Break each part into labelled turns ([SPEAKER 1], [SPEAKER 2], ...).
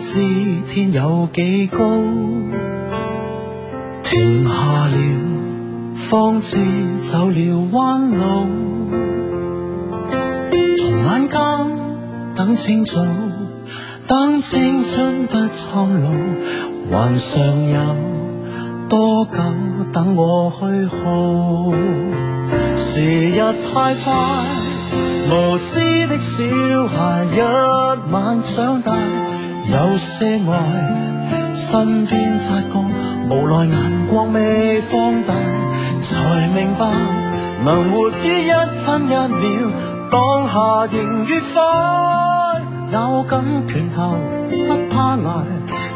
[SPEAKER 1] 知天有幾高，停下了，方知走了彎路。從晚間等清早，等青春不蒼老，還尚有多久等我去耗？時日太快。無知的小孩一晚長大，有些愛身邊擦過，無奈眼光未放大，才明白能活於一分一秒，當下仍愉快。咬緊拳頭不怕捱，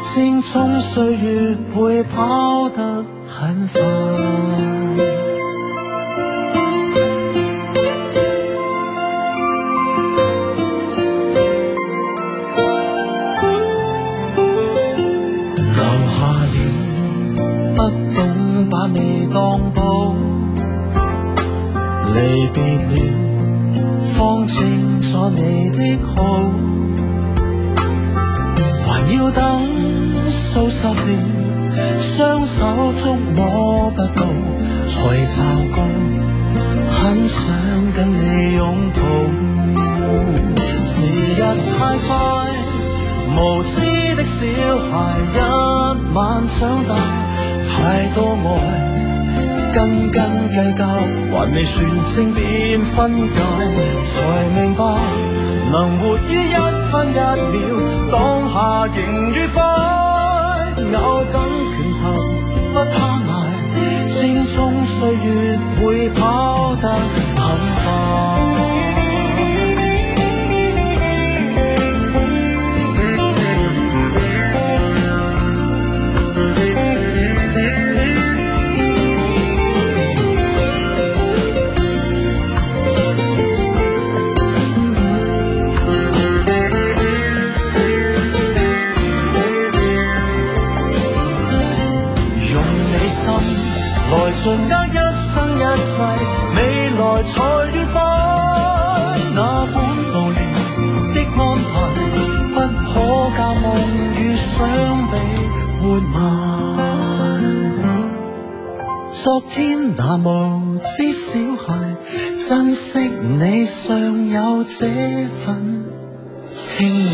[SPEAKER 1] 青蔥歲月會跑得很快。把你當寶，離別了，方清楚你的好，還要等數十年，雙手觸摸不到，才驟覺很想跟你擁抱。時日太快，無知的小孩一晚長大。太多愛，斤斤計較，還未算清便分解，才明白能活於一分一秒，當下仍愉快。咬緊拳頭不怕埋，青蔥歲月會跑得很快。來盡握一生一世，未來才愉快。那本無聊的安排，不可教夢與想比活埋。昨天那無知小孩，珍惜你尚有這份情懷。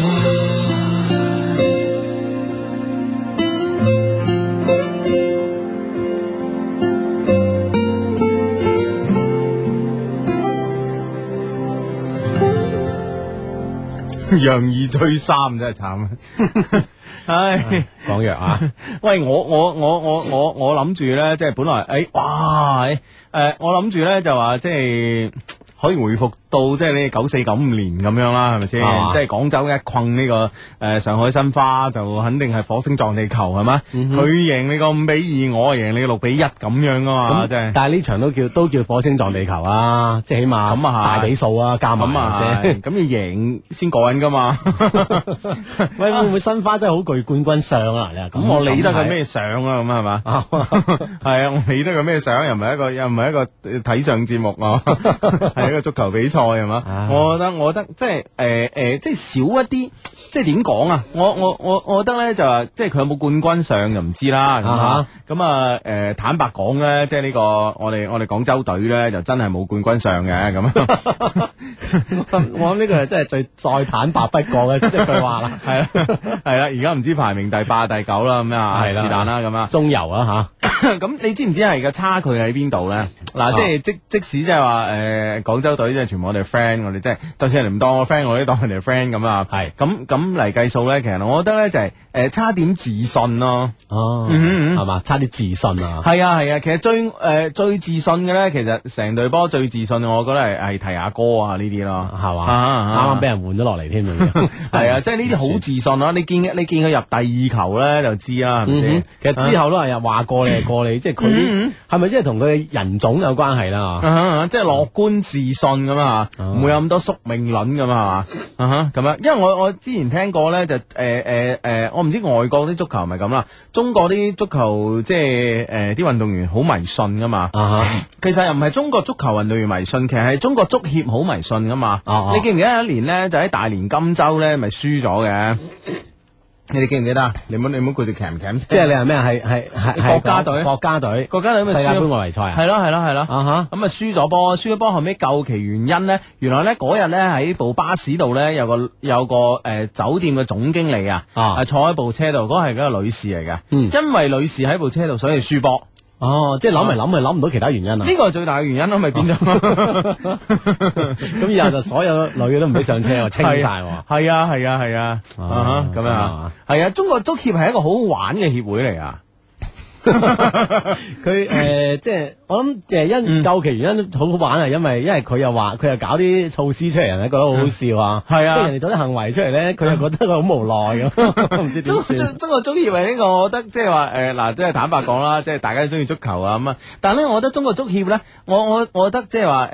[SPEAKER 2] 讓二追三真係慘啊！ 唉，
[SPEAKER 3] 講藥啊！
[SPEAKER 2] 喂，我我我我我我諗住咧，即係本來誒、哎，哇誒、哎，我諗住咧就話即係可以回復到即係呢九四九五年咁樣啦，係咪先？
[SPEAKER 3] 啊
[SPEAKER 2] 即係廣州一困呢、個誒、呃上海申花就肯定係火星撞地球係嘛？佢、贏你個五比二，我贏你個六比一咁樣噶嘛，啊即係。
[SPEAKER 3] 但係呢場都叫都叫火星撞地球啊！即係起碼
[SPEAKER 2] 咁啊係
[SPEAKER 3] 大比數啊，加埋
[SPEAKER 2] 咁啊係，
[SPEAKER 3] 先。
[SPEAKER 2] 咁要贏先過癮噶嘛？
[SPEAKER 3] 喂，會唔會申花真係好具冠軍相啊？你話
[SPEAKER 2] 咁我理得佢咩相啊？咁係嘛？
[SPEAKER 3] 啊？
[SPEAKER 2] 係啊，我理得佢咩相，又唔係一個又唔係一個呃睇相節目啊， 係一個足球比賽係嘛
[SPEAKER 3] 唉？
[SPEAKER 2] 我覺得我覺得即係誒誒，即係少一啲，即係點講啊？我我我我覺得咧就話，即係佢有冇冠軍相就唔知啦。咁啊
[SPEAKER 3] 啊
[SPEAKER 2] 咁啊誒，坦白講咧，即係呢個我哋我哋廣州隊咧就真係冇冠軍相嘅咁。啊
[SPEAKER 3] 我諗呢個真係 最再坦白不過嘅一句話啦。
[SPEAKER 2] 係啦啊係啦，而家唔知排名第八第九啦咁啊，
[SPEAKER 3] 係
[SPEAKER 2] 是
[SPEAKER 3] 啦
[SPEAKER 2] 但啦咁啊。
[SPEAKER 3] 中游啊
[SPEAKER 2] 咁你知唔知係個差距喺邊度咧？嗱，即係即即使即係話誒廣州隊即係全部我哋 friend，我哋即係就算人哋唔當我 friend，我都當人哋 friend 咁啦。
[SPEAKER 3] 係
[SPEAKER 2] 咁咁嚟計數咧，其實我覺得咧就係、誒、差點自信咯。
[SPEAKER 3] 吓，哦，
[SPEAKER 2] 嗯嗯嗯
[SPEAKER 3] 係嘛，差啲自信啊，
[SPEAKER 2] 係啊係啊，其實最誒、最自信嘅咧，其實成隊波最自信，我覺得係係提下哥啊呢啲咯，
[SPEAKER 3] 係
[SPEAKER 2] 啊
[SPEAKER 3] 嘛，啱啱俾人換咗落嚟 添，
[SPEAKER 2] 係
[SPEAKER 3] 係
[SPEAKER 2] 啊，即係呢啲好自信咯。你見你見佢入第二球咧就知啦，係咪
[SPEAKER 3] 嗯
[SPEAKER 2] 先嗯
[SPEAKER 3] 哼？其實之後都係有話過你係過你，即係佢係咪即係同佢嘅人種有關係啦？
[SPEAKER 2] 啊哈啊哈即係樂觀自信咁啊，
[SPEAKER 3] 啊
[SPEAKER 2] 唔會有咁多宿命論咁啊，係嘛啊哈咁樣。因為我我之前聽過咧，就誒誒誒，我唔知外國啲足球係咪咁啦，中國啲足球即係誒啲運動員好迷信噶嘛。
[SPEAKER 3] 啊哈
[SPEAKER 2] 其實又唔係中國足球運動員迷信，其實係中國足協好迷信噶嘛。
[SPEAKER 3] 哦哦
[SPEAKER 2] 你記唔記得有一年咧，就喺大連金州咧，咪輸咗嘅？你哋記唔記得啊？你冇你冇佢哋 cam cam
[SPEAKER 3] 即係你係咩？係係係係
[SPEAKER 2] 國家隊
[SPEAKER 3] 國家隊
[SPEAKER 2] 國家隊咪
[SPEAKER 3] 世界
[SPEAKER 2] 輸
[SPEAKER 3] 盃外圍賽啊！
[SPEAKER 2] 係咯係咯係咯。
[SPEAKER 3] 啊哈！
[SPEAKER 2] 咁啊輸咗波，輸咗波後尾究其原因呢？原來呢嗰日呢，喺部巴士度呢，有個有個誒、呃酒店嘅總經理啊，
[SPEAKER 3] 啊
[SPEAKER 2] 坐喺部車度，嗰係一個女士嚟嘅，
[SPEAKER 3] 嗯
[SPEAKER 2] 因為女士喺部車度，所以輸波，
[SPEAKER 3] 哦，即係諗嚟諗去諗唔到其他原 因啊！
[SPEAKER 2] 呢個係最大嘅原因咯，咪變咗
[SPEAKER 3] 咁以後就所有女嘅都唔俾上車喎， 清晒喎。
[SPEAKER 2] 係啊係啊係啊，
[SPEAKER 3] 啊
[SPEAKER 2] 啊哈咁樣啊，係啊，中國足協係一個好好玩嘅協會嚟啊。
[SPEAKER 3] 佢誒即係我諗誒
[SPEAKER 2] 嗯
[SPEAKER 3] 因究其原因好好玩啊，因為因為佢又話佢又搞啲措施出嚟，人哋覺得好好笑啊。
[SPEAKER 2] 係啊
[SPEAKER 3] 即係人哋做啲行為出嚟咧，佢又覺得佢好無奈 咁，唔知點
[SPEAKER 2] 中
[SPEAKER 3] 算
[SPEAKER 2] 中。中國足協係呢個，我覺得即係話誒嗱，即係坦白講啦， 即係大家都中意足球啊咁啊。但係咧，我覺得中國足協咧，我我我覺得即係話誒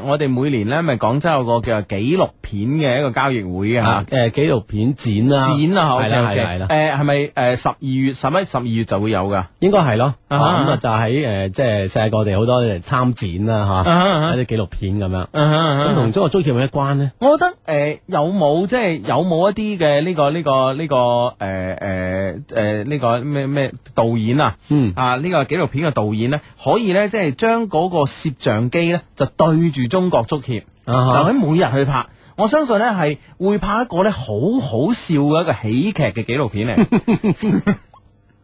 [SPEAKER 2] 誒，我哋每年咧咪廣州有個叫做紀錄片嘅一個交易會嘅
[SPEAKER 3] 啊
[SPEAKER 2] 嚇。
[SPEAKER 3] 誒紀錄片展啊，
[SPEAKER 2] 展啊，
[SPEAKER 3] 係啦係啦係啦，
[SPEAKER 2] 誒係咪誒十二月十一十二月就會有㗎？
[SPEAKER 3] 應該係咯。
[SPEAKER 2] 啊
[SPEAKER 3] 啊
[SPEAKER 2] 哈
[SPEAKER 3] 咁啊就喺誒即係世界各地好多人參展啦
[SPEAKER 2] 啊哈啊
[SPEAKER 3] 嚇，一啲紀錄片咁樣。咁
[SPEAKER 2] 咁
[SPEAKER 3] 同中國足協有咩 關呢？
[SPEAKER 2] 我覺得誒、呃有冇即係有冇一啲嘅呢個呢、個呢、個誒誒誒呢個咩咩導演啊？
[SPEAKER 3] 嗯
[SPEAKER 2] 啊呢、個紀錄片嘅導演咧，可以咧即係將嗰個攝像機咧就對住中國足協，
[SPEAKER 3] 啊
[SPEAKER 2] 就
[SPEAKER 3] 哈
[SPEAKER 2] 喺每日去拍。我相信咧係會拍一個咧好好笑嘅一個喜劇嘅紀錄片 嚟。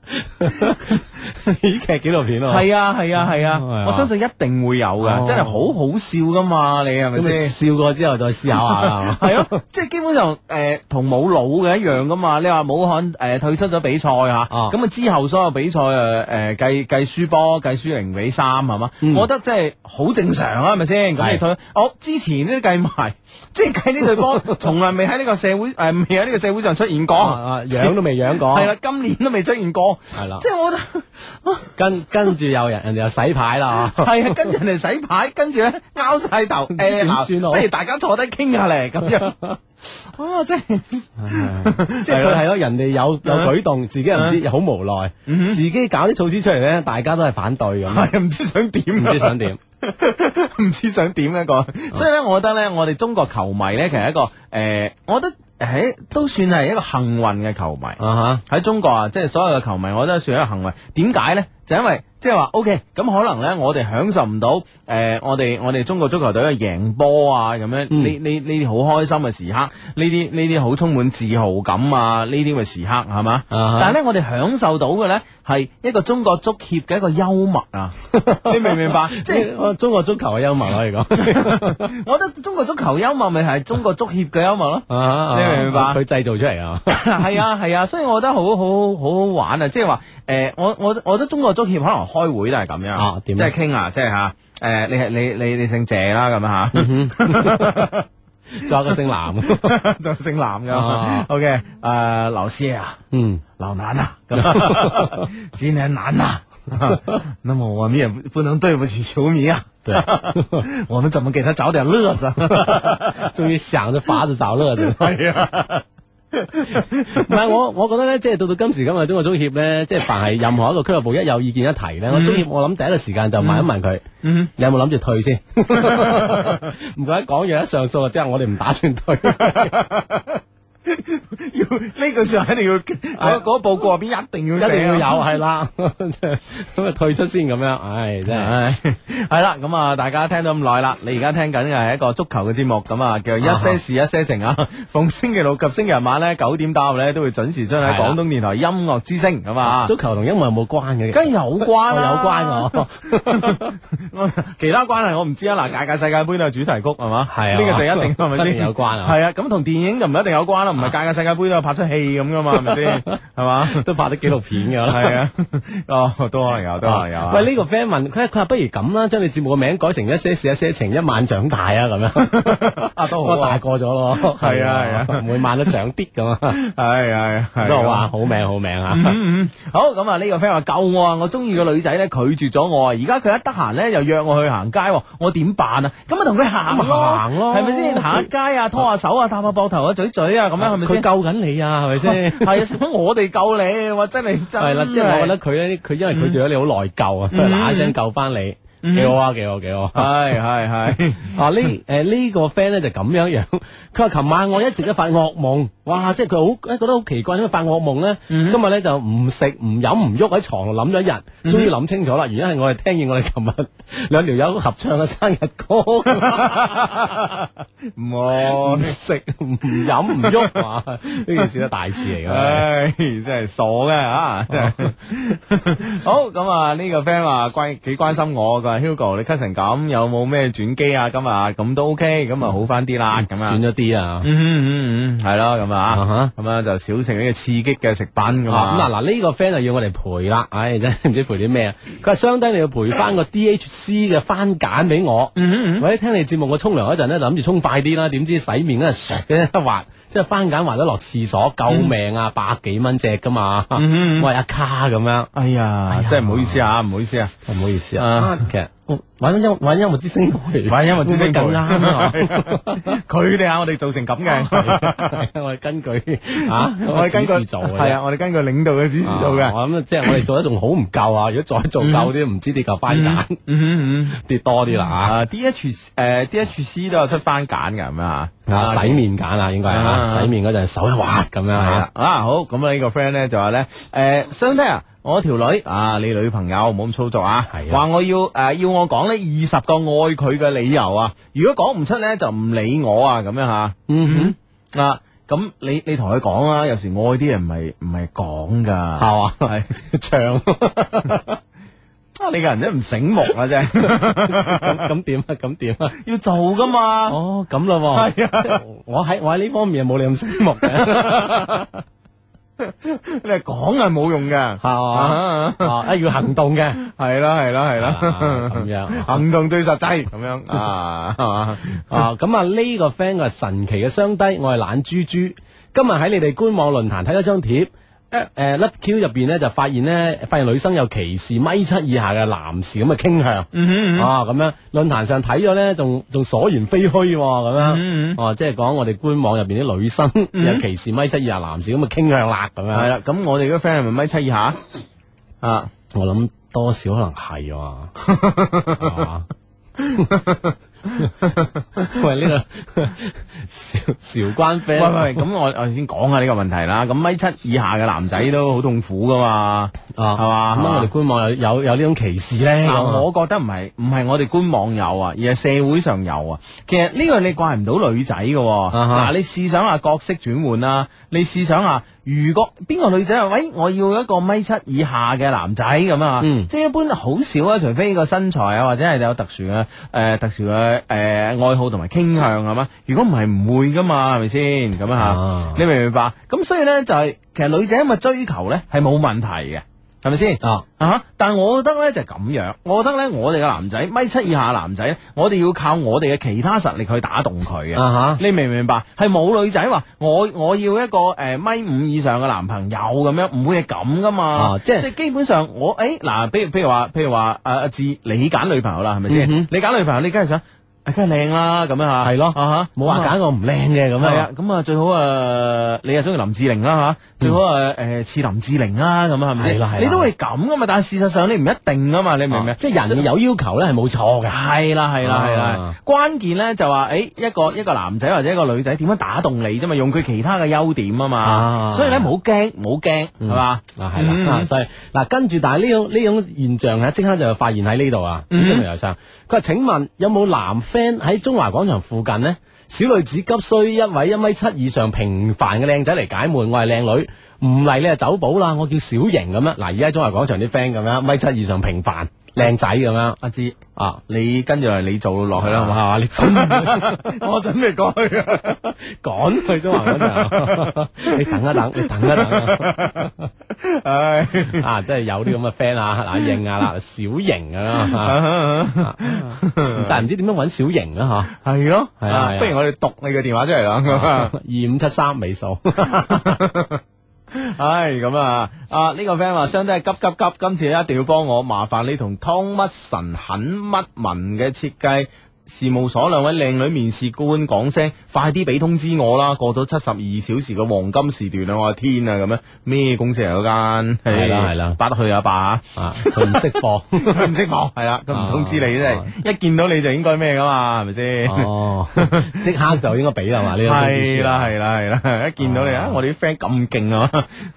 [SPEAKER 3] 喜劇紀錄片咯，
[SPEAKER 2] 係啊係啊係
[SPEAKER 3] 係啊
[SPEAKER 2] 啊！我相信一定會有
[SPEAKER 3] 哦
[SPEAKER 2] 嘅，真係好好笑噶嘛！你係咪
[SPEAKER 3] 咁你
[SPEAKER 2] 先？
[SPEAKER 3] 笑過之後再思考下 啊啦。
[SPEAKER 2] 系 咯，啊即系基本上诶同冇腦嘅一樣噶嘛。你話武漢诶、呃退出咗比賽吓，
[SPEAKER 3] 啊
[SPEAKER 2] 咁啊之後所有比賽诶诶計計輸波，計輸零比三係嘛？
[SPEAKER 3] 嗯
[SPEAKER 2] 我覺得即係好正常啊，係咪先？咁你
[SPEAKER 3] 係
[SPEAKER 2] 退，我之前都計埋， 即係計呢隊波， 從來未喺呢個社會诶、呃未喺呢個社會上出現過。
[SPEAKER 3] 啊啊 養都未啊養過，
[SPEAKER 2] 哦係啦，今年都未出現過，
[SPEAKER 3] 係啦
[SPEAKER 2] 即係我覺得。
[SPEAKER 3] 跟跟住有人人哋又洗 牌啦， 啊
[SPEAKER 2] 系啊，跟住人哋洗牌，跟住咧拗晒 頭，诶、
[SPEAKER 3] 點
[SPEAKER 2] 嗱，
[SPEAKER 3] 算啊好
[SPEAKER 2] 不如大家坐低傾下咧，咁 樣。哇，真係
[SPEAKER 3] 即係佢係咯，人哋有
[SPEAKER 2] 啊
[SPEAKER 3] 有舉動，自己又唔知，又好無奈，
[SPEAKER 2] 嗯
[SPEAKER 3] 自己搞啲措施出嚟咧，大家都係反對咁，
[SPEAKER 2] 系唔知想點
[SPEAKER 3] 唔
[SPEAKER 2] 啊
[SPEAKER 3] 知想點。 啊
[SPEAKER 2] 唔知想點一個，所以咧，我覺得咧，我哋中國球迷咧，其實一個诶、呃我覺得诶、都算係一個幸運嘅球迷。
[SPEAKER 3] 啊
[SPEAKER 2] 喺中國啊，即係所有嘅球迷，我覺得算係一個行為。點解呢？就因為即係話，OK，咁可能呢，我哋享受唔到誒、呃我哋我哋中國足球隊嘅贏波啊，咁樣呢
[SPEAKER 3] 嗯
[SPEAKER 2] 呢呢啲好開心嘅時刻，呢啲呢啲好充滿自豪感啊，呢啲嘅時刻係嘛？
[SPEAKER 3] 啊哈
[SPEAKER 2] 但係呢，我哋享受到嘅呢，係一個中國足協嘅一個幽默 啊，你明唔明白？即
[SPEAKER 3] 即
[SPEAKER 2] 係
[SPEAKER 3] 係我中國足球嘅幽默可以講，
[SPEAKER 2] 我覺得中國足球幽默咪係中國足協嘅幽默咯。
[SPEAKER 3] 啊
[SPEAKER 2] 你明唔明白
[SPEAKER 3] 佢製造出嚟啊，
[SPEAKER 2] 系啊系啊，所以我覺得好好好好玩啊！即係話诶，誒我我我覺得中國足協可能開會都係咁樣
[SPEAKER 3] 啊點
[SPEAKER 2] 即
[SPEAKER 3] 咧
[SPEAKER 2] 係傾啊，即係吓诶，誒你係你你你姓謝啦咁啊
[SPEAKER 3] 嗯仲有一個 姓藍，
[SPEAKER 2] 吓， 仲有姓藍
[SPEAKER 3] 啊
[SPEAKER 2] 噶。OK，诶，劉師爺啊，
[SPEAKER 3] 嗯，
[SPEAKER 2] 老難啊， 咁今年難啊。那么我们也不不能對不起球迷啊，
[SPEAKER 3] 對，
[SPEAKER 2] 我們怎麼給他找點樂子？
[SPEAKER 3] 終於想着法子找樂子。
[SPEAKER 2] 係啊，
[SPEAKER 3] 唔係我，我覺得咧，即係到到今時今日，中國足協咧，即係凡係任何一個俱樂部一有意見一提咧，我足協我諗第一個時間就問一問佢，
[SPEAKER 2] 嗯
[SPEAKER 3] 你有冇諗住 退先？唔怪得講嘢一上訴就即係我哋唔打算 退。
[SPEAKER 2] 啊要呢句上一定要嗰嗰報告入邊一定要
[SPEAKER 3] 啊一
[SPEAKER 2] 寫啊
[SPEAKER 3] 定要有係啦， 咁啊退出先咁樣，唉 真係
[SPEAKER 2] 唉，系啦，咁啊，大家聽到咁耐啦，你而家聽緊嘅係一個足球嘅節目，咁啊叫一些事一些情啊。 逢星期六及星期日晚咧九點打後咧都會準時將喺
[SPEAKER 3] 係啦
[SPEAKER 2] 廣東電台音樂之聲咁啊。
[SPEAKER 3] 足球同音樂有冇關嘅？
[SPEAKER 2] 梗係有關啦
[SPEAKER 3] 哦有關
[SPEAKER 2] 我 其他關係我唔知啊。嗱，屆屆世界盃都有主題曲係嘛？
[SPEAKER 3] 係啊
[SPEAKER 2] 呢個就一定係咪
[SPEAKER 3] 一
[SPEAKER 2] 先
[SPEAKER 3] 定有關啊
[SPEAKER 2] 係啊，咁同電影就唔一定有關啦，唔係屆屆世界盃都有拍出戲咁噶嘛，係咪 先？係嘛？
[SPEAKER 3] 我都拍啲紀錄片㗎啦。
[SPEAKER 2] 係啊， 哦，都可能有，都可能有啊。
[SPEAKER 3] 喂，呢個 friend 問佢，佢話不如咁啦，將你節目嘅名改成一些事一些情，一晚長大啊咁樣。
[SPEAKER 2] 啊都
[SPEAKER 3] 我
[SPEAKER 2] 好
[SPEAKER 3] 大
[SPEAKER 2] 啊，
[SPEAKER 3] 個咗咯，
[SPEAKER 2] 係啊係啊
[SPEAKER 3] 每晚都長啲咁啊。
[SPEAKER 2] 係係係，啊
[SPEAKER 3] 都話好命好命啊！
[SPEAKER 2] 嗯嗯，好咁啊！呢個 friend 話救我啊！我中意個女仔咧拒絕咗我啊！而家佢一得閒咧又約我去行街喎，我點 辦啊？咁啊同佢行
[SPEAKER 3] 咁啊行咯
[SPEAKER 2] 係咪先行下街啊，拖下手啊，搭下膊頭啊，嘴嘴啊，咁樣係咪
[SPEAKER 3] 佢
[SPEAKER 2] 先？
[SPEAKER 3] 救緊你啊，係咪先？
[SPEAKER 2] 係啊， 使乜我哋救你，我真係真 嗯
[SPEAKER 3] 係啦，即係我覺得佢咧，佢因為佢對咗你好內疚啊，佢嗱一聲救翻你，幾好啊，幾好，幾好啊。
[SPEAKER 2] 系系系。
[SPEAKER 3] 啊呢诶呢個 friend 咧就咁樣 樣，佢話琴晚我一直都發惡夢，哇！即係佢好誒覺得好奇怪，因為發惡夢咧，今日咧就唔食唔飲唔喐喺床度諗咗一日，終於諗清楚啦。原因係我哋聽見我哋琴日 兩條友合唱嘅生日歌，
[SPEAKER 2] 唔好
[SPEAKER 3] 唔食唔飲唔喐，哇！呢件事都大事嚟 㗎。
[SPEAKER 2] 唉，真系傻嘅吓，真系。好咁啊，呢個 friend 話關幾關心我，佢話 Hugo 你咳成咁，有冇咩轉機啊？今日咁都 OK，咁啊好翻啲啦，咁啊。
[SPEAKER 3] 轉咗啲啊！
[SPEAKER 2] 嗯嗯嗯嗯，係咯，咁啊
[SPEAKER 3] 啊，
[SPEAKER 2] 咁樣就少食呢個刺激嘅食品咁
[SPEAKER 3] 啊咁
[SPEAKER 2] 啊。
[SPEAKER 3] 嗱嗱呢個 friend 就要我哋賠啦，唉真係唔知賠啲咩啊！佢話相低你要賠翻個 DHC 嘅番梘俾我，
[SPEAKER 2] 嗯
[SPEAKER 3] 或者聽你節目我沖涼嗰陣咧就諗住沖快啲啦，點知洗面嗰陣唰嘅一滑，即係番梘滑咗落廁所，救
[SPEAKER 2] 嗯
[SPEAKER 3] 命啊！百幾蚊隻噶嘛，我係阿卡咁樣，
[SPEAKER 2] 哎呀，真係唔好意思啊，唔好意思啊。
[SPEAKER 3] 唔好意思
[SPEAKER 2] 啊
[SPEAKER 3] 啊，其實我玩音玩音樂之星賠，
[SPEAKER 2] 玩音樂之星
[SPEAKER 3] 會唔會更啱啊！
[SPEAKER 2] 佢哋啊，我哋做成咁嘅，
[SPEAKER 3] 我係根據啊，
[SPEAKER 2] 我哋根
[SPEAKER 3] 指
[SPEAKER 2] 據
[SPEAKER 3] 示
[SPEAKER 2] 哦
[SPEAKER 3] 做嘅啫
[SPEAKER 2] 係啊，我哋根據領導嘅指示做
[SPEAKER 3] 啊
[SPEAKER 2] 嘅。
[SPEAKER 3] 我諗即係我哋做得仲好唔夠啊！ 如果再做夠啲，唔知跌嚿番梘
[SPEAKER 2] 嗯嗯嗯。
[SPEAKER 3] 跌多啲啦
[SPEAKER 2] 啊，D H 誒 D H C 都有出番梘嘅，係咪啊？
[SPEAKER 3] 嚇啊！洗面梘啊，應該係
[SPEAKER 2] 啊
[SPEAKER 3] 啊，洗面嗰陣手一滑咁樣
[SPEAKER 2] 係啦
[SPEAKER 3] 嚇，，
[SPEAKER 2] 啊好，咁啊呢個 friend 咧就話咧，誒相睇啊，我條女啊，你女朋友唔好咁操作啊
[SPEAKER 3] 係，啊
[SPEAKER 2] 話我要誒要我講呢二十個愛佢嘅理由啊，如果講唔出咧就唔理我啊，咁樣吓，
[SPEAKER 3] 嗯
[SPEAKER 2] 哼，啊咁你你同佢講啊，有時愛啲人唔係唔係講㗎，
[SPEAKER 3] 係嘛
[SPEAKER 2] 係
[SPEAKER 3] 唱
[SPEAKER 2] 啊你個人真係唔醒目啊，真係
[SPEAKER 3] 咁咁點啊？咁點啊？
[SPEAKER 2] 要做㗎嘛。
[SPEAKER 3] 哦，咁咯喎，即係我喺我喺呢方面冇你咁醒目嘅，
[SPEAKER 2] 你係講係冇用嘅，
[SPEAKER 3] 係嘛？ 啊，要行動嘅，
[SPEAKER 2] 係啦係啦係
[SPEAKER 3] 啊
[SPEAKER 2] 啦，
[SPEAKER 3] 咁樣啊
[SPEAKER 2] 行動最實際咁 樣啊，係嘛？
[SPEAKER 3] 啊，咁啊呢個 friend 佢係神奇嘅雙低，我係懶豬豬。今日喺你哋官網論壇睇咗張帖，誒誒甩 Q 入邊咧就發現咧，發現女生有歧視米七以下嘅男士咁嘅傾向。啊咁樣論壇上睇咗咧，仲仲所言非虛喎咁樣。哦、即係講我哋官網入邊啲女生有歧視米七以下男士咁嘅傾向啦，咁
[SPEAKER 2] 系
[SPEAKER 3] 樣。
[SPEAKER 2] 啦，咁我哋嗰個 friend 系咪米七以下啊？
[SPEAKER 3] 我諗多少可能係喎 係嘛。喂，呢、個 韶韶關 friend，
[SPEAKER 2] 喂喂，咁我我哋先講下呢個問題啦。咁米七以下嘅男仔都好痛苦噶嘛，
[SPEAKER 3] 啊，
[SPEAKER 2] 係嘛
[SPEAKER 3] 咁我哋官網有有有呢種歧視咧，
[SPEAKER 2] 嗱，
[SPEAKER 3] 咁啊
[SPEAKER 2] 我覺得唔係唔係我哋官網有啊，而係社會上有啊。其實呢個你怪唔到女仔嘅喎。
[SPEAKER 3] 啊哈
[SPEAKER 2] 嗱，你試想下角色轉換啦，你試想下，如果邊個女仔話喂，我要一個米七以下嘅男仔咁啊，
[SPEAKER 3] 嗯
[SPEAKER 2] 即係一般好少啊，除非個身材啊或者係有特殊嘅誒、呃特殊嘅誒、呃、愛好同埋傾向係啊嘛。如果唔係唔會噶嘛，係咪先咁啊
[SPEAKER 3] 啊？
[SPEAKER 2] 你明唔明白？咁所以咧就係、其實女仔咁嘅追求咧係冇問題嘅，係咪先？
[SPEAKER 3] 啊
[SPEAKER 2] 啊！但系我覺得咧就係咁樣，我覺得咧我哋嘅男仔米七以下嘅男仔呢，我哋要靠我哋嘅其他實力去打動佢嘅。
[SPEAKER 3] 啊
[SPEAKER 2] 你明唔明白？係冇女仔話我我要一個诶、呃米五以上嘅男朋友咁樣，唔會係咁噶嘛。
[SPEAKER 3] 啊即係
[SPEAKER 2] 基本上我诶嗱，譬如譬如話譬如話诶阿志，你揀女朋友啦，係咪先？你揀女朋友，你梗係想啊梗係靚啦咁樣吓。
[SPEAKER 3] 嗯係咯
[SPEAKER 2] 啊
[SPEAKER 3] 冇話揀我唔靚嘅咁
[SPEAKER 2] 咁係啊
[SPEAKER 3] 樣，，
[SPEAKER 2] 咁啊最好誒，你又中意林志玲啦嚇，最好誒誒似林志玲啦，咁啊係咪先
[SPEAKER 3] 係啦係啦
[SPEAKER 2] 你都會咁噶嘛，但係事實上你唔一定噶嘛，你明唔明？
[SPEAKER 3] 啊即係人有要求咧係冇錯嘅，
[SPEAKER 2] 係啦係啦係啦
[SPEAKER 3] 啊，
[SPEAKER 2] 關鍵咧就話，誒一個一個男仔或者一個女仔點樣打動你啫嘛，用佢其他嘅優點啊嘛，
[SPEAKER 3] 啊
[SPEAKER 2] 所以咧唔好驚，唔好驚，係嗯嘛？
[SPEAKER 3] 啊係啦，啊所以嗱跟住，但係呢種呢種現象啊，即刻就發現喺呢度啊，
[SPEAKER 2] 嗯
[SPEAKER 3] 呢個郵箱佢話請問有冇男 friend 喺中華廣場附近呢？小女子急需一位一米七以上平凡嘅靚仔嚟解悶，我係靚女。唔嚟你就走寶啦，我叫小瑩咁樣。嗱，而家中華廣場啲 friend 咁樣，米七以上平凡靚仔咁樣
[SPEAKER 2] 阿志，
[SPEAKER 3] 啊，
[SPEAKER 2] 你跟住嚟你做落去
[SPEAKER 3] 係
[SPEAKER 2] 啦，
[SPEAKER 3] 啦，
[SPEAKER 2] 好
[SPEAKER 3] 係
[SPEAKER 2] 嘛？
[SPEAKER 3] 嘛？你準
[SPEAKER 2] 我準備 過去啊。
[SPEAKER 3] 趕去中環 嗰度，你等一等，你等啊一等
[SPEAKER 2] 唉
[SPEAKER 3] 啊！真係有啲咁嘅 friend 啊， 嗱應下啦，小型啊，但係唔知點樣揾小型啊
[SPEAKER 2] 係咯，
[SPEAKER 3] 係啊
[SPEAKER 2] 啊
[SPEAKER 3] 係啊
[SPEAKER 2] 不如我哋讀你嘅電話出嚟啦咁啊
[SPEAKER 3] 嚇，。二五七三尾數，
[SPEAKER 2] 唉，咁啊，啊呢、個 friend 話，相低急急急，今次一定要幫我，麻煩你同湯乜神肯乜文嘅設計事務所兩位靚女面試官講聲，快啲俾通知我啦！過咗七十二小時嘅黃金時段啦，我嘅天啊咁樣，咩公司嚟嗰間？
[SPEAKER 3] 係啦
[SPEAKER 2] 唉
[SPEAKER 3] 係啦
[SPEAKER 2] 八得去啊爸，
[SPEAKER 3] 啊， 佢唔識貨。
[SPEAKER 2] 佢唔識我，係啦，佢唔通知你真係，一見到你就應該咩噶嘛，係咪先？
[SPEAKER 3] 哦，即刻就應該俾啦嘛呢個通知
[SPEAKER 2] 係
[SPEAKER 3] 書
[SPEAKER 2] 啦係啦係啦，一見到你啊，我哋啲 friend 咁勁啊，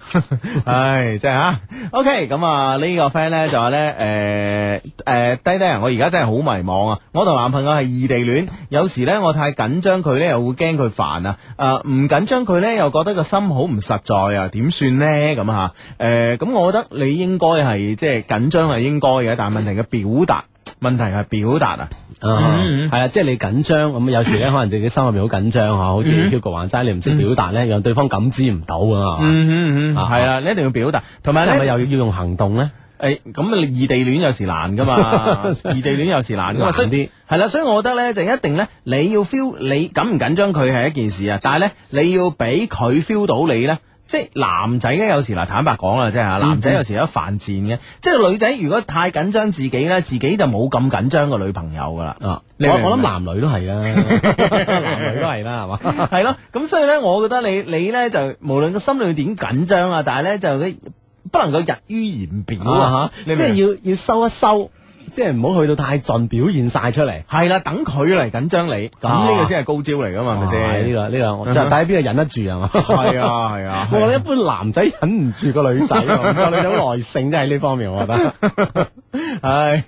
[SPEAKER 2] 唉，真係吓。OK，咁啊呢個 friend 咧就話咧，誒誒低低人，我而家真係好迷茫啊！我同男朋友係異地戀，有時咧我太緊張佢咧，又會驚佢煩啊。誒唔緊張佢咧，又覺得個心好唔實在啊，點算呢？咁吓，誒咁我覺得你應該係即係緊張係應該嘅，但係問題嘅表達，問題係表達啊。
[SPEAKER 3] 啊，係啊，即係你緊張咁，有時咧可能自己心入面好緊張嚇，啊好似
[SPEAKER 2] 嗯
[SPEAKER 3] Hugo 話齋，你唔識表達咧，讓對方感知唔到啊，係嘛
[SPEAKER 2] 嗯嗯嗯，啊
[SPEAKER 3] 啊
[SPEAKER 2] 係啊，你一定要表達，同埋
[SPEAKER 3] 係咪
[SPEAKER 2] 咧
[SPEAKER 3] 又。要用行動咧？
[SPEAKER 2] 诶，咁你異地戀有時難噶 嘛，異地戀有時難噶嘛，
[SPEAKER 3] 難
[SPEAKER 2] 啊所以
[SPEAKER 3] 啲
[SPEAKER 2] 係啦，所以我覺得咧就一定咧，你要 feel 你緊唔緊張佢係一件事啊，但係咧你要俾佢 feel 到你咧。即係男仔咧，有時嗱，坦白講啦，即係嚇，男仔有時有一犯賤嘅。即係女仔如果太緊張自己咧，自己就冇咁緊張個女朋友噶啦。
[SPEAKER 3] 啊，
[SPEAKER 2] 你
[SPEAKER 3] 我
[SPEAKER 2] 明唔明
[SPEAKER 3] 我諗男女都係 啦， 男女都係啦，係嘛？
[SPEAKER 2] 系咯，咁所以咧，我覺得你你咧就無論個心裏面點緊張啊，但係咧就佢不能夠溢於言表啊
[SPEAKER 3] 啊，
[SPEAKER 2] 你
[SPEAKER 3] 即
[SPEAKER 2] 明唔
[SPEAKER 3] 係
[SPEAKER 2] 明
[SPEAKER 3] 要要收一收，即係唔好去到太盡，表現晒出嚟。
[SPEAKER 2] 係啦，等佢嚟緊張你，咁呢個先係高招嚟噶嘛，係咪
[SPEAKER 3] 啊呢
[SPEAKER 2] 先？嗯
[SPEAKER 3] 個呢個，我就睇下邊個忍得住係嘛？
[SPEAKER 2] 係 啊係啊，
[SPEAKER 3] 我覺得一般男仔忍唔住個女仔啊 喎，個女仔好耐性真係呢方面，我覺得。
[SPEAKER 2] 唉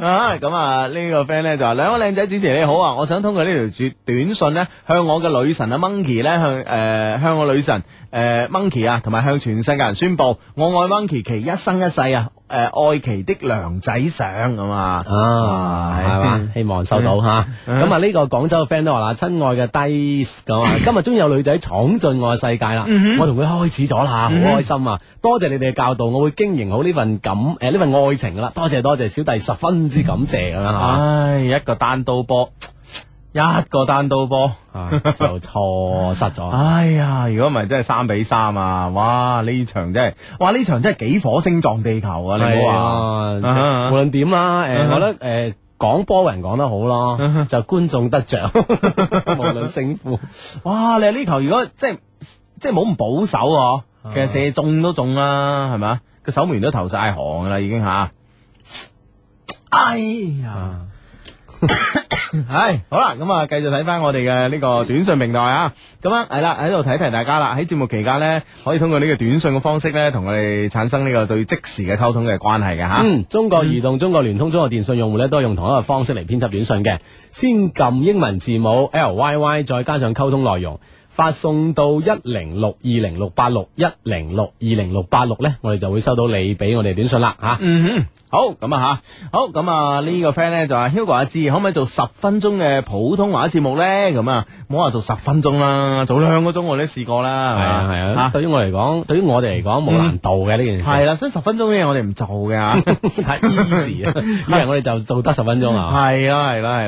[SPEAKER 2] 啊咁啊呢個 friend 咧就話兩位靚仔主持你好啊，我想通過呢條絕短信咧向我嘅女神啊 Monkey 咧向誒向我女神誒 Monkey 啊，同埋向全世界人宣佈我愛 Monkey 其一生一世啊誒愛其的梁仔上咁啊
[SPEAKER 3] 啊，
[SPEAKER 2] 係
[SPEAKER 3] 系嘛？希望收到吓。咁啊，呢個廣州嘅 friend 都話啦，親愛嘅 Dice 咁 啊，今日終於有女仔闖進我嘅世界啦，我同佢開始咗啦，好開心啊！多謝你哋嘅教導，我會經營好呢份 感诶呢份愛情噶啦，多謝多謝，小弟十分之感謝咁樣啊吓
[SPEAKER 2] 唉一個單刀波，一個單刀波。
[SPEAKER 3] 啊，就錯失 咗。
[SPEAKER 2] 哎呀，如果唔係真係三比三啊！哇，呢場真係，哇呢場真係幾火星撞地球啊！你唔好話，
[SPEAKER 3] 係
[SPEAKER 2] 啊啊
[SPEAKER 3] 啊，啊無論點啦，诶，我覺得诶。講波人講得好咯，就觀眾得獎， 無論勝負。
[SPEAKER 2] 哇你呢球如果即係即係冇咁保守啊，其實射中都中啦，係咪啊？個守門員都投晒行噶啦，已經吓。哎 呀！系好啦，咁啊，繼續睇翻我哋嘅呢個短信平台啊，咁啊係啦，喺度提提大家啦。喺節目期間呢，可以通過呢個短信嘅方式呢，同我哋產生呢個最即時嘅溝通嘅關係嘅吓。
[SPEAKER 3] 嗯，中國移動、中國聯通、中國電信用戶咧，都係用同一個方式嚟編輯短信嘅，先撳英文字母 L Y Y，再加上溝通內容，發送到一零六二零六八六一零六二零六八六咧，我哋就會收到你俾我哋短信啦吓。
[SPEAKER 2] 嗯哼，好咁啊吓，好咁啊呢個 friend 咧就話 Hugo 阿志可唔可以做十分鐘嘅普通話節目咧？咁啊，唔好話做十分鐘啦，做兩個鐘我都試過啦，
[SPEAKER 3] 係啊
[SPEAKER 2] 係
[SPEAKER 3] 係
[SPEAKER 2] 嘛
[SPEAKER 3] 啊，對於我嚟講，對於我哋嚟講冇難度嘅呢件事，
[SPEAKER 2] 嗯嚇係啊啦，所以十分鐘呢嘢我哋唔做嘅吓。
[SPEAKER 3] 太 easy 啊，因為我哋就做得十分鐘啊。
[SPEAKER 2] 系啦系啦系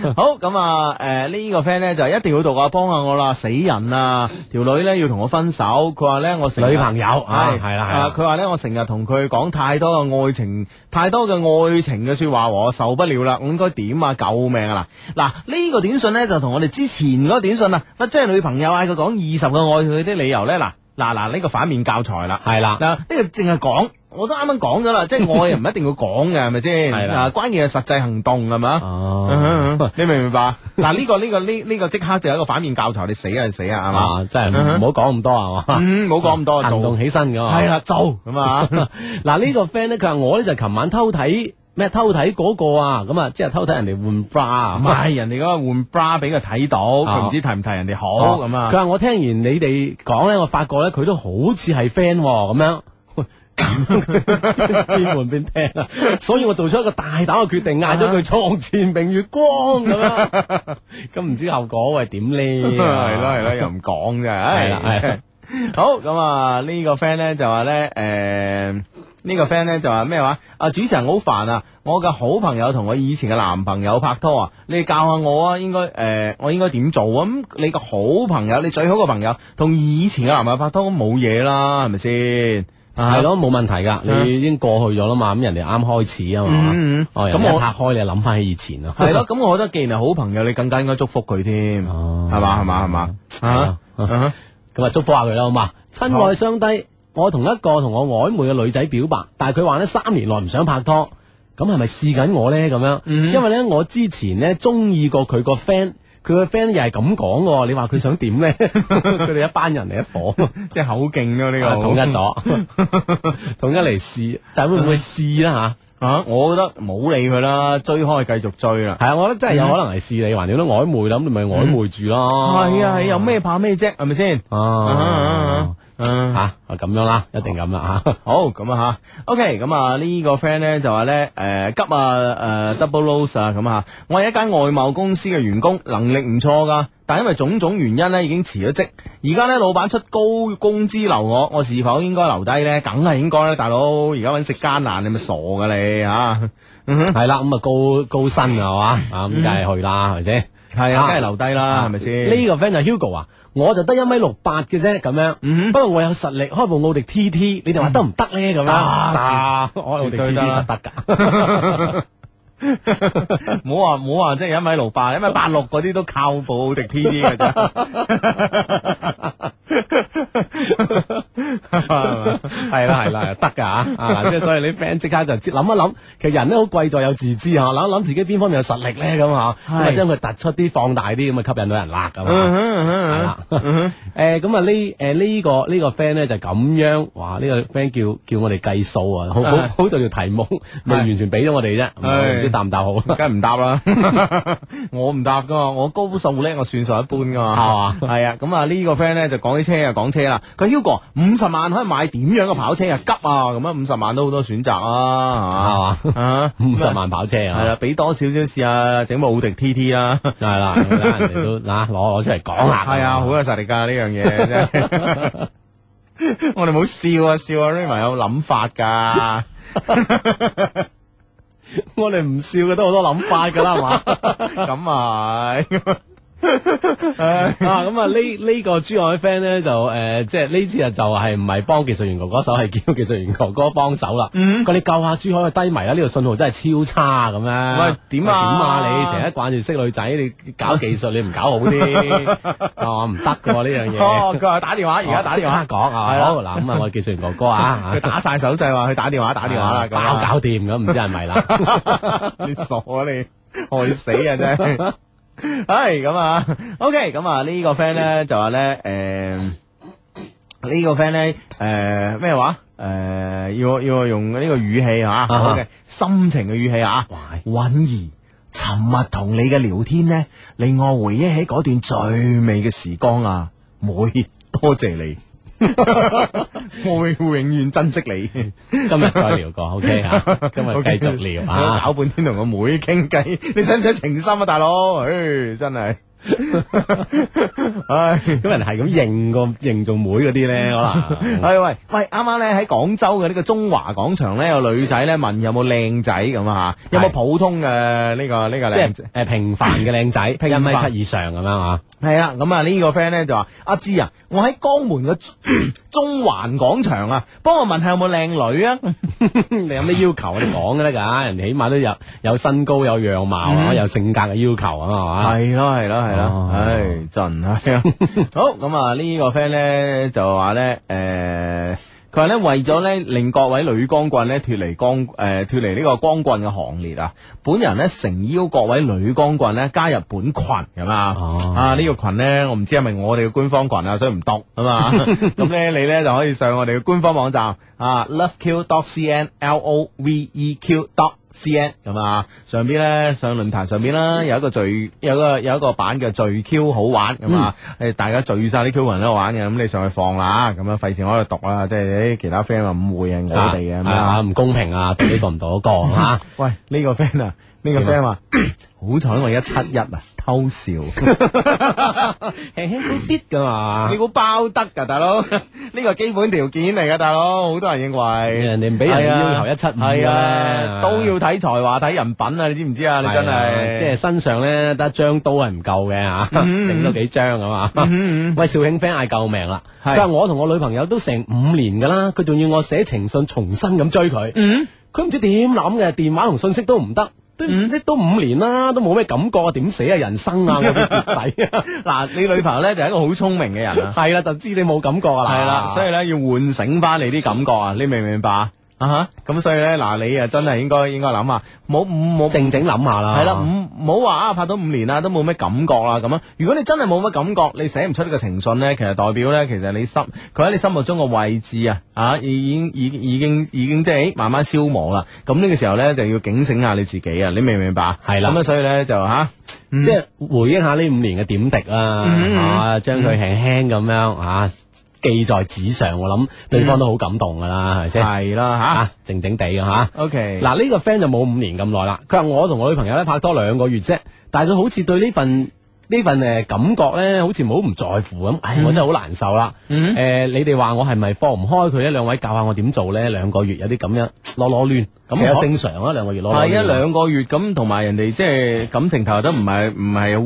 [SPEAKER 2] 啦， 好咁啊！诶、呢、個 friend 咧就一定要讀啊，幫下我啦，死人啊！條女咧要同我分手，佢話咧我成日
[SPEAKER 3] 女朋友啊，
[SPEAKER 2] 係
[SPEAKER 3] 係啦
[SPEAKER 2] 啊
[SPEAKER 3] 係啦，
[SPEAKER 2] 佢話咧我成日同佢講太多嘅愛情，太多嘅愛情嘅说話，我受不了啦！我應該點啊？救命啊！嗱，嗱呢個短信咧就同我哋之前嗰個短信啊，乜即係女朋友嗌佢講二十個愛佢啲理由咧，嗱嗱嗱呢個反面教材啦。
[SPEAKER 3] 係啦，
[SPEAKER 2] 嗱，呢個淨係講，我都啱啱講咗啦，即係愛又唔一定要講嘅，係咪先？
[SPEAKER 3] 係啦
[SPEAKER 2] 啊，關鍵係實際行動係嘛？嗯
[SPEAKER 3] 哦，
[SPEAKER 2] 你明唔明 白？嗱，呢個呢個呢呢個即刻就有一個反面教材，你死啊你死啊，係嘛？
[SPEAKER 3] 啊，真係唔好講咁多啊係嘛，
[SPEAKER 2] 嗯，冇講咁多，
[SPEAKER 3] 行
[SPEAKER 2] 做
[SPEAKER 3] 動起身咁啊
[SPEAKER 2] 係。啦，做哦咁啊。
[SPEAKER 3] 嗱呢個 friend 咧，佢話我咧就琴晚偷睇咩偷睇嗰個啊，咁啊即係偷睇人哋換 bra 啊
[SPEAKER 2] 唔。係人哋嗰個換 bra 俾佢睇到，佢唔知提唔提人哋好咁
[SPEAKER 3] 哦佢
[SPEAKER 2] 啊。
[SPEAKER 3] 話我聽完你哋講咧，我發覺咧佢都好似係 friend 喎咁樣。 邊換邊聽 啊！所以我做出一個大膽嘅決定，嗌咗佢床前明月光咁樣。 咁唔知後果係 點
[SPEAKER 2] 係
[SPEAKER 3] 咧？
[SPEAKER 2] 咯係咯，又唔講嘅，
[SPEAKER 3] 係啦係
[SPEAKER 2] 唉
[SPEAKER 3] 啦。
[SPEAKER 2] 好咁啊，呢個 friend 咧就話咧，誒呢個 friend 咧就話咩話？啊主持人好煩啊！我嘅好朋友同我以前嘅男朋友拍拖啊，你哋教下我啊，應該誒我應該點做啊？咁你個好朋友，你最好嘅朋友同以前嘅男朋友拍拖，咁冇嘢啦，係咪先？啊
[SPEAKER 3] 係咯，冇問題噶，你已經過去咗啦嘛，咁人哋啱開始啊
[SPEAKER 2] 嗯嗯
[SPEAKER 3] 嘛
[SPEAKER 2] 嗯，
[SPEAKER 3] 哦，
[SPEAKER 2] 咁
[SPEAKER 3] 咁
[SPEAKER 2] 我
[SPEAKER 3] 我拍開你就諗翻起以 前啊，
[SPEAKER 2] 系咯，咁我覺得既然係好朋友，你更加應該祝福佢添，係
[SPEAKER 3] 哦
[SPEAKER 2] 嘛係嘛係嘛啊
[SPEAKER 3] 係啊
[SPEAKER 2] 啊！
[SPEAKER 3] 咁啊，祝福下佢啦，好嘛？親愛相低，我同一個同我曖昧嘅女仔表白，但係佢話呢三年內唔想拍拖，咁係咪試緊我呢？咁樣，
[SPEAKER 2] 嗯
[SPEAKER 3] 因為呢，我之前呢中意過佢個 friend，佢個 friend 又係咁講喎，你話佢想點呢？ 佢哋一班人嚟一伙，
[SPEAKER 2] 即係口徑咯呢
[SPEAKER 3] 啊
[SPEAKER 2] 個
[SPEAKER 3] 統一 咗，統一嚟試，就係會唔會試啦
[SPEAKER 2] 啊！我覺得冇理佢啦，追開繼續追啦。
[SPEAKER 3] 吓？係啊，我覺得真係有可能係試你，還掂都曖昧啦，咁你咪曖昧住咯。
[SPEAKER 2] 係啊係啊，有咩怕咩啫？係咪先？
[SPEAKER 3] 啊
[SPEAKER 2] 啊啊啊
[SPEAKER 3] 吓啊咁樣啦，一定咁啦吓。
[SPEAKER 2] 好咁啊吓，OK，咁啊呢個 friend 咧就話咧，诶急啊，诶 double loss 啊咁啊，我係一間外貿公司嘅員工，能力唔錯噶，但因為種種原因咧已經辭咗職，而家咧老闆出高工資留我，我是否應該留低咧？梗係應該啦，大佬，而家搵食艱難，你咪傻噶你吓，
[SPEAKER 3] 系啦，咁啊高高薪係嘛，啊咁梗
[SPEAKER 2] 嗯
[SPEAKER 3] 係去啦，係咪先？
[SPEAKER 2] 係啊，
[SPEAKER 3] 啊
[SPEAKER 2] 梗係留低啦，係咪先？
[SPEAKER 3] 呢個 friend 就 Hugo 啊，我就得一米六八嘅啫，咁
[SPEAKER 2] 嗯
[SPEAKER 3] 樣。不過我有實力開部奧迪 TT，你哋話得唔得咧？咁樣得，我奧迪
[SPEAKER 2] 啊絕對嗯
[SPEAKER 3] TT
[SPEAKER 2] 得啦
[SPEAKER 3] 實得㗎。
[SPEAKER 2] 唔好話唔好話，即係一米六八，一米八六嗰啲都靠部迪 T D 嘅啫。啊
[SPEAKER 3] 係啦係啦，係得㗎嚇啊！即係所以你 friend 即刻就知諗一諗，其實人咧好貴在有自知嚇，諗一諗自己邊方面有實力咧咁嚇，咁啊
[SPEAKER 2] 係
[SPEAKER 3] 將佢突出啲、放大啲，咁啊吸引到人啦咁啊。係
[SPEAKER 2] 嗯
[SPEAKER 3] 啦， 誒咁啊呢誒呢個呢個 friend 咧就咁樣，哇呢個 friend 叫叫我哋計數啊，好好
[SPEAKER 2] 係
[SPEAKER 3] 好在條題目未完全俾咗我哋啫，
[SPEAKER 2] 係
[SPEAKER 3] 唔知答唔答好啦。
[SPEAKER 2] 梗係唔答啦，我唔答噶嘛，我高數咧我算數一般噶嘛，
[SPEAKER 3] 係
[SPEAKER 2] 嘛？ 係啊，咁啊呢個 friend 咧就講起車啊，講車啦。佢 Hugo 五十萬可以買點樣嘅跑車啊？急啊！咁啊五十萬都好多選擇啊，
[SPEAKER 3] 係嘛，
[SPEAKER 2] 係嘛？啊，
[SPEAKER 3] 五十萬跑車
[SPEAKER 2] 係
[SPEAKER 3] 啊，
[SPEAKER 2] 啦，俾多少少試下整部奧迪啊 TT 啦。
[SPEAKER 3] 係啦，咁啦人哋都嗱攞攞出嚟講下，
[SPEAKER 2] 系啊，好有實力噶呢樣嘢真係。 我哋唔好笑啊笑啊，Raymond 有諗法噶。
[SPEAKER 3] 我哋唔笑嘅都好多諗法㗎啦，係嘛？
[SPEAKER 2] 咁啊，
[SPEAKER 3] 啊，咁啊呢呢個珠海 friend 咧就誒，即係呢次啊就係唔係幫技術員哥哥手，係叫技術員哥哥幫手啦。
[SPEAKER 2] 嗯
[SPEAKER 3] 佢你救下珠海嘅低迷啦，呢度信號真係超差咁樣。
[SPEAKER 2] 喂點啊
[SPEAKER 3] 點啊你成日慣住識女仔，你搞技術你唔搞好啲， 啊唔得嘅喎呢樣 嘢。
[SPEAKER 2] 哦，佢話打電話，而家打
[SPEAKER 3] 即
[SPEAKER 2] 電
[SPEAKER 3] 刻
[SPEAKER 2] 話，
[SPEAKER 3] 講啊，
[SPEAKER 2] 係啊
[SPEAKER 3] 好嗱咁啊，我技術員哥哥啊
[SPEAKER 2] 佢，打晒手勢話佢打電話打電話啦，咁
[SPEAKER 3] 包
[SPEAKER 2] 啊
[SPEAKER 3] 搞掂咁，唔知係 咪啦？
[SPEAKER 2] 你傻啊你，害死啊真係。 唉，咁啊，OK，咁啊呢個 friend 咧就話咧，诶呢個 friend 咧，诶咩話？诶要要用呢個語氣吓
[SPEAKER 3] 哈
[SPEAKER 2] ，OK，心情嘅語氣啊。
[SPEAKER 3] 喂
[SPEAKER 2] 允兒，尋日同你嘅聊天呢，令我回憶起嗰段最美嘅時光啊！妹，多謝你， 我會永遠珍惜你。
[SPEAKER 3] 今日再聊過，OK 啊，今日繼續 聊啊。
[SPEAKER 2] 搞半天同個妹傾偈，你使唔使情深啊，大佬？唉，真係，唉。
[SPEAKER 3] 咁人係咁認個認做妹嗰 啲咧，可能。
[SPEAKER 2] 哎喂喂，啱啱咧喺廣州嘅呢個中華廣場咧，有女仔咧問有冇靚仔咁啊，有冇
[SPEAKER 3] 係
[SPEAKER 2] 普通嘅呢、個呢、個
[SPEAKER 3] 即
[SPEAKER 2] 靚
[SPEAKER 3] 係
[SPEAKER 2] 仔？
[SPEAKER 3] 誒平凡嘅 靚仔，一米
[SPEAKER 2] 凡
[SPEAKER 3] 七以上咁樣啊，
[SPEAKER 2] 系啦，咁啊呢個 friend 咧就話：阿芝啊，我喺江門嘅中環廣場啊，幫我問下有冇靚女啊？
[SPEAKER 3] 你有咩要求啊你講嘅得㗎，人哋起碼都有有身高、有樣貌啊，有性格嘅要求啊嘛，係嘛？
[SPEAKER 2] 嗯係咯係咯係咯
[SPEAKER 3] 哦，
[SPEAKER 2] 唉真係啊！好咁啊呢個 friend 咧就話咧诶。佢話咧，為咗咧令各位女光棍咧脱離光誒脱離呢個光棍嘅行列啊，本人咧誠邀各位女光棍咧加入本群咁啊，
[SPEAKER 3] 哦
[SPEAKER 2] 啊呢、個群咧，我唔知係咪我哋嘅官方群啊，所以唔讀啊 嘛。咁咧，你咧就可以上我哋嘅官方網站啊，loveq.cn，l o v e q dot c n 咁啊，上邊咧上論壇上邊啦，
[SPEAKER 3] 嗯
[SPEAKER 2] 有一個聚有一個有一個版嘅聚 Q 好玩咁啊，
[SPEAKER 3] 嗯
[SPEAKER 2] 誒大家聚晒啲 Q 群喺度玩嘅，咁你上去放啦，咁啊費事我喺度讀啦，即係啲其他 friend 話誤會啊我哋嘅咁
[SPEAKER 3] 啊
[SPEAKER 2] 啊。
[SPEAKER 3] 唔公平啊，讀呢個唔讀嗰個啊，
[SPEAKER 2] 喂，呢個 friend 啊，呢個 friend 話好彩我一七一 啊，偷笑。
[SPEAKER 3] 輕輕高啲噶嘛
[SPEAKER 2] 你，估包得噶，大佬？ 呢個基本條件嚟噶，大佬。好多人認為
[SPEAKER 3] 人哋唔俾人要求一七五嘅
[SPEAKER 2] 係啊
[SPEAKER 3] 咩，
[SPEAKER 2] 都要睇才華、睇人品啊！你知唔知啊？你真係
[SPEAKER 3] 即係身上咧得一張刀係唔夠嘅吓，整多幾張啊嘛。 喂，肇慶 friend 嗌救命啦！
[SPEAKER 2] 係
[SPEAKER 3] 佢話我同我女朋友都成五年噶啦，佢仲要我寫情信重新咁追佢。佢唔知點諗嘅，電話同信息都唔得。都都五年啦，都冇咩感覺，點寫啊人生 啊，我啲仔啊，
[SPEAKER 2] 嗱，你女朋友咧就係一個好聰明嘅人啊。
[SPEAKER 3] 係啦，就知你冇感覺啦，
[SPEAKER 2] 系啦，所以咧要喚醒翻你啲感覺啊，你明唔明白啊？啊哈，咁所以咧嗱，你啊真係應該應該諗下，冇冇
[SPEAKER 3] 靜靜諗下啦，
[SPEAKER 2] 係啦，唔唔好話啊拍到五年啦，都冇咩感覺啦咁啊。如果你真係冇乜感覺，你寫唔出呢個情信咧，其實代表咧，其實你心佢喺你心目中個位置啊，啊已經已已經已經即係慢慢消磨啦。咁呢個時候咧就要警醒下你自己啊，你明唔明白啊？
[SPEAKER 3] 係啦
[SPEAKER 2] 咁啊，所以咧就吓嗯
[SPEAKER 3] 即係回憶下呢五年嘅點滴啦，啊，將佢輕輕咁樣啊記在紙上，我諗對方都好感動噶啦，係咪先？
[SPEAKER 2] 係啦
[SPEAKER 3] 啊，靜靜地嘅吓。
[SPEAKER 2] 吓。O K，
[SPEAKER 3] 嗱呢個 friend 就冇五年咁耐啦，佢話我同我女朋友咧拍拖兩個月啫，但係佢好似對呢份呢份誒感覺咧，好似冇唔在乎咁，唉，我真係好難受啦。誒、你哋話我係咪放唔開佢咧？兩位教下我點做咧？兩個月有啲咁樣攞攞亂，咁其實
[SPEAKER 2] 我
[SPEAKER 3] 正常啊，兩個月攞攞
[SPEAKER 2] 系一
[SPEAKER 3] 亂
[SPEAKER 2] 兩個月咁，同埋人哋即係感情投入得唔係唔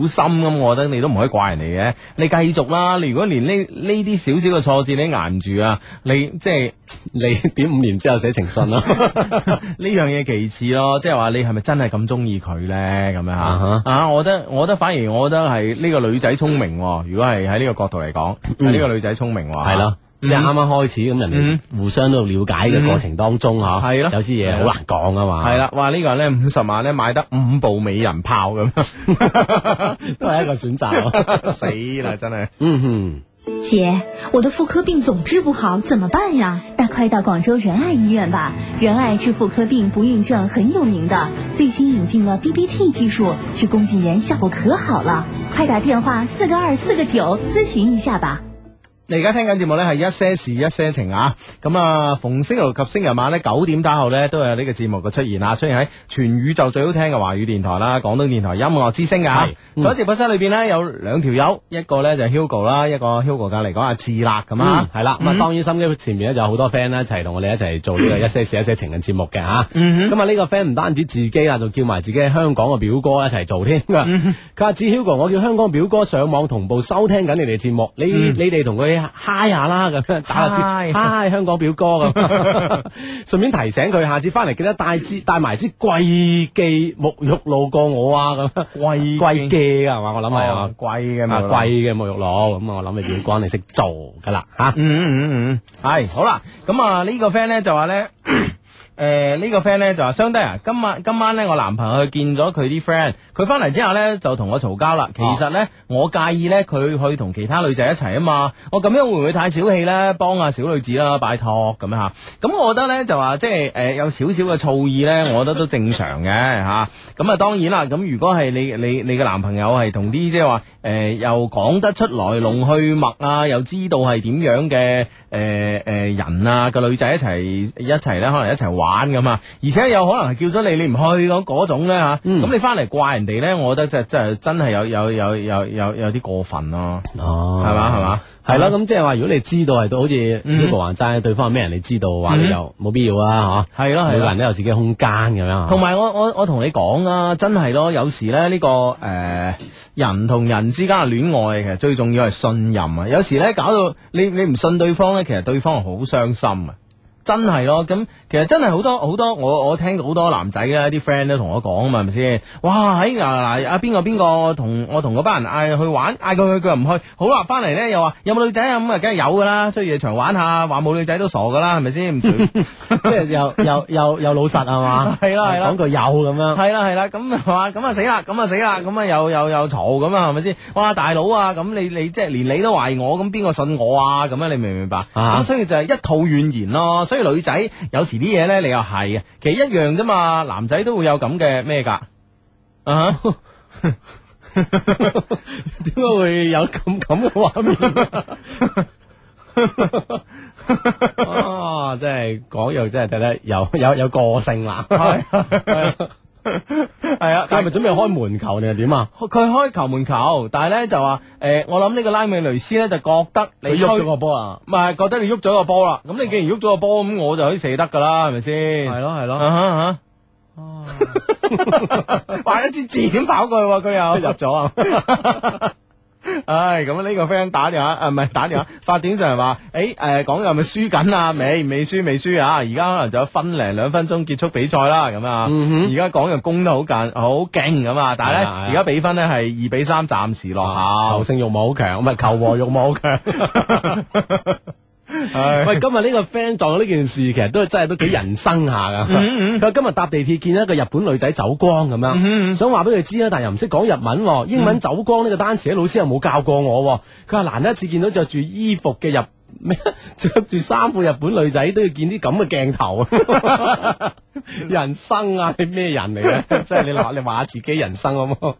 [SPEAKER 2] 系好深咁，我覺得你都唔可以怪人哋嘅。你繼續啦，你如果連呢呢啲少少嘅挫折你捱唔住啊，你即係
[SPEAKER 3] 你點五年之後寫情信啊啦。
[SPEAKER 2] 呢樣嘢其次咯，即係話你係咪真係咁中意佢咧？咁樣
[SPEAKER 3] 啊
[SPEAKER 2] 吓啊，我覺得我覺得反而我覺得係呢個女仔聰明喎，如果係喺呢個角度嚟講，係呢個女仔聰明喎，
[SPEAKER 3] 系咯。 即系啱啱開始咁，人哋互相都了解嘅過程當中吓，
[SPEAKER 2] 係咯
[SPEAKER 3] 有啲嘢好難講啊嘛，
[SPEAKER 2] 係啦，哇！呢個人咧五十萬咧買得五部美人炮咁，
[SPEAKER 3] 都係一個選擇。
[SPEAKER 2] 死啦真係。
[SPEAKER 3] 嗯
[SPEAKER 4] 姐，我的妇科病总治不好，怎么办呀？那快到广州仁爱医院吧，仁爱治妇科病不孕症很有名的，最新引进了 BBT 技术，治宫颈炎效果可好了。快打电话四个二四个九咨询一下吧。
[SPEAKER 2] 你而家聽緊節目呢係一些事一些情啊，咁啊逢星期六及星期日晚呢，九點打後呢，都有呢個節目嘅出現啊，出現喺全宇宙最好聽嘅華語電台啦，廣東電台音樂之聲啊
[SPEAKER 3] 係。
[SPEAKER 2] 所以直播室裏邊呢，有兩條友，一個呢就係 Hugo 啦，一個 Hugo 隔離講阿志啦咁
[SPEAKER 3] 嗯
[SPEAKER 2] 啊，，
[SPEAKER 3] 係啦，咁啊當然心機前面咧就有好多 friend 啦，一齊同我哋一齊做呢
[SPEAKER 2] 嗯
[SPEAKER 3] 個一些事一些情嘅節目嘅吓。咁啊呢個 friend 唔單止自己啊，仲叫埋自己喺香港嘅表哥一齊做添。啊
[SPEAKER 2] 嗯
[SPEAKER 3] 佢話：子 Hugo，我叫香港表哥上網同步收聽緊你哋節目，你你哋同佢嗨下啦，咁樣打下
[SPEAKER 2] 嗯 Hi
[SPEAKER 3] 字，嗨香港表哥咁。啊 順便提醒佢，下次翻嚟記得帶支帶埋支貴記沐浴露過我啊咁。
[SPEAKER 2] 貴
[SPEAKER 3] 貴記啊係嘛？我諗係啊
[SPEAKER 2] 哦。貴嘅
[SPEAKER 3] 啊
[SPEAKER 2] 嘛，
[SPEAKER 3] 貴嘅沐浴露，咁啊我諗你表哥你識做噶啦吓。
[SPEAKER 2] 嗯嗯嗯，係好啦，咁啊呢個 friend 咧就話咧。誒呢、個 friend 咧就話：相低啊，今晚今晚咧我男朋友去見咗佢啲 friend，佢翻嚟之後咧就同我嘈交啦。其實咧、我介意咧佢去同其他女仔一齊啊嘛，我咁樣會唔會太小氣咧？幫下小女子啦，拜託咁樣嚇。咁我覺得咧就話即係誒、有少少嘅醋意咧，我覺得都正常嘅嚇。咁啊當然啦，咁如果係你你你嘅男朋友係同啲即係話誒又講得出來龍去脈啊，又知道係點樣嘅誒誒人啊個女仔一齊一齊咧，可能一齊玩咁啊，而且有可能係叫咗你你唔去嗰嗰種咧嚇，咁、你翻嚟怪人哋咧，我覺得真真真係有有有有有有啲過分咯、
[SPEAKER 3] 哦，
[SPEAKER 2] 係嘛係嗯嘛
[SPEAKER 3] 係啦，咁即係話，如果你知道係到好似 Hugo 話齋，對方係咩人，你知道嘅話，你就冇必要啊，嗬。
[SPEAKER 2] 嗯係咯係咯
[SPEAKER 3] 每個人都有自己嘅空間咁樣。
[SPEAKER 2] 同
[SPEAKER 3] 埋
[SPEAKER 2] 埋我我我同你講啊，真係咯，有時咧呢、呢個誒、呃人同人之間嘅戀愛，其實最重要係信任啊。有時咧搞到你你唔信對方咧，其實對方係好傷心啊。真係咯，咁其實真係好多好多，我我聽到好多男仔啊，啲 friend 都同我講啊嘛，係咪先？哇，喺嗱嗱啊邊個邊個我同我同嗰班人嗌去玩，嗌佢去佢又唔去，好啦，翻嚟咧又話有冇女仔啊？咁啊，梗係有噶啦，出去夜場玩下，話冇女仔都傻噶啦，係咪先？唔隨
[SPEAKER 3] 即係又又又又老實係嘛？
[SPEAKER 2] 係啦係啦
[SPEAKER 3] 講句有咁樣。
[SPEAKER 2] 系啦系啦，咁系嘛，咁啊死啦，咁啊死啦，咁啊又又又嘈咁啊，系咪先？哇大佬啊，咁你你即系連你都懷疑我，咁邊個信我啊？咁啊，你明唔明白？
[SPEAKER 3] 啊
[SPEAKER 2] 咁所以就係一套怨言咯。所以女仔有時啲嘢咧，你又係啊，其實一樣啫嘛。男仔都會有咁嘅咩㗎？啊哈，
[SPEAKER 3] 點解會有咁咁嘅畫面？哦，真係講又真係睇得有有有個性啦，係
[SPEAKER 2] 啊係啊
[SPEAKER 3] 佢係咪準備開門球定係點啊？
[SPEAKER 2] 佢開球門球，但係咧就話诶、誒我諗呢個拉美雷斯咧就覺得你
[SPEAKER 3] 佢
[SPEAKER 2] 吹
[SPEAKER 3] 喐咗個波啊！
[SPEAKER 2] 唔係覺得你喐咗個波啦，咁你既然喐咗個波，咁我就可以射得噶啦，係咪先？
[SPEAKER 3] 係咯係咯
[SPEAKER 2] 啊哈啊 哈，畫一支字咁跑過去喎，佢又入咗啊！ 唉，咁呢個 friend 打電話，啊唔係打電話，發短信嚟話，誒誒講係咪輸緊啊？未未輸未輸啊！而家可能仲有分零兩分鐘結束比賽啦，咁啊，而家講又攻得好勁好勁咁啊，但係
[SPEAKER 3] 嗯係
[SPEAKER 2] 咧
[SPEAKER 3] 啊係啊
[SPEAKER 2] 而家比分咧係二比三，暫時落
[SPEAKER 3] 求
[SPEAKER 2] 後。
[SPEAKER 3] 啊勝欲望好強，唔係求和欲望好 強。喂，今日呢個 friend 撞到呢件事，其實都真係都幾人生下噶。佢話今日搭地鐵見一個日本女仔走光咁樣，想話俾佢知啦，但係又唔識講日文喎，英文走光呢個單詞咧，老師又冇教過我喎。佢話難得一次見到着住衣服嘅日咩， 着住衫褲日本女仔都要見啲咁嘅鏡頭。人生啊，你咩人嚟 嘅？即係你話你話自己人生好唔好？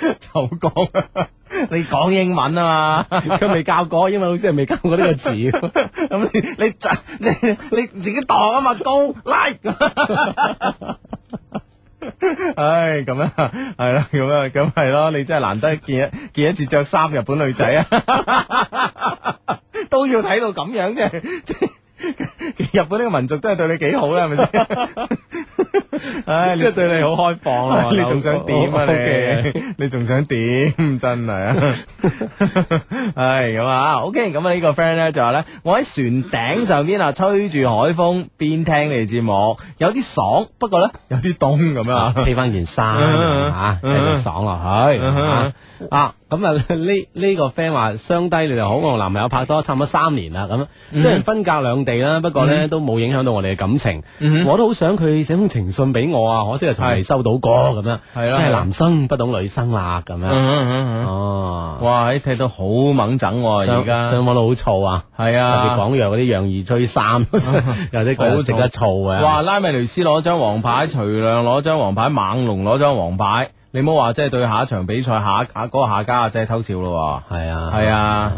[SPEAKER 2] 就講 你講英文啊 嘛。
[SPEAKER 3] 佢未教過，英文老師係未教過呢個 字。
[SPEAKER 2] 咁你你就你你自己度啊嘛，高拉。 唉，咁樣係啦，咁樣咁係咯，你真係難得見一見一次着衫日本女仔啊， 都要睇到咁樣啫。 即係日本呢個民族真係對你幾好啦，係咪 先？唉，
[SPEAKER 3] 即係對你
[SPEAKER 2] 好開放啊
[SPEAKER 3] 啦
[SPEAKER 2] 你仲想點
[SPEAKER 3] 我
[SPEAKER 2] 啊
[SPEAKER 3] OK
[SPEAKER 2] 你？ 你仲想點？真係啊！唉，咁啊，OK，咁啊呢個 friend 咧就話咧，我喺船頂上邊啊，吹住海風，邊聽你哋節目，有啲爽，不 過咧有啲凍咁樣啊。
[SPEAKER 3] 披翻件衫
[SPEAKER 2] 嗯
[SPEAKER 3] 吓，繼
[SPEAKER 2] 嗯
[SPEAKER 3] 續爽落去
[SPEAKER 2] 嗯
[SPEAKER 3] 啊啊！咁啊，呢呢個 friend 話雙低你哋好，我同男朋友拍拖差唔多三年啦，咁
[SPEAKER 2] 嗯
[SPEAKER 3] 雖然分隔兩地啦，不過呢都冇影響到我哋嘅感情。我都好想佢寫封情信俾我啊，可惜係從未
[SPEAKER 2] 嗯係
[SPEAKER 3] 收到過咁樣，
[SPEAKER 2] 係啦
[SPEAKER 3] 真係
[SPEAKER 2] 係啦
[SPEAKER 3] 男生不懂女生啦咁
[SPEAKER 2] 嗯
[SPEAKER 3] 樣。
[SPEAKER 2] 嗯嗯
[SPEAKER 3] 哦
[SPEAKER 2] 嗯，，哇！踢到好猛整喎，而
[SPEAKER 3] 雙
[SPEAKER 2] 家
[SPEAKER 3] 雙方都好燥啊！
[SPEAKER 2] 係
[SPEAKER 3] 特別
[SPEAKER 2] 啊。
[SPEAKER 3] 廣藥嗰啲讓二 追三，有啲
[SPEAKER 2] 好
[SPEAKER 3] 好值得
[SPEAKER 2] 燥
[SPEAKER 3] 燥啊！
[SPEAKER 2] 哇！拉米雷斯攞張黃牌，徐亮攞張黃牌，猛龍攞張黃牌，你唔好話即係對下一場比賽下下嗰個下家真係偷笑咯喎。
[SPEAKER 3] 係啊，
[SPEAKER 2] 係啊。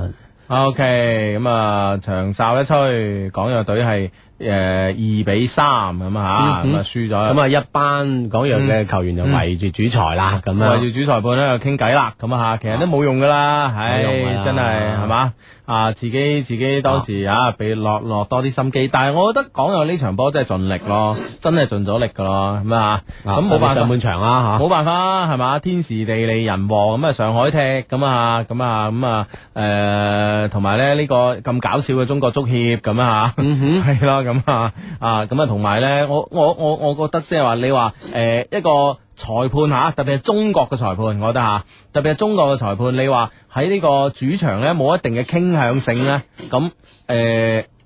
[SPEAKER 2] OK，咁啊，長哨一吹，港藥隊係誒二比三咁啊嚇，咁啊輸咗啦。
[SPEAKER 3] 咁啊，一班港洋嘅球員就圍住主裁啦，咁
[SPEAKER 2] 圍
[SPEAKER 3] 啊樣
[SPEAKER 2] 住啊主裁判咧傾偈啦，咁啊嚇，其實都冇用噶啦，唉
[SPEAKER 3] 冇用㗎啦，
[SPEAKER 2] 真係係嘛啊，自己自己當時啊，俾落落多啲心機，但係我覺得港友呢場波真係盡力咯，真係盡咗力噶咯，咁啊，咁冇辦
[SPEAKER 3] 上
[SPEAKER 2] 法。
[SPEAKER 3] 半場啦
[SPEAKER 2] 冇辦法係嘛，天時地利人和咁啊，上海踢咁啊，咁啊，咁啊，誒，同埋咧呢個咁搞笑嘅中國足協咁啊，
[SPEAKER 3] 嗯
[SPEAKER 2] 係咯，咁啊，啊，咁啊，同埋咧，我我我我覺得即係話你話誒一個。裁判嚇，特別係中國嘅裁判，我覺得嚇，特別係中國嘅裁判，你話喺呢個主場咧冇一定嘅傾向性咧，咁誒、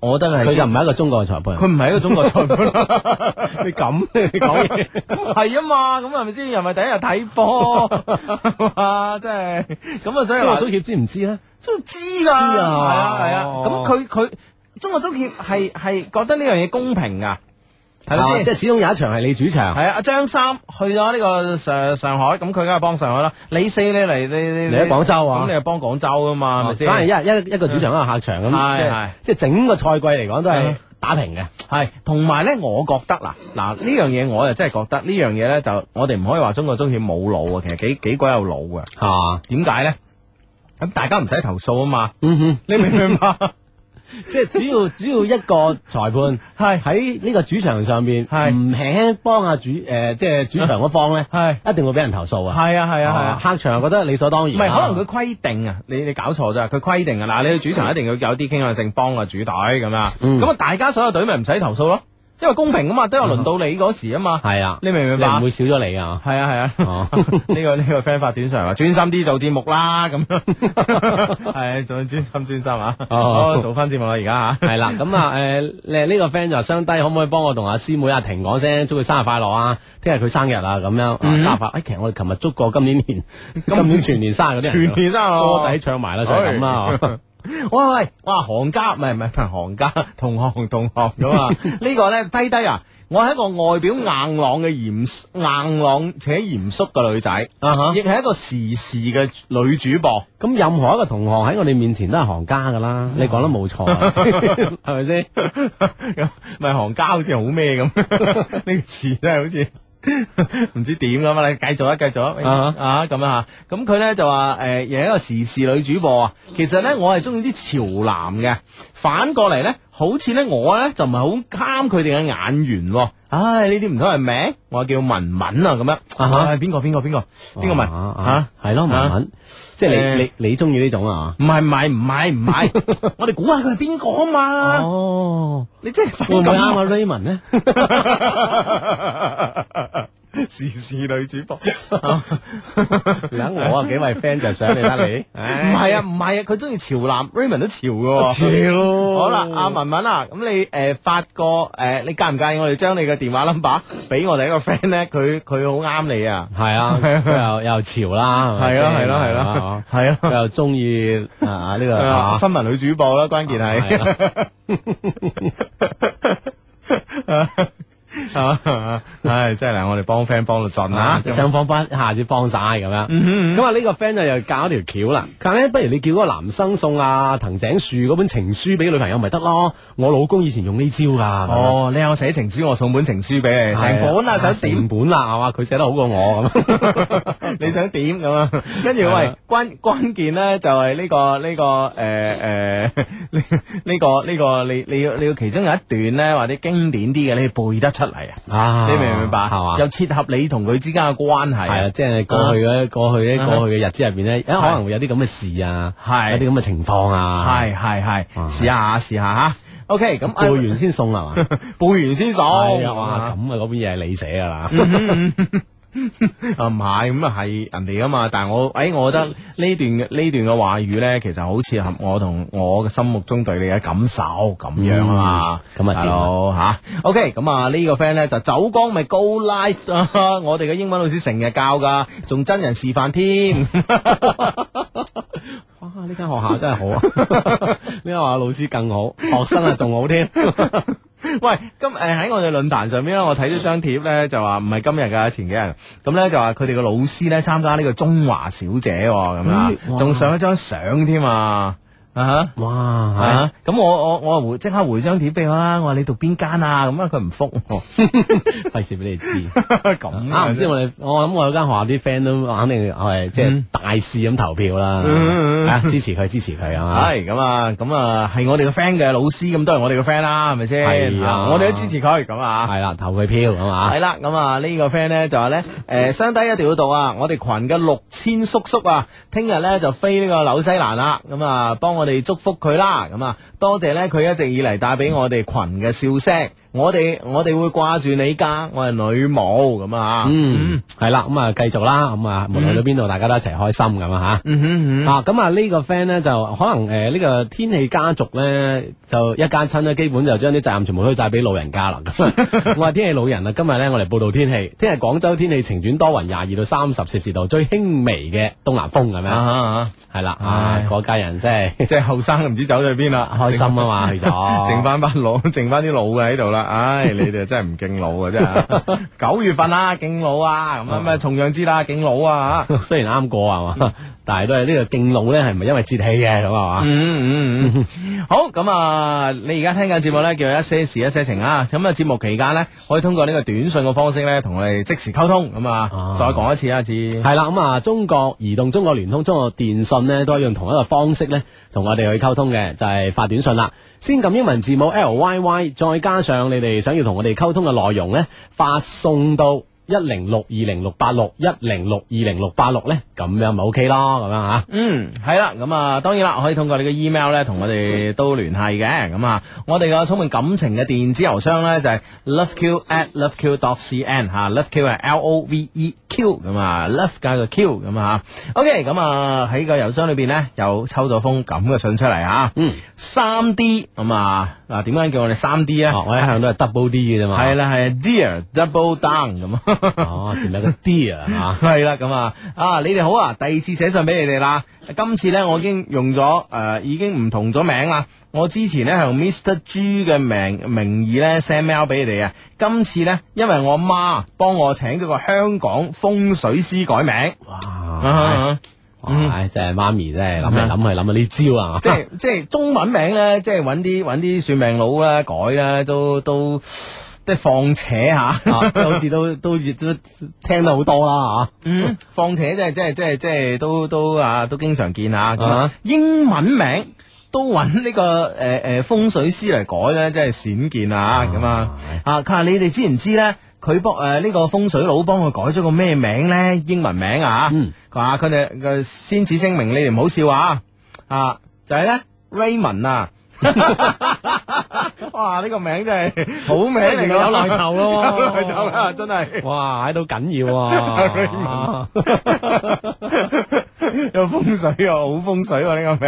[SPEAKER 2] 我覺得
[SPEAKER 3] 嚇，
[SPEAKER 2] 係
[SPEAKER 3] 佢就唔係一個中國嘅裁判，
[SPEAKER 2] 佢唔係一個中國裁判啦。
[SPEAKER 3] 你咁你講嘢，
[SPEAKER 2] 系啊嘛，咁系咪先？又咪第一日睇波，哇！真系咁啊，所以
[SPEAKER 3] 中國
[SPEAKER 2] 話
[SPEAKER 3] 足協知唔知咧？
[SPEAKER 2] 都知噶，
[SPEAKER 3] 知啊
[SPEAKER 2] 係啊係啊。
[SPEAKER 3] 哦
[SPEAKER 2] 咁佢佢中國足協係係覺得呢樣嘢公平噶，係咪
[SPEAKER 3] 啊
[SPEAKER 2] 先
[SPEAKER 3] 即？係始終有一場係你主
[SPEAKER 2] 系
[SPEAKER 3] 場，
[SPEAKER 2] 啊，阿張三去咗呢個上上海，咁佢梗係幫上海啦。李四你嚟你你
[SPEAKER 3] 你喺廣州啊
[SPEAKER 2] 咁你係幫廣州噶嘛，係咪先？
[SPEAKER 3] 反而一一一個主場一個客場咁，
[SPEAKER 2] 係
[SPEAKER 3] 即係
[SPEAKER 2] 係嗯
[SPEAKER 3] 即係整個賽季嚟講都係
[SPEAKER 2] 係
[SPEAKER 3] 打平嘅。
[SPEAKER 2] 系，同埋咧，我覺得嗱嗱呢樣嘢，我就真係覺得呢樣嘢咧，就我哋唔可以話中國足協冇腦啊，其實幾幾鬼有腦噶。
[SPEAKER 3] 係嘛，
[SPEAKER 2] 點解咧？咁大家唔使投訴啊嘛，
[SPEAKER 3] 嗯哼，
[SPEAKER 2] 你明唔明白？
[SPEAKER 3] 即係 只要只要一個裁判
[SPEAKER 2] 係
[SPEAKER 3] 喺呢個主場上邊，
[SPEAKER 2] 係
[SPEAKER 3] 唔輕幫下主誒，即係主場嗰方咧，
[SPEAKER 2] 係
[SPEAKER 3] 一定會俾人投訴啊！
[SPEAKER 2] 係啊係啊係啊，
[SPEAKER 3] 啊客場又覺得理所當然
[SPEAKER 2] 唔
[SPEAKER 3] 啦，
[SPEAKER 2] 係可能佢規定啊，你你搞錯咋？佢規定啊，嗱，你去主場一定要有啲傾向性幫個主隊咁啊，
[SPEAKER 3] 嗯
[SPEAKER 2] 咁啊大家所有隊咪唔使投訴咯，因為公平啊嘛，都有輪到你嗰時啊嘛，
[SPEAKER 3] 係啊，
[SPEAKER 2] 你明唔明
[SPEAKER 3] 你
[SPEAKER 2] 白
[SPEAKER 3] 唔會？少咗你啊！
[SPEAKER 2] 係啊係啊
[SPEAKER 3] 哦，
[SPEAKER 2] 呢個呢個 friend 發短信話專心啲做節目啦，咁樣 係仲要專心專心啊，
[SPEAKER 3] 哦
[SPEAKER 2] 好做翻節目啦而家
[SPEAKER 3] 系啦，咁啊，诶，呢呢個 friend 就話相低，可唔可以幫我同阿師妹阿婷講聲，祝佢生日快樂啊！聽日佢生日啊，咁樣啊生日快樂。哎，其實我哋琴日祝過今年年，今年全年生日嗰啲
[SPEAKER 2] 嚇，
[SPEAKER 3] 人㗎啦，
[SPEAKER 2] 生日
[SPEAKER 3] 歌仔唱埋啦，就係咁啊啦。係嘛
[SPEAKER 2] 喂喂，哇，行家唔係唔係唔係行家，同行同行咁啊！呢個咧低低啊，我係一個外表硬朗嘅嚴硬朗且嚴肅嘅女仔，
[SPEAKER 3] 啊哈
[SPEAKER 2] 亦係一個時事嘅女主播，
[SPEAKER 3] 咁任何一個同行喺我哋面前都係行家噶啦，你講得冇錯，啊係咪先？
[SPEAKER 2] 咪行家好似好咩咁？呢個詞真係好似唔知點咁啊！你繼續啊，繼續啊
[SPEAKER 3] 啊，
[SPEAKER 2] 啊咁啊吓，咁佢咧就話诶，又、有一個時事女主播啊。其實咧，我係中意啲潮男嘅，反過嚟咧，好似咧我咧就唔係好啱佢哋嘅眼緣喎。唉，呢啲唔通係名？我叫文文啊，咁樣
[SPEAKER 3] 啊哈
[SPEAKER 2] 唉邊個邊個邊個邊個文
[SPEAKER 3] 啊
[SPEAKER 2] 啊？
[SPEAKER 3] 啊？系咯，文文，即系
[SPEAKER 2] 誒
[SPEAKER 3] 你你你中意呢種啊？
[SPEAKER 2] 唔係唔係唔係唔係，我哋估下佢係邊個啊嘛？
[SPEAKER 3] 哦，
[SPEAKER 2] 你真係快
[SPEAKER 3] 會唔
[SPEAKER 2] 啲
[SPEAKER 3] 會
[SPEAKER 2] 咁
[SPEAKER 3] 啱啊 Raymond 呢？
[SPEAKER 2] 時事女主播。
[SPEAKER 3] 等我啊，幾位 friend 就想你得你，
[SPEAKER 2] 唔係啊，唔係啊，佢中意潮男 Raymond 都潮噶。
[SPEAKER 3] 潮
[SPEAKER 2] 好啦，阿文文啊，咁你诶發個诶，你介唔介意我哋將你嘅電話 number 俾我哋一個 friend 咧？佢佢好啱你啊。
[SPEAKER 3] 系啊，佢又又潮啦，咪
[SPEAKER 2] 係啊
[SPEAKER 3] 先
[SPEAKER 2] 係啦係啦
[SPEAKER 3] 係嘛
[SPEAKER 2] 係啊
[SPEAKER 3] 佢又中意啊呢
[SPEAKER 2] 係啊
[SPEAKER 3] 個
[SPEAKER 2] 新聞女主播啦，關鍵係 啊，唉，真係嗱，我哋幫 friend 幫到盡
[SPEAKER 3] 啊
[SPEAKER 2] 啊，嗯
[SPEAKER 3] 雙方不一下子幫晒咁樣。咁啊呢個 friend 就又教一條橋啦，佢話咧不如你叫嗰個男生送啊藤井樹嗰本情書俾女朋友咪得咯，我老公以前用呢招噶。咁樣
[SPEAKER 2] 哦，你有寫情書，我送本情書俾你，成本啊，想點
[SPEAKER 3] 成？本啦，系嘛？佢寫得好過我咁。
[SPEAKER 2] 你想點咁啊？ 跟住喂，關關鍵咧就係呢、個呢、個诶诶呢呢個呢、個你你要你要其中有一段咧或者經典啲嘅，你要背得出 嚟啊！
[SPEAKER 3] 啊
[SPEAKER 2] 你明唔明白？
[SPEAKER 3] 係嘛？
[SPEAKER 2] 又切合你同佢之間嘅關係
[SPEAKER 3] 係啊，
[SPEAKER 2] 啊。
[SPEAKER 3] 即係過去嘅過去嘅
[SPEAKER 2] 啊
[SPEAKER 3] 過去嘅日子入边咧，因為可能會有啲咁嘅事啊，
[SPEAKER 2] 係
[SPEAKER 3] 有啲咁嘅情況啊，
[SPEAKER 2] 係係係，試下試下吓。OK，咁
[SPEAKER 3] 背完先送啊係嘛？
[SPEAKER 2] 背完先爽。
[SPEAKER 3] 係啊，哇！嗯咁啊，嗰本嘢係你寫噶啦，
[SPEAKER 2] 啊唔係，咁啊係人哋噶嘛，但係我，诶，我覺得呢段嘅呢段嘅話語咧，其實好切合我同我嘅心目中對你嘅感受咁樣啊嘛，
[SPEAKER 3] 嗯咁啊
[SPEAKER 2] 大
[SPEAKER 3] 點啊
[SPEAKER 2] 佬吓，OK，咁啊呢個 friend 咧就走光咪高 light 啊， 我哋嘅英文老師成日教噶，仲真人示範添，
[SPEAKER 3] 哇！呢間學校真係 好啊，呢間學校老師更好，學生啊仲好添。
[SPEAKER 2] 喂，今诶喺我哋論壇上面咧，我睇咗張帖咧就話唔係今日㗎，前幾日咁咧就話佢哋嘅老師咧參加呢個中華小姐喎咁啊
[SPEAKER 3] 咦，哇
[SPEAKER 2] 仲上咗張相添啊，啊哈
[SPEAKER 3] 哇！
[SPEAKER 2] 啊！咁我我我回即刻回張帖俾佢啦，我話你讀邊間啊？咁啊佢唔覆我，
[SPEAKER 3] 係費事俾你知。
[SPEAKER 2] 咁
[SPEAKER 3] 啊！唔知我哋，我諗我有間學校啲 friend 都肯定係即係大肆咁投票啦，啊支持佢支持佢啊！
[SPEAKER 2] 系咁啊，咁啊係我哋嘅 friend 嘅老師，咁都係我哋嘅 friend 啦，係咪先？
[SPEAKER 3] 係啊
[SPEAKER 2] 我哋都支持佢咁啊。
[SPEAKER 3] 系啦，投佢票咁嘛
[SPEAKER 2] 系，啦，咁啊呢個 friend 咧就話咧，诶、相低一定要到啊！我哋群嘅六千叔叔啊，聽日咧就飛呢個紐西蘭啦，咁啊幫我哋祝福佢啦，咁啊多謝咧佢一直以嚟帶俾我哋群嘅笑聲，我哋我哋會掛住你噶，我係女模咁啊，
[SPEAKER 3] 嗯，系啦，咁啊繼續啦，咁啊無論去到邊度，大家都一齊開心咁啊
[SPEAKER 2] 嗯哼嗯
[SPEAKER 3] 吓。啊，咁啊呢個 friend 咧就可能诶呢個天氣家族咧就一家親咧，基本就將啲責任全部推晒俾老人 家啦。咁啊我係天氣老人啊，今日咧我嚟報道天氣，聽日廣州天氣晴轉多雲，廿二到三十攝氏度，最輕微嘅東南風咁
[SPEAKER 2] 啊
[SPEAKER 3] 樣，
[SPEAKER 2] 啊啊
[SPEAKER 3] 係啦，啊
[SPEAKER 2] 唉
[SPEAKER 3] 嗰家人真 係
[SPEAKER 2] 即係後生唔知走咗去邊啦，
[SPEAKER 3] 開心啊 嘛，去咗，
[SPEAKER 2] 剩翻班老， 剩翻啲老嘅喺度啦。 唉，你哋真係唔敬老啊，真係。九月份啦，敬老啊，咁啊咩重陽節啦，敬老啊。
[SPEAKER 3] 雖然啱過啊係嘛，但係都係呢個敬老咧係咪因為節氣嘅咁啊係嘛？
[SPEAKER 2] 嗯嗯嗯，好咁啊！你而家聽緊節目呢，叫做一些事一些情啊。咁啊，節目期間呢，可以通過呢個短信嘅方式呢，同我哋即時溝通。咁啊
[SPEAKER 3] 啊，
[SPEAKER 2] 再講一次啊，至
[SPEAKER 3] 系啦，咁啊，中國移動、中國聯通、中國電信呢，都係用同一個方式呢，同我哋去溝通嘅，就係發短信啦。先撳英文字母 L Y Y，再加上你哋想要同我哋溝通嘅內容呢，發送到一零六二零六八六一零六二零六八六呢，咁樣咪 OK 咯，咁樣啊 吓。
[SPEAKER 2] 嗯，係啦，咁啊，當然啦，可以通過你嘅 email 咧，同我哋都聯繫嘅。咁啊，我哋嘅充滿感情嘅電子郵箱咧，就係 loveq at loveq dot cn 吓，loveq 係 L O V E Q 咁啊，love 加個 Q 咁啊。OK，咁啊喺個郵箱裏邊咧，又抽咗封咁嘅信出嚟啊。嗯，三 D 咁啊，嗱點解叫我哋三 D 咧？
[SPEAKER 3] 哦我一向都係 double D 嘅啫嘛。
[SPEAKER 2] 係啊啦，係 Dear Double Down 咁啊。
[SPEAKER 3] 哦，前面有個 D 啊，係 嘛
[SPEAKER 2] 系啦，咁啊，啊，你哋好啊！第二次寫信俾你哋啦。今次呢，我已經用咗诶、呃已經唔同咗名啦。我之前呢，係用 Mr. G 嘅名名義呢 send mail 俾你哋啊。今次呢，因為我媽幫我請咗個香港風水師改名，啊
[SPEAKER 3] 哇，唉，真係媽咪真係諗嚟諗去諗到呢招啊，
[SPEAKER 2] 嗯即係即系中文名呢，即係揾啲揾啲算命佬啦改啦，都都。都即係況且嚇，
[SPEAKER 3] 啊，即係好似都都都听得好多啦啊
[SPEAKER 2] 嗯，況且即係即係即係即係都都啊都經常見啊，咁
[SPEAKER 3] 啊
[SPEAKER 2] 啊
[SPEAKER 3] 哈
[SPEAKER 2] 英文名都揾呢個誒誒風水師嚟改咧，真係鮮見啊咁啊啊！佢話你哋知唔知咧？佢幫誒呢個風水佬幫佢改咗個咩名咧？英文名啊，
[SPEAKER 3] 嗯
[SPEAKER 2] 佢話佢哋佢先此聲明，你哋唔好笑啊！啊，就係咧 Raymond 啊，哇！呢、個名真係好名
[SPEAKER 3] 嚇，
[SPEAKER 2] 嚟㗎，
[SPEAKER 3] 有来头咯，
[SPEAKER 2] 有來頭啦，真係。
[SPEAKER 3] 哇，喺度緊 要啊！
[SPEAKER 2] 有風水啊，好風水喎呢個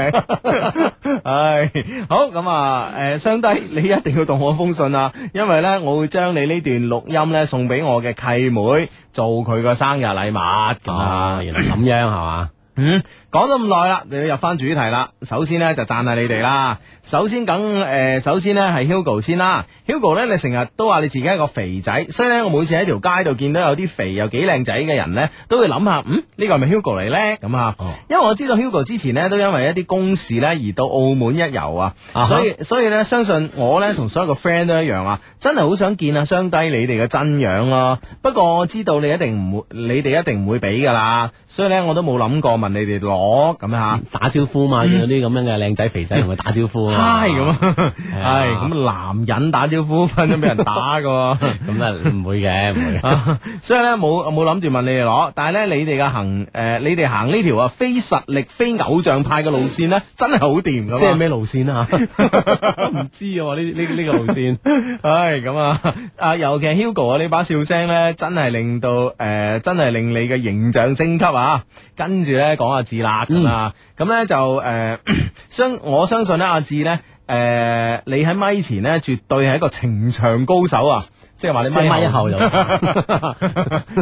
[SPEAKER 2] 名， 唉，好咁啊，诶、相低你一定要同我封信啊，因為呢，我會將你呢段錄音呢送俾我嘅契妹，做佢個生日禮物咁啊
[SPEAKER 3] 啊，。原來咁樣係嘛？
[SPEAKER 2] 嗯，講咗咁耐啦，就要入翻主題啦。首先呢，就讚下你哋啦。首先梗诶、呃首先呢係 Hugo 先啦。Hugo 呢，你成日都話你自己係一個肥仔，所以呢，我每次喺條街度見到有啲肥又幾靚仔嘅人呢，都會諗下，嗯，呢個係咪 Hugo 嚟呢？咁啊，
[SPEAKER 3] 哦
[SPEAKER 2] 因為我知道 Hugo 之前呢，都因為一啲公事呢而到澳門一遊啊，
[SPEAKER 3] 啊哈
[SPEAKER 2] 所以所以呢，相信我呢，同所有嘅 friend 都一樣啊，真係好想見啊雙低你哋嘅真樣咯、不過我知道你一定唔會，你哋一定唔會俾噶啦，所以呢，我都冇諗過問你哋攞咁吓。
[SPEAKER 3] 打招呼嘛，見到啲咁樣嘅靚仔肥仔同佢打招呼啊，
[SPEAKER 2] 嗨嗯咁啊，系
[SPEAKER 3] 啊
[SPEAKER 2] 咁男人打招呼分咗俾人打噶，
[SPEAKER 3] 咁啊唔會嘅，唔會 嘅。
[SPEAKER 2] 啊所以咧冇冇谂住問你哋攞，但係咧你哋嘅行诶，你哋行呢條啊非實力非偶像派嘅路線咧，真係好掂噶。
[SPEAKER 3] 即係咩路線啊？ 唔知啊，呢呢呢個路線
[SPEAKER 2] 唉，咁啊，啊，尤其 Hugo 啊，呢把笑聲咧，真係令到诶、呃真係令你嘅形象升級啊！跟住咧講阿志啦咁啊，
[SPEAKER 3] 嗯
[SPEAKER 2] 咁咧、就诶、呃 相我相信咧阿志咧。诶、你喺咪前咧，絕對係一個情場高手啊！即係話你咪
[SPEAKER 3] 咪後又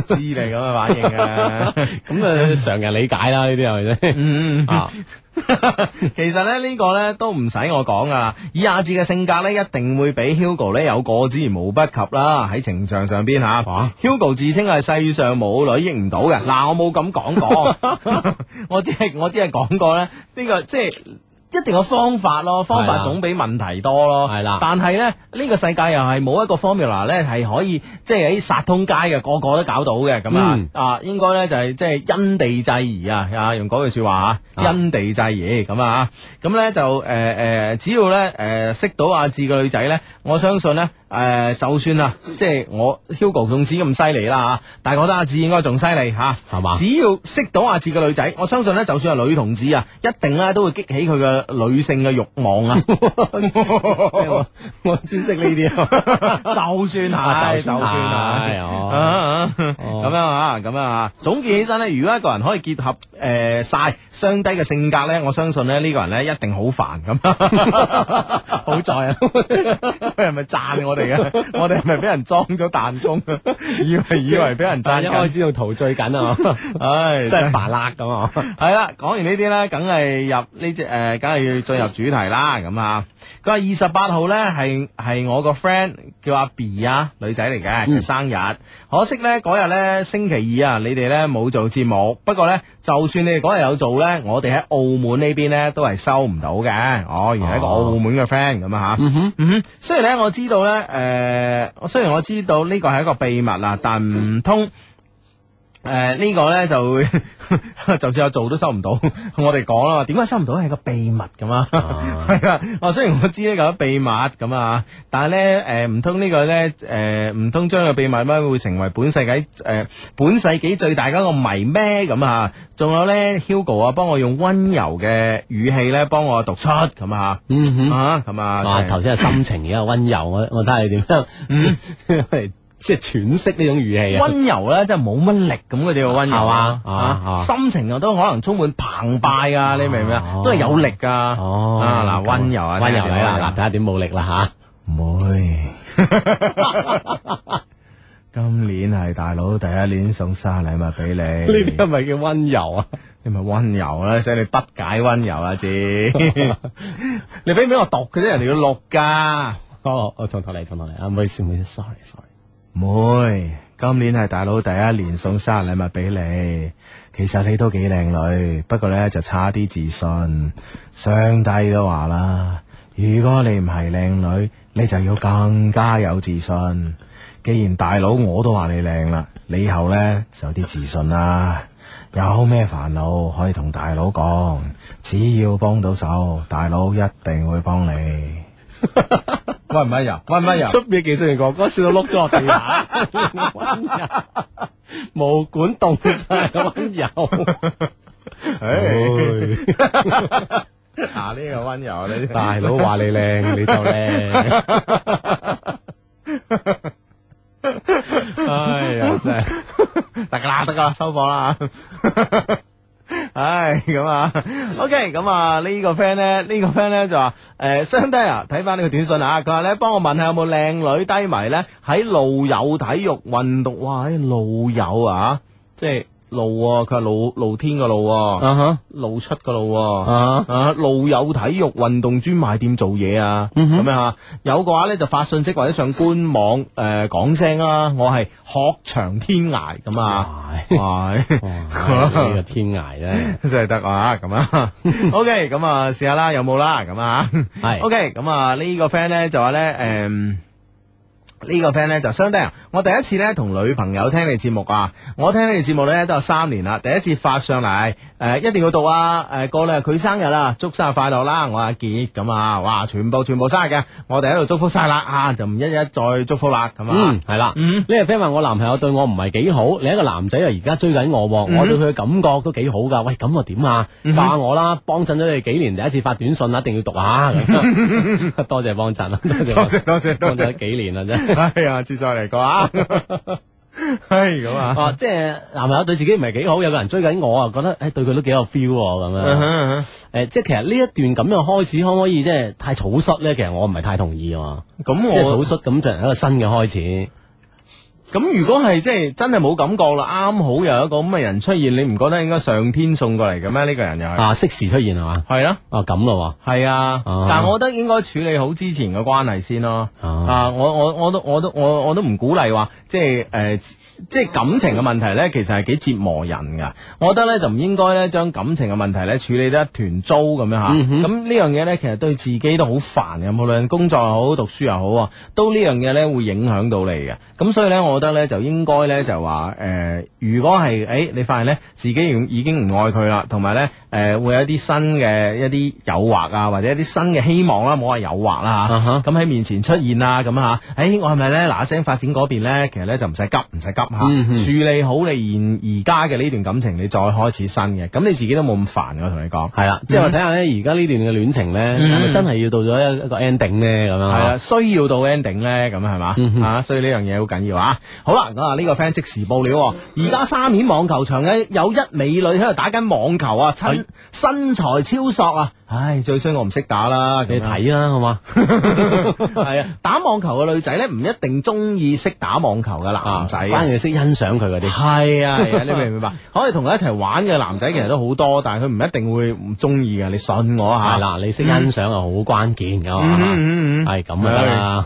[SPEAKER 2] 知你咁嘅反應啊！
[SPEAKER 3] 咁啊，常人理解啦，呢啲係咪先？
[SPEAKER 2] 嗯，
[SPEAKER 3] 啊，
[SPEAKER 2] 其實咧呢個咧都唔使我講噶啦，以阿志嘅性格咧，一定會比 Hugo 咧有過之而無不及啦。喺情場上邊吓
[SPEAKER 3] 哇
[SPEAKER 2] ，Hugo 自稱係世上冇女益唔到嘅。嗱，我冇咁講 過，我只係我只係講過咧，呢、個即係。一定有方法咯，方
[SPEAKER 3] 係
[SPEAKER 2] 法
[SPEAKER 3] 啦
[SPEAKER 2] 總比問題多咯。
[SPEAKER 3] 係啦
[SPEAKER 2] 但係咧，呢、個世界又係冇一個 formula 咧係可以即係喺殺通街嘅，個個都搞到嘅咁啊。
[SPEAKER 3] 嗯
[SPEAKER 2] 啊，應該咧就係即係因地制宜啊，啊用嗰句说話啊，
[SPEAKER 3] 啊
[SPEAKER 2] 因地制宜咁啊，咁咧就诶诶、呃只要咧诶、呃、识到阿志嘅女仔咧，我相信咧诶、呃就算啊，即係我 Hugo 仲使咁犀利啦吓，但係我覺得阿志應該仲犀利吓，
[SPEAKER 3] 係嘛
[SPEAKER 2] 只要識到阿志嘅女仔，我相信咧就算係女同志啊，一定咧都會激起佢嘅女性嘅慾望 啊，
[SPEAKER 3] 我我專識呢啲啊，
[SPEAKER 2] 就算 係，
[SPEAKER 3] 就算係
[SPEAKER 2] 啊
[SPEAKER 3] 哦，
[SPEAKER 2] 啊
[SPEAKER 3] 哦
[SPEAKER 2] 咁樣啊，咁樣啊，總結起身咧，如果一個人可以結合誒晒雙低嘅性格咧，我相信咧呢個人咧一定好煩咁。
[SPEAKER 3] 好在啊，
[SPEAKER 2] 佢係咪讚我哋嘅？我哋係咪俾人裝咗彈弓？啊以為以為俾人讚
[SPEAKER 3] 但係一開
[SPEAKER 2] 緊，
[SPEAKER 3] 始 仲陶醉 緊啊，
[SPEAKER 2] 唉，
[SPEAKER 3] 真係煩辣咁啊！
[SPEAKER 2] 係啦，講完呢啲咧，梗係入呢只誒，梗係要進入主題啦。咁啊，佢話二十八號咧係係我個 friend 叫阿 B 啊，女仔嚟嘅，佢生日。可惜咧嗰日咧星期二啊，你哋咧冇做節目。不過咧，就算你哋嗰日有做咧，我哋喺澳門呢邊咧都係收唔到嘅。哦，原來係一個澳門嘅 friend 咁啊嚇。嗯哼，雖然咧我知道咧，誒、呃，雖然我知道呢個係一個秘密啦，但唔通。誒、呃呢個呢就會 就算有做都收唔到，我哋講啦嘛，點解收唔到係個秘密咁啊？ 係啊，我雖然我知呢個係秘密咁啊，但係呢，誒唔通呢個呢，誒唔通將個秘密乜會成為本世紀誒、呃本世紀最大嘅一個謎咩咁啊？仲有呢 h u g o 啊，幫我用温柔嘅語氣呢，幫我讀出咁啊，
[SPEAKER 3] 嗯哼。
[SPEAKER 2] 啊咁啊，
[SPEAKER 3] 啊，
[SPEAKER 2] 真係
[SPEAKER 3] 頭先係心情，而家係温柔，我我睇下你點樣，嗯， 即係喘息呢種語氣啊，
[SPEAKER 2] 温柔咧，真係冇乜力咁嗰啲叫温柔
[SPEAKER 3] 係嘛啊啊
[SPEAKER 2] 心情又都可能充滿澎湃啊！你明唔明啊
[SPEAKER 3] 哦？
[SPEAKER 2] 都係有力噶。
[SPEAKER 3] 哦
[SPEAKER 2] 啊嗱，温柔啊，
[SPEAKER 3] 温柔嚟
[SPEAKER 2] 睇下
[SPEAKER 3] 啦，嗱，睇下點冇力啦
[SPEAKER 2] 點樣，唔 會。今年係大佬第一年送生日禮物俾
[SPEAKER 3] 吓，呢啲
[SPEAKER 2] 你，
[SPEAKER 3] 係咪叫温柔啊？
[SPEAKER 2] 你咪温柔啦，使你不解温柔啊， 姐。你俾唔俾我讀嘅啫？人哋要錄㗎。
[SPEAKER 3] 哦，我從頭嚟，從頭嚟啊，唔好意思，唔好意思，sorry，sorry。
[SPEAKER 2] 妹，今年系大佬第一年送生日礼物俾你，其实你都几靓女，不过呢就差啲自信。上帝都话啦，如果你唔系靓女，你就要更加有自信。既然大佬我都話你靚啦，你以後呢就有啲自信啦。有咩煩惱可以同大佬講，只要幫到手，大佬一定會幫你。温唔温柔？温唔啊温柔？
[SPEAKER 3] 出面技術員哥哥笑到碌咗落地下，温柔 毛管凍晒，温柔。啊
[SPEAKER 2] 嗱啊呢個温柔你
[SPEAKER 3] 大佬話你靚，你就靚。 哎呀，真係
[SPEAKER 2] 得噶啦，得噶啦，收貨啦。唉，咁啊，OK，咁啊，呢個 friend 咧，呢個 friend 咧就話，誒，相低啊，睇翻呢個短信啊，佢話咧，幫我問下有冇靚女低迷咧，喺路友體育運動，哇，喺路友啊，即係路喎，佢話露露天個路喎，
[SPEAKER 3] 啊哈
[SPEAKER 2] 露出個路喎。
[SPEAKER 3] 啊
[SPEAKER 2] 啊，路友體育運動專賣店做嘢啊，咁、樣啊，有嘅話咧就發信息或者上官網誒講、聲啦，我係學長天涯咁啊，係。
[SPEAKER 3] 哇！呢個天涯咧，
[SPEAKER 2] 真系得啊，咁 啊，OK，咁啊試下啦，有冇啦，咁啊
[SPEAKER 3] 係
[SPEAKER 2] ，OK，咁啊呢個 friend 咧就話咧，诶、呢個 friend 咧就相當啊！我第一次咧同女朋友聽你節目啊，我聽你節目咧都有三年啦，第一次發上嚟，誒、一定要讀啊！誒、過兩日佢生日啦，祝生日快樂啦！我阿傑咁啊，哇！全部全部生日嘅，我哋喺度祝福晒啦啊，就唔一一再祝福啦咁啊
[SPEAKER 3] 嗯，，係啦。
[SPEAKER 2] 嗯
[SPEAKER 3] 呢個 friend 話我男朋友對我唔係幾好，另一個男仔又而家追緊我
[SPEAKER 2] 嗯
[SPEAKER 3] 喎，我對佢嘅感覺都幾好噶。喂，咁我點啊？教下我啦，幫襯咗你幾年，第一次發短信啦，一定要 讀下。咁多謝幫襯啦，多謝幫襯
[SPEAKER 2] 多謝
[SPEAKER 3] 幫襯咗幾年啊啦，真係。
[SPEAKER 2] 哎呀，志在嚟過啊， 係咁啊。
[SPEAKER 3] 哦，即係男朋友對自己唔係幾好，有個人追緊我啊，覺得誒對佢都幾有 feel 喎咁
[SPEAKER 2] 嗯
[SPEAKER 3] 樣。誒，即係其實呢一段咁樣開始，可唔可以即係太草率咧？其實我唔係太同意啊。
[SPEAKER 2] 咁
[SPEAKER 3] 即係草
[SPEAKER 2] 我
[SPEAKER 3] 率咁，就係一個新嘅開始。
[SPEAKER 2] 咁如果係即係真係冇感覺啦，啱好又有一個咁嘅人出現，你唔覺得應該上天送過嚟嘅咩？呢、個人又係
[SPEAKER 3] 啊，適時出現係嘛？
[SPEAKER 2] 係啊。
[SPEAKER 3] 啊，咁咯
[SPEAKER 2] 係啊，
[SPEAKER 3] 啊
[SPEAKER 2] 但係我覺得應該處理好之前嘅關係先咯。
[SPEAKER 3] 啊
[SPEAKER 2] 啊，我我我都我都我我都唔鼓勵話，即係誒、呃即係感情嘅問題咧，其實係幾折磨人噶。我覺得咧就唔應該咧將感情嘅問題咧處理得一團糟咁樣吓。咁、呢樣嘢咧，其實對自己都好煩嘅，無論工作又好、讀書又好啊，都呢樣嘢咧會影響到你嘅。咁所以咧，我覺得咧就應該咧就話誒、呃如果係誒、欸你發現咧自己已已經唔愛佢啦，同埋咧誒會有一啲新嘅一啲誘惑啊，或者一啲新嘅希望啦，冇話誘惑啦嚇
[SPEAKER 3] 啊哈
[SPEAKER 2] 咁喺面前出現啊，咁啊，誒，我係咪咧嗱聲發展嗰邊咧？其實咧就唔使急，唔使急嚇，
[SPEAKER 3] 嗯
[SPEAKER 2] 處理好你現而家嘅呢段感情，你再開始新嘅，咁你自己都冇咁煩嘅，我同你講。嗯
[SPEAKER 3] 喎，係 啦，即係話睇下咧，而家呢段嘅戀情咧，係咪真係要到咗一一個 ending 咧？咁樣
[SPEAKER 2] 係
[SPEAKER 3] 啊嗯
[SPEAKER 2] 啊，需要到 ending 咧，咁係嘛啊，所以呢樣嘢好緊要啊。好啦，咁啊呢個 friend 即時報料喎，而家沙面網球場咧有一美女喺度打緊網球啊，
[SPEAKER 3] 哎
[SPEAKER 2] 身身材超索啊，唉，最衰我唔識打啦，
[SPEAKER 3] 你
[SPEAKER 2] 咁樣
[SPEAKER 3] 睇啦，好嘛？
[SPEAKER 2] 系啊，打網球嘅女仔咧，唔一定中意識打網球嘅男仔
[SPEAKER 3] 啊關
[SPEAKER 2] 嘅。
[SPEAKER 3] 鍵識欣賞佢嗰啲。
[SPEAKER 2] 係 啊，係啊，你明唔明白？可以同佢一齊玩嘅男仔其實都好多，但係佢唔一定會唔中意嘅。你信我吓。
[SPEAKER 3] 係啦，你識欣賞係啊好關鍵噶嘛？
[SPEAKER 2] 啊嗯，嗯嗯
[SPEAKER 3] 係咁啊得啦，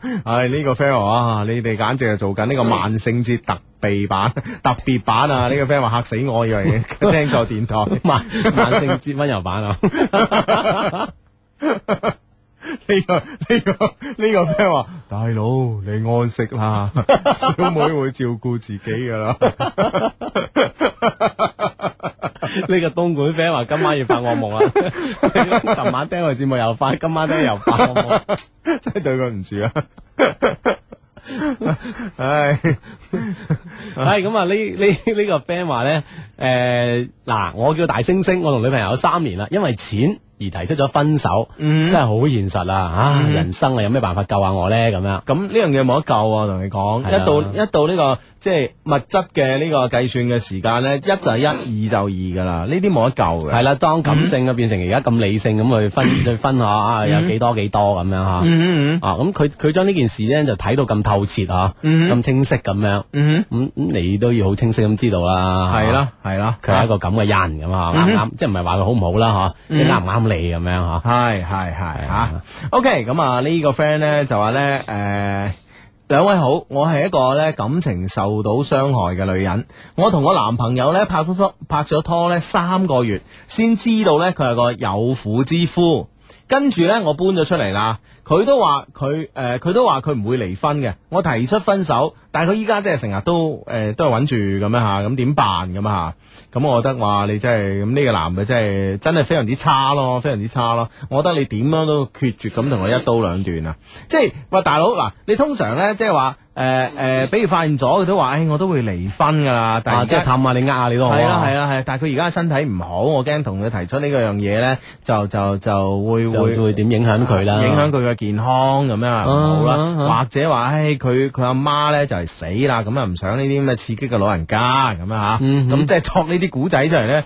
[SPEAKER 2] 係呢個 friend 話啊，你哋簡直係做緊呢個萬聖節特備版、 特別版啊！呢個 friend 話嚇死我，以為 你聽錯電台。
[SPEAKER 3] 萬萬聖節温柔版啊！
[SPEAKER 2] 呢、個呢、個呢、個 friend 話：大佬你安息啦， 小妹會照顧自己噶啦。
[SPEAKER 3] 呢個東莞 friend 話今晚要發 惡夢啦， 琴晚聽我節目又發，今晚聽又發惡夢。
[SPEAKER 2] 真系对佢唔住啊！ 唉，
[SPEAKER 3] 系咁啊！呢呢呢个 friend 话咧，诶、嗱，我叫大猩猩，我同女朋友有三年啦，因为钱而提出咗分手，
[SPEAKER 2] 嗯
[SPEAKER 3] 真系好现实啊！啊，人生啊，有咩办法救下我咧？咁样
[SPEAKER 2] 咁呢樣嘢冇得救啊！同你講，
[SPEAKER 3] 係啊
[SPEAKER 2] 一到一到呢、個即係物質嘅呢個計算嘅時間咧，一就係一，二就二噶啦，呢啲冇得救嘅。
[SPEAKER 3] 系啦，当感性啊变成而家咁理性咁去分去分下啊，有几多几多咁样吓。
[SPEAKER 2] 嗯嗯嗯
[SPEAKER 3] 啊，咁佢佢將呢件事咧就睇到咁透徹啊，
[SPEAKER 2] 嗯
[SPEAKER 3] 咁清晰咁樣，
[SPEAKER 2] 嗯
[SPEAKER 3] 咁咁你都要好清晰咁知道啦，
[SPEAKER 2] 哼，系啦系啦，
[SPEAKER 3] 佢係一個咁嘅人咁
[SPEAKER 2] 嗯
[SPEAKER 3] 啊，啱唔啱？即係唔係話佢好唔好啦，吓，即係啱唔啱你咁樣吓。
[SPEAKER 2] 係係係吓。OK，咁啊呢個 friend 咧就話咧誒。兩位好，我係一個咧感情受到傷害嘅女人。我同我男朋友咧拍咗拖，拍咗拖咧三個月，先知道咧佢係個有婦之夫。跟住咧我搬咗出嚟啦，佢都話佢呃誒，佢、都話佢唔會離婚嘅。我提出分手，但係佢依家真係成日都誒、呃都係揾住咁樣嚇，咁點辦咁啊嚇？咁我覺得話你真係咁呢個男嘅真係真係非常之差咯，非常之差咯。我覺得你點樣都決絕咁同佢一刀兩斷啊！即係喂大佬嗱，你通常咧即係話呃誒誒，俾佢發現咗，佢都話誒、我都會離婚㗎啦。但係
[SPEAKER 3] 啊，
[SPEAKER 2] 而
[SPEAKER 3] 即
[SPEAKER 2] 家
[SPEAKER 3] 係氹下你，呃下你都好
[SPEAKER 2] 係啦係
[SPEAKER 3] 啦，
[SPEAKER 2] 啦係，但係佢而家身體唔好，我驚同佢提出呢個樣嘢咧，就就就會
[SPEAKER 3] 就
[SPEAKER 2] 會
[SPEAKER 3] 會點影響佢啦？
[SPEAKER 2] 影響佢嘅健康咁樣啊唔好
[SPEAKER 3] 啊
[SPEAKER 2] 啦，或者話唉佢佢阿媽咧就係死啦，咁啊唔想呢啲咁嘅刺激嘅老人家咁啊吓，
[SPEAKER 3] 嗯哼
[SPEAKER 2] 咁即係作呢啲古仔出嚟咧，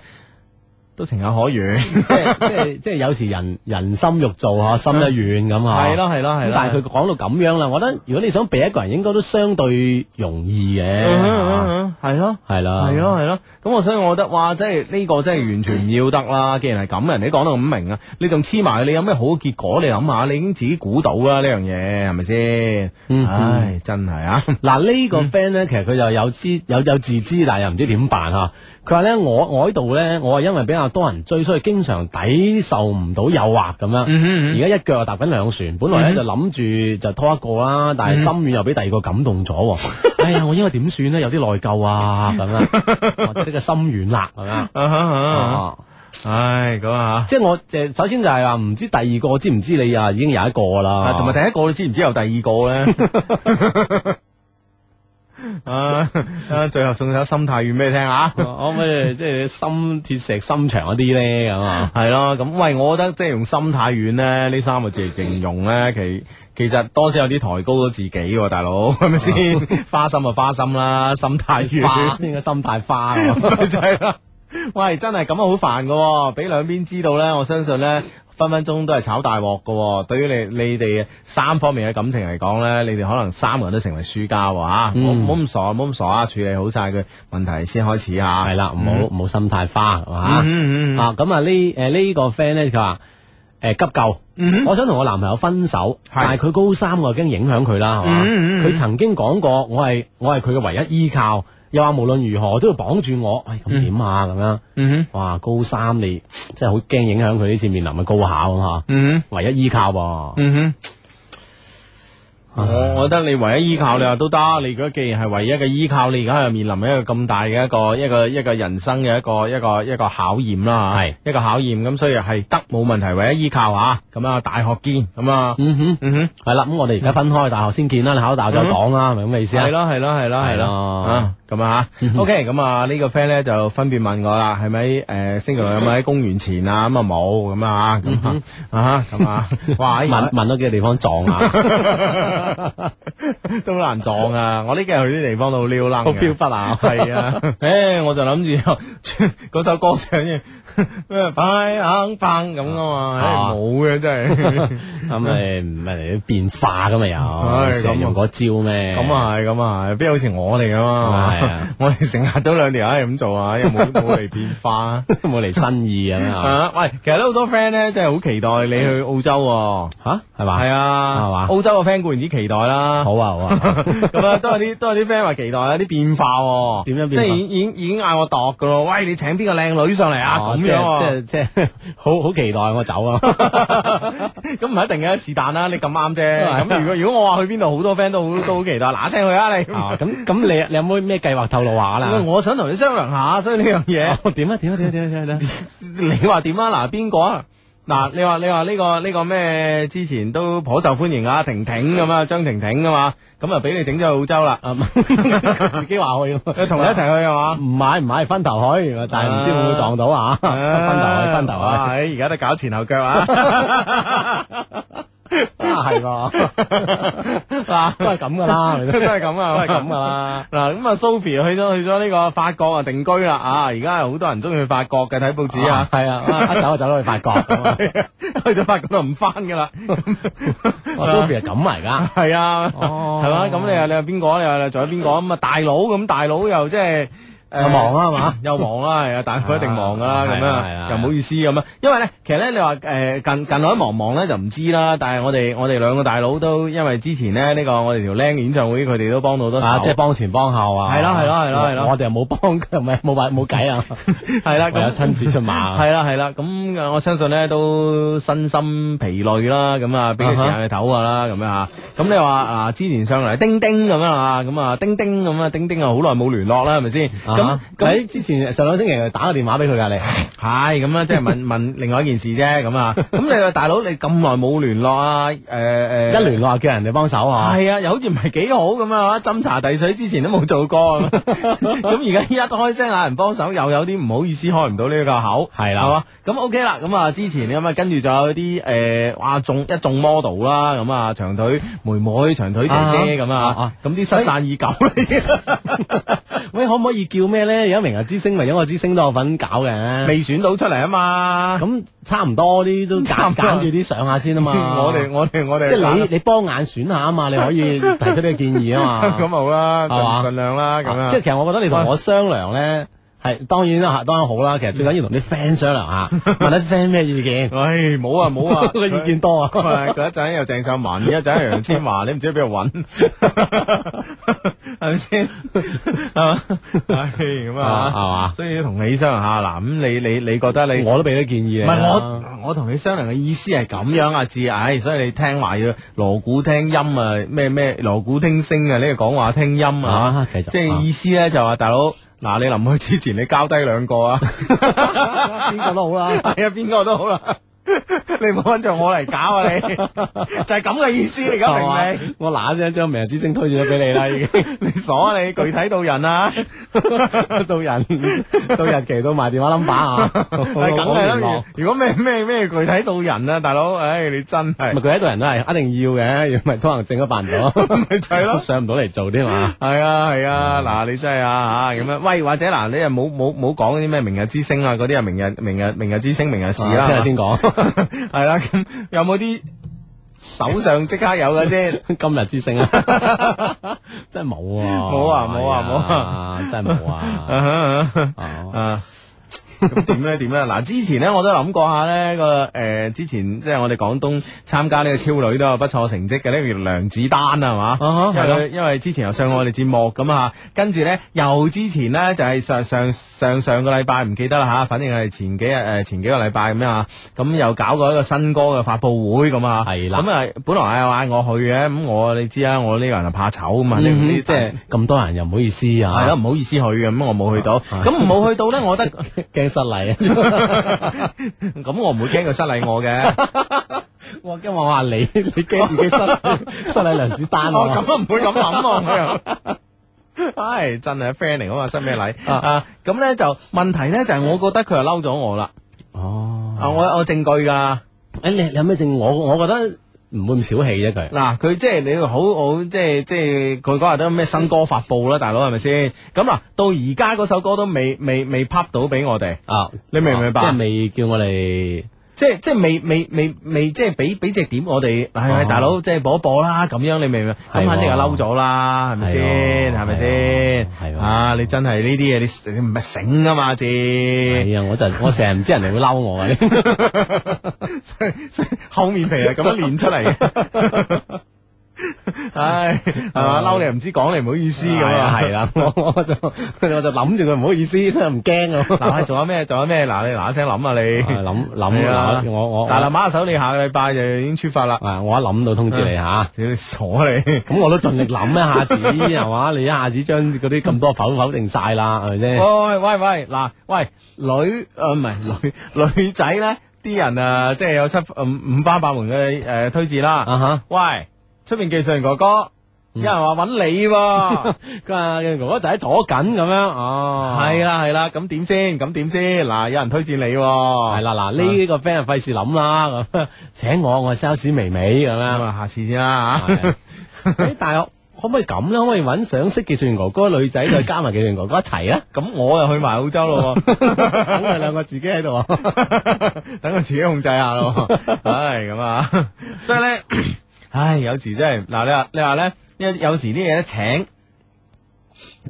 [SPEAKER 2] 都情有可 原，啊係
[SPEAKER 3] 即係即係即係有時人人心欲造嚇，心一軟咁嚇。
[SPEAKER 2] 咯嗯係咯係
[SPEAKER 3] 咁
[SPEAKER 2] 咯，
[SPEAKER 3] 但係佢啊講到咁樣啦，我覺得如果你想避一個人，應該都相對容易嘅，
[SPEAKER 2] 嗯哼嗯
[SPEAKER 3] 嚇
[SPEAKER 2] 哼係咯。
[SPEAKER 3] 係啦，
[SPEAKER 2] 系咯系咯，咁我所以我覺得哇，真係呢個真係完全唔要得啦！既然係咁，人哋講到咁明啊，你仲黐埋佢，你有咩好嘅結果？你諗下，你已經自己估到啦呢樣嘢，係咪先？
[SPEAKER 3] 嗯
[SPEAKER 2] 唉，真係啊！
[SPEAKER 3] 嗱呢個 friend 咧，其實佢就有知有有自知，但係又唔知點辦嚇。佢話咧，我我喺度咧，我係因為比較多人追，所以經常抵受唔到誘惑咁
[SPEAKER 2] 嗯
[SPEAKER 3] 樣。而家一腳就踏緊兩船，本來咧就諗住就拖一個啦，
[SPEAKER 2] 嗯
[SPEAKER 3] 但係心軟又俾第二個感動咗喎。 哎呀，我應該點算咧？有啲內疚啊 咁樣，或者呢個心軟啦咁 樣。
[SPEAKER 2] 啊哈啊
[SPEAKER 3] 哦
[SPEAKER 2] 哈唉，咁啊，
[SPEAKER 3] 即係我誒，首先就係話唔知第二個知唔知你啊已經有一個啦
[SPEAKER 2] 啊，同埋第一個你知唔知有第二個咧？ 啊啊！最後送首心太軟俾你聽啊！
[SPEAKER 3] 可唔可以即係心鐵石心腸一啲咧咁啊？
[SPEAKER 2] 系咯，咁喂，我覺得即係用心太軟咧呢三個字嚟形容咧，其其實多少有啲抬高咗自己喎，大佬係咪 先？花心就花心啦，心太
[SPEAKER 3] 花
[SPEAKER 2] 軟
[SPEAKER 3] 呢個心大花 咁啊
[SPEAKER 2] 咪就係啦。喂，真係咁啊，好煩噶、喎，俾兩邊知道咧，我相信咧。分分鐘都係炒大鑊噶、喎。對於你你哋三方面嘅感情嚟講咧，你哋可能三個人都成為輸家喎嚇，唔好唔好咁傻，唔好咁傻啊！處理好晒佢問題先開始啊嚇。
[SPEAKER 3] 係啦，唔好唔好心太花係嘛
[SPEAKER 2] 嗯嗯嗯嗯
[SPEAKER 3] 啊！咁啊呢誒呢個 friend 咧，佢話誒急救。我想同我男朋友分手，但係佢高三，我已經影響佢啦，係嘛？佢曾經講過，我係我係佢嘅唯一依靠，又話無論如何都要綁住我。喂，咁點啊？咁樣，
[SPEAKER 2] 嗯
[SPEAKER 3] 哇！高三你真係好驚影響佢呢次面臨嘅高考啊！嚇，
[SPEAKER 2] 嗯
[SPEAKER 3] 唯一依靠喎。
[SPEAKER 2] 嗯哼，我我覺得你唯一依靠你話啊都得，你如果既然係唯一嘅依靠，你而家係面臨一個咁大嘅一個一個一個人生嘅一個一個一個考驗啦，
[SPEAKER 3] 係
[SPEAKER 2] 一個考驗，咁所以係得冇問題，唯一依靠啊，咁啊大學見，咁啊，
[SPEAKER 3] 嗯哼，
[SPEAKER 2] 嗯哼，
[SPEAKER 3] 係啦，咁我哋而家分開大學先見啦，你考大學再講啦，係咪咁嘅意思啊
[SPEAKER 2] 係？咯係咯係咯係
[SPEAKER 3] 係咯
[SPEAKER 2] 咯，啊咁 啊，OK，咁啊呢個 friend 咧就分別問我啦，係咪誒星期六有冇喺公園前啊？咁啊冇，咁啊咁啊 啊咁啊，哇！哎
[SPEAKER 3] 問問多幾個地方撞啊！
[SPEAKER 2] 都好難撞啊！我呢幾日去啲地方都好撩楞，
[SPEAKER 3] 好飄
[SPEAKER 2] 忽啊！係啊， 誒，我就諗住有 嗰首歌唱 嘅咩快硬棒咁啊
[SPEAKER 3] 啊
[SPEAKER 2] 嘛，唉冇嘅真係，
[SPEAKER 3] 咁咪唔係變化噶嘛
[SPEAKER 2] 啊唉
[SPEAKER 3] 又，成日
[SPEAKER 2] 咁啊
[SPEAKER 3] 用嗰招 咩？
[SPEAKER 2] 咁啊係咁啊係，邊有好似我哋啊
[SPEAKER 3] 係
[SPEAKER 2] 嘛
[SPEAKER 3] 啊，
[SPEAKER 2] 我哋成日都兩條唉咁做啊，又冇冇嚟變化
[SPEAKER 3] 冇嚟新意咁啊，
[SPEAKER 2] 啊！喂，其實都好多 friend 咧，真係好期待你去澳洲喎，
[SPEAKER 3] 吓係嘛？
[SPEAKER 2] 係 啊，
[SPEAKER 3] 係嘛
[SPEAKER 2] 澳洲嘅 friend 固然之期待啦，
[SPEAKER 3] 好啊好啊，
[SPEAKER 2] 咁啊，都有啲都有啲 friend 話期待有啲變化喎，
[SPEAKER 3] 點樣變
[SPEAKER 2] 即
[SPEAKER 3] 化
[SPEAKER 2] 係已已經已經嗌我度噶咯，喂，你請邊個靚女上嚟啊？
[SPEAKER 3] 哦
[SPEAKER 2] 咁
[SPEAKER 3] 即
[SPEAKER 2] 樣
[SPEAKER 3] 係
[SPEAKER 2] 喎，
[SPEAKER 3] 即係即係 好好期待我走啊！
[SPEAKER 2] 咁唔一定嘅，是但啦，你咁啱啫。
[SPEAKER 3] 係啊
[SPEAKER 2] 咁如果如果我話去邊度，好多 friend 都好都好期待，嗱聲去啊你。
[SPEAKER 3] 啊咁咁你你有冇咩計劃透露下啦？
[SPEAKER 2] 我想同你商量下，所以呢樣嘢，
[SPEAKER 3] 哦點啊點啊點啊點 啊點啊！
[SPEAKER 2] 你話點啊？嗱，邊個啊？嗱，你話你話呢個呢個咩？之前都頗受歡迎啊，婷婷咁啊，張婷婷啊嘛，咁啊俾你整咗去澳洲啦，
[SPEAKER 3] 啊 唔自己話去，
[SPEAKER 2] 你同你一齊去啊嘛？
[SPEAKER 3] 唔買唔買分頭去，但係唔知會唔會撞到啊？分頭去 分頭去
[SPEAKER 2] 嗯啊，唉而家都搞前後腳 啊！
[SPEAKER 3] 啊係喎，
[SPEAKER 2] 嗱，
[SPEAKER 3] 都係咁噶啦，係咪
[SPEAKER 2] 啊都
[SPEAKER 3] 先
[SPEAKER 2] 係咁啊，
[SPEAKER 3] 都係咁噶啦。
[SPEAKER 2] 嗱，咁啊，Sophie 去咗去咗呢個法國啊定居啦啊！而家有好多人中意去法國嘅，睇報紙啊，
[SPEAKER 3] 係啊，一走就走咗去法國咁啊。
[SPEAKER 2] 去咗法國就唔翻 噶啦。啊
[SPEAKER 3] 哦 Sophie 係咁嚟噶。
[SPEAKER 2] 係啊，係
[SPEAKER 3] 哦
[SPEAKER 2] 嘛？咁你話你話邊個？你話仲有邊個咁啊？大佬咁大佬又即係。誒、诶
[SPEAKER 3] 又忙啊嘛，
[SPEAKER 2] 又忙啦，系啊，大概一定忙噶啦，
[SPEAKER 3] 係啊
[SPEAKER 2] 咁
[SPEAKER 3] 係啊
[SPEAKER 2] 啊，又唔好意思咁啊，因為咧，其實咧，你話诶近近來忙唔忙咧就唔知啦，但係我哋我哋兩個大佬都因為之前咧呢個我哋條僆演唱會，佢哋都幫到好多手，
[SPEAKER 3] 啊，即係幫前幫後啊，
[SPEAKER 2] 係啦係啦係啦係啦
[SPEAKER 3] 我哋又冇幫，唔 係冇辦冇計啊，
[SPEAKER 2] 係啦，
[SPEAKER 3] 唯有
[SPEAKER 2] 咁
[SPEAKER 3] 親自出馬。啊
[SPEAKER 2] 系啦系啦，咁呃我相信咧都身心疲累啦，咁啊俾啲時間去唞下啦，咁樣吓。咁你話啊之前上嚟叮叮咁樣啊，咁啊叮叮咁啊叮叮啊好耐冇聯絡啦，係咪先？咁
[SPEAKER 3] 咁
[SPEAKER 2] 咁
[SPEAKER 3] 喺之前上兩星期打個電話俾佢㗎，你
[SPEAKER 2] 係咁啊，即係問 問另外一件事啫，咁啊。咁你話大佬你咁耐冇聯絡啊？诶诶，
[SPEAKER 3] 一聯絡就叫人哋幫手啊，
[SPEAKER 2] 系啊，又好似唔係幾好咁啊，斟茶遞水之前都冇做 過，咁咁而家一開聲啊嗌人幫手，又有啲唔好意思開唔到呢個口，
[SPEAKER 3] 係啦
[SPEAKER 2] 系嘛，咁 OK 啦，咁啊之前咁啊，跟住仲有啲诶，哇中一眾 model 啦，咁啊長腿妹妹、長腿姐姐咁
[SPEAKER 3] 啊
[SPEAKER 2] 啊
[SPEAKER 3] 啊，
[SPEAKER 2] 咁啲失散已久啦，已經
[SPEAKER 3] 喂，可唔可以叫咩咧？而家明日之星咪音樂之星都有份搞 嘅，
[SPEAKER 2] 未選到出嚟啊嘛，
[SPEAKER 3] 咁差唔多啲都
[SPEAKER 2] 差唔
[SPEAKER 3] 揀
[SPEAKER 2] 多
[SPEAKER 3] 揀住啲上下先啊嘛。
[SPEAKER 2] 我哋我哋我哋
[SPEAKER 3] 即係你你幫眼選下啊嘛，你 可以提出呢個建議啊嘛。
[SPEAKER 2] 咁好啦，
[SPEAKER 3] 係嘛
[SPEAKER 2] 盡盡量啦，咁
[SPEAKER 3] 啊
[SPEAKER 2] 樣
[SPEAKER 3] 即係其實我覺得你同我商量咧，係當然啦，當然好啦。其實最緊要同啲 friend 商量 下，問啲 friend 咩意見，
[SPEAKER 2] 唉冇啊冇 啊，
[SPEAKER 3] 個意見多啊。
[SPEAKER 2] 喂嗰一陣又鄭秀文，一陣又楊千嬅， 你唔知喺邊度揾， 係咪先？ 係嘛？係咁
[SPEAKER 3] 啊
[SPEAKER 2] 啊，
[SPEAKER 3] 係嘛
[SPEAKER 2] 所以要同你商量下嗱，咁你你你覺得你啊
[SPEAKER 3] 我都俾咗建議啊你
[SPEAKER 2] 唔
[SPEAKER 3] 啦
[SPEAKER 2] 係我我同你商量嘅意思係咁樣啊，志，唉，所以你聽話要锣鼓聽音啊，咩咩锣鼓聽聲啊，呢個講話聽音啊
[SPEAKER 3] 啊，繼續
[SPEAKER 2] 即係
[SPEAKER 3] 啊
[SPEAKER 2] 意思咧就話大佬。嗱，你臨去之前，你交低兩個啊，
[SPEAKER 3] 邊個都好啦。
[SPEAKER 2] 係啊，邊個都好啦， 你唔好揾着我嚟搞啊 你，就係咁嘅意思，你而家明唔明？
[SPEAKER 3] 係嘛我嗱一聲將明日之星推薦咗俾你啦，已經
[SPEAKER 2] 你傻啊你，具體到人啊，
[SPEAKER 3] 到人到日期到埋電話 number 啊，
[SPEAKER 2] 係梗係
[SPEAKER 3] 好聯
[SPEAKER 2] 啦
[SPEAKER 3] 絡。
[SPEAKER 2] 如果咩咩咩具體到人啊，大佬，唉，你真
[SPEAKER 3] 咪
[SPEAKER 2] 係
[SPEAKER 3] 佢一個人都係一定要嘅，如果唔係通行證都辦唔 到，
[SPEAKER 2] 咪就係咯
[SPEAKER 3] 都。上唔到嚟做 添嘛。
[SPEAKER 2] 係啊係啊，嗱你真係啊吓咁樣，喂或者嗱你又冇冇冇講啲咩明日之星啊嗰啲啊明日明日明日之星明日事啦，
[SPEAKER 3] 啊聽日先講，
[SPEAKER 2] 係啦咁有冇啲手上即刻有嘅 先？
[SPEAKER 3] 今日之星啊，真係冇喎。
[SPEAKER 2] 冇啊冇啊冇
[SPEAKER 3] 啊，真係冇啊。 哦
[SPEAKER 2] 啊。咁點咧？點咧？嗱，之前咧我都諗過下咧個誒，之前即係我哋廣東參加呢個超女都有不錯成績嘅，呢個叫梁子丹啊係嘛，
[SPEAKER 3] 哈
[SPEAKER 2] 因為佢因為之前又上過我哋節目咁啊，跟住咧又之前咧就係上上上上個禮拜唔記得啦嚇，反正係前幾日誒前幾個禮拜咁樣啊，咁又搞過一個新歌嘅發佈會咁啊，
[SPEAKER 3] 係啦
[SPEAKER 2] 咁啊本來係嗌我去嘅，咁我你知啦，我呢個人係怕醜啊嘛，你你
[SPEAKER 3] 嗯即
[SPEAKER 2] 即係
[SPEAKER 3] 係。咁多人又唔好意思啊，
[SPEAKER 2] 係咯，唔好意思去嘅，咁我冇去到，咁唔冇去到咧，我覺得
[SPEAKER 3] 驚失禮啊！
[SPEAKER 2] 咁我唔會驚佢失禮我嘅，
[SPEAKER 3] 我驚我話你， 你驚自己失禮失禮梁子丹
[SPEAKER 2] 哦咁
[SPEAKER 3] 啊！
[SPEAKER 2] 啊唔會咁諗喎，我又。 唉，真係 friend 嚟噶嘛，失咩禮啊？咁咧就問題咧就係，我覺得佢又嬲咗我啦。
[SPEAKER 3] 哦，
[SPEAKER 2] 啊，我我證據㗎，
[SPEAKER 3] 誒你你有咩證？我我覺得唔會咁小氣啫佢。
[SPEAKER 2] 嗱，佢即係你好好，即係即係佢嗰日都咩新歌發布啦，大佬係咪先？咁啊，到而家嗰首歌都未未未 pop 到俾我哋，
[SPEAKER 3] 啊，
[SPEAKER 2] 你明唔明白
[SPEAKER 3] 即係未叫我哋
[SPEAKER 2] 即係即係未未未未即係俾俾隻點我哋，係係
[SPEAKER 3] 哦
[SPEAKER 2] 大佬即係播一播啦，咁樣你明唔明？
[SPEAKER 3] 係
[SPEAKER 2] 咁
[SPEAKER 3] 喎
[SPEAKER 2] 肯定係嬲咗啦，係咪
[SPEAKER 3] 係
[SPEAKER 2] 先？
[SPEAKER 3] 喎
[SPEAKER 2] 係咪先？
[SPEAKER 3] 係喎
[SPEAKER 2] 啊！你真係呢啲嘢，你你唔係醒啊嘛， 姐，
[SPEAKER 3] 係啊！我就我成日唔知人哋會嬲 我啊！你
[SPEAKER 2] 厚面皮係咁樣練出嚟嘅。 唉，係嘛嬲你又唔知講，你唔好意思咁
[SPEAKER 3] 哦係
[SPEAKER 2] 啊
[SPEAKER 3] 啊，， 係啦，我我就我就諗住佢唔好意思， 唔驚啊！
[SPEAKER 2] 嗱，仲有咩？仲有咩？嗱，你嗱一聲諗啊，
[SPEAKER 3] 啊
[SPEAKER 2] 你
[SPEAKER 3] 諗
[SPEAKER 2] 係
[SPEAKER 3] 諗
[SPEAKER 2] 啊
[SPEAKER 3] 啊！我我
[SPEAKER 2] 大喇馬手，你下個禮拜就已經出發啦。
[SPEAKER 3] 啊！我一諗到通知你吓。
[SPEAKER 2] 屌你傻啊你！
[SPEAKER 3] 咁我都盡力諗一下子， 係嘛？你一下子將嗰啲咁多否否定晒啦，係咪 先？
[SPEAKER 2] 喂喂喂，嗱，喂女诶唔系女女仔咧，啲人啊，即係有七五五花八門嘅诶、呃推薦啦。
[SPEAKER 3] 啊哈！
[SPEAKER 2] 喂，出面技術人哥哥，有人話揾你喎，
[SPEAKER 3] 佢話哥哥仔坐緊咁樣，哦，
[SPEAKER 2] 係啦係啦，咁點先？咁點先？嗱，有人推薦你喎，
[SPEAKER 3] 係啦，嗱
[SPEAKER 2] 啊 Ờ.
[SPEAKER 3] 呢個 friend 啊費事諗啦，咁樣請我，我係 sales 微微咁
[SPEAKER 2] 咁
[SPEAKER 3] 樣。
[SPEAKER 2] 啊，下次先啦 吓。
[SPEAKER 3] 係誒但係可唔可以咁咧？可唔可以揾想識技術員哥哥嘅女仔，再加埋技術員哥哥一齊啊咧？
[SPEAKER 2] 咁我又去埋澳洲咯喎，
[SPEAKER 3] 等佢兩個自己喺 度啊。
[SPEAKER 2] 等佢自己控制下咯喎。唉，咁啊，所以咧，唉，有時真係嗱，你話你話咧，有有時啲嘢咧請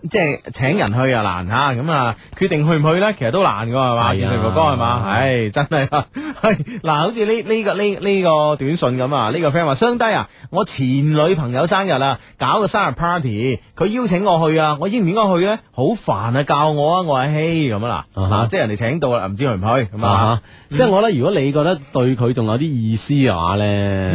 [SPEAKER 2] 即係請人去啊難吓，咁啊決定去唔去咧，其實都難噶係嘛，
[SPEAKER 3] 係啊
[SPEAKER 2] 宇順哥哥係嘛，唉真係啊， 係嗱，好似呢呢個呢呢個短信咁啊，呢個 friend 話相低啊，我前女朋友生日啊，搞個生日 party，佢邀請我去啊，我應唔應該去咧？好煩啊，教我啊，我話嘿咁啊
[SPEAKER 3] 啊哈
[SPEAKER 2] 嗱，即係人哋請到啦，唔知去唔去咁啊
[SPEAKER 3] 啊，即系我覺得，如果你覺得對佢仲有啲意思嘅話咧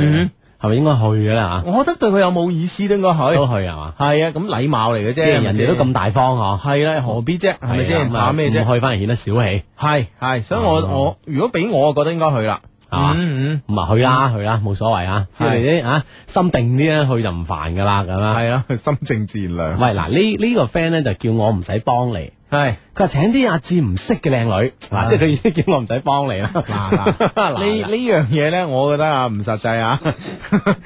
[SPEAKER 2] 嗯，
[SPEAKER 3] 係咪應該去嘅啦
[SPEAKER 2] 我覺得對佢有冇意思都應該去，
[SPEAKER 3] 吓？都
[SPEAKER 2] 係
[SPEAKER 3] 去係嘛？
[SPEAKER 2] 啊，咁禮貌嚟嘅啫，
[SPEAKER 3] 即哦係人哋都咁大方嗬，
[SPEAKER 2] 係啦，何必啫？嗯係咪先
[SPEAKER 3] 係啊
[SPEAKER 2] 怕咩啫
[SPEAKER 3] 唔？去反而顯得小氣。
[SPEAKER 2] 系系，所以我
[SPEAKER 3] 嗯
[SPEAKER 2] 我如果俾我，我覺得應該去啦。
[SPEAKER 3] 啊
[SPEAKER 2] 嗯
[SPEAKER 3] 咁啊，去啦去啦，冇所謂啊，即係你啲啊心定啲咧，去就唔煩噶啦，咁
[SPEAKER 2] 嗯，
[SPEAKER 3] 啊。
[SPEAKER 2] 係啦， 心靜自然
[SPEAKER 3] 喂，嗱呢呢個 friend 咧就叫我唔使幫你。
[SPEAKER 2] 涼。系
[SPEAKER 3] 佢話請啲阿志唔識嘅靚女，嗱，即係佢意思叫我唔使幫你啦。
[SPEAKER 2] 啊嗱嗱， 呢呢樣嘢咧，我覺得啊唔實際啊，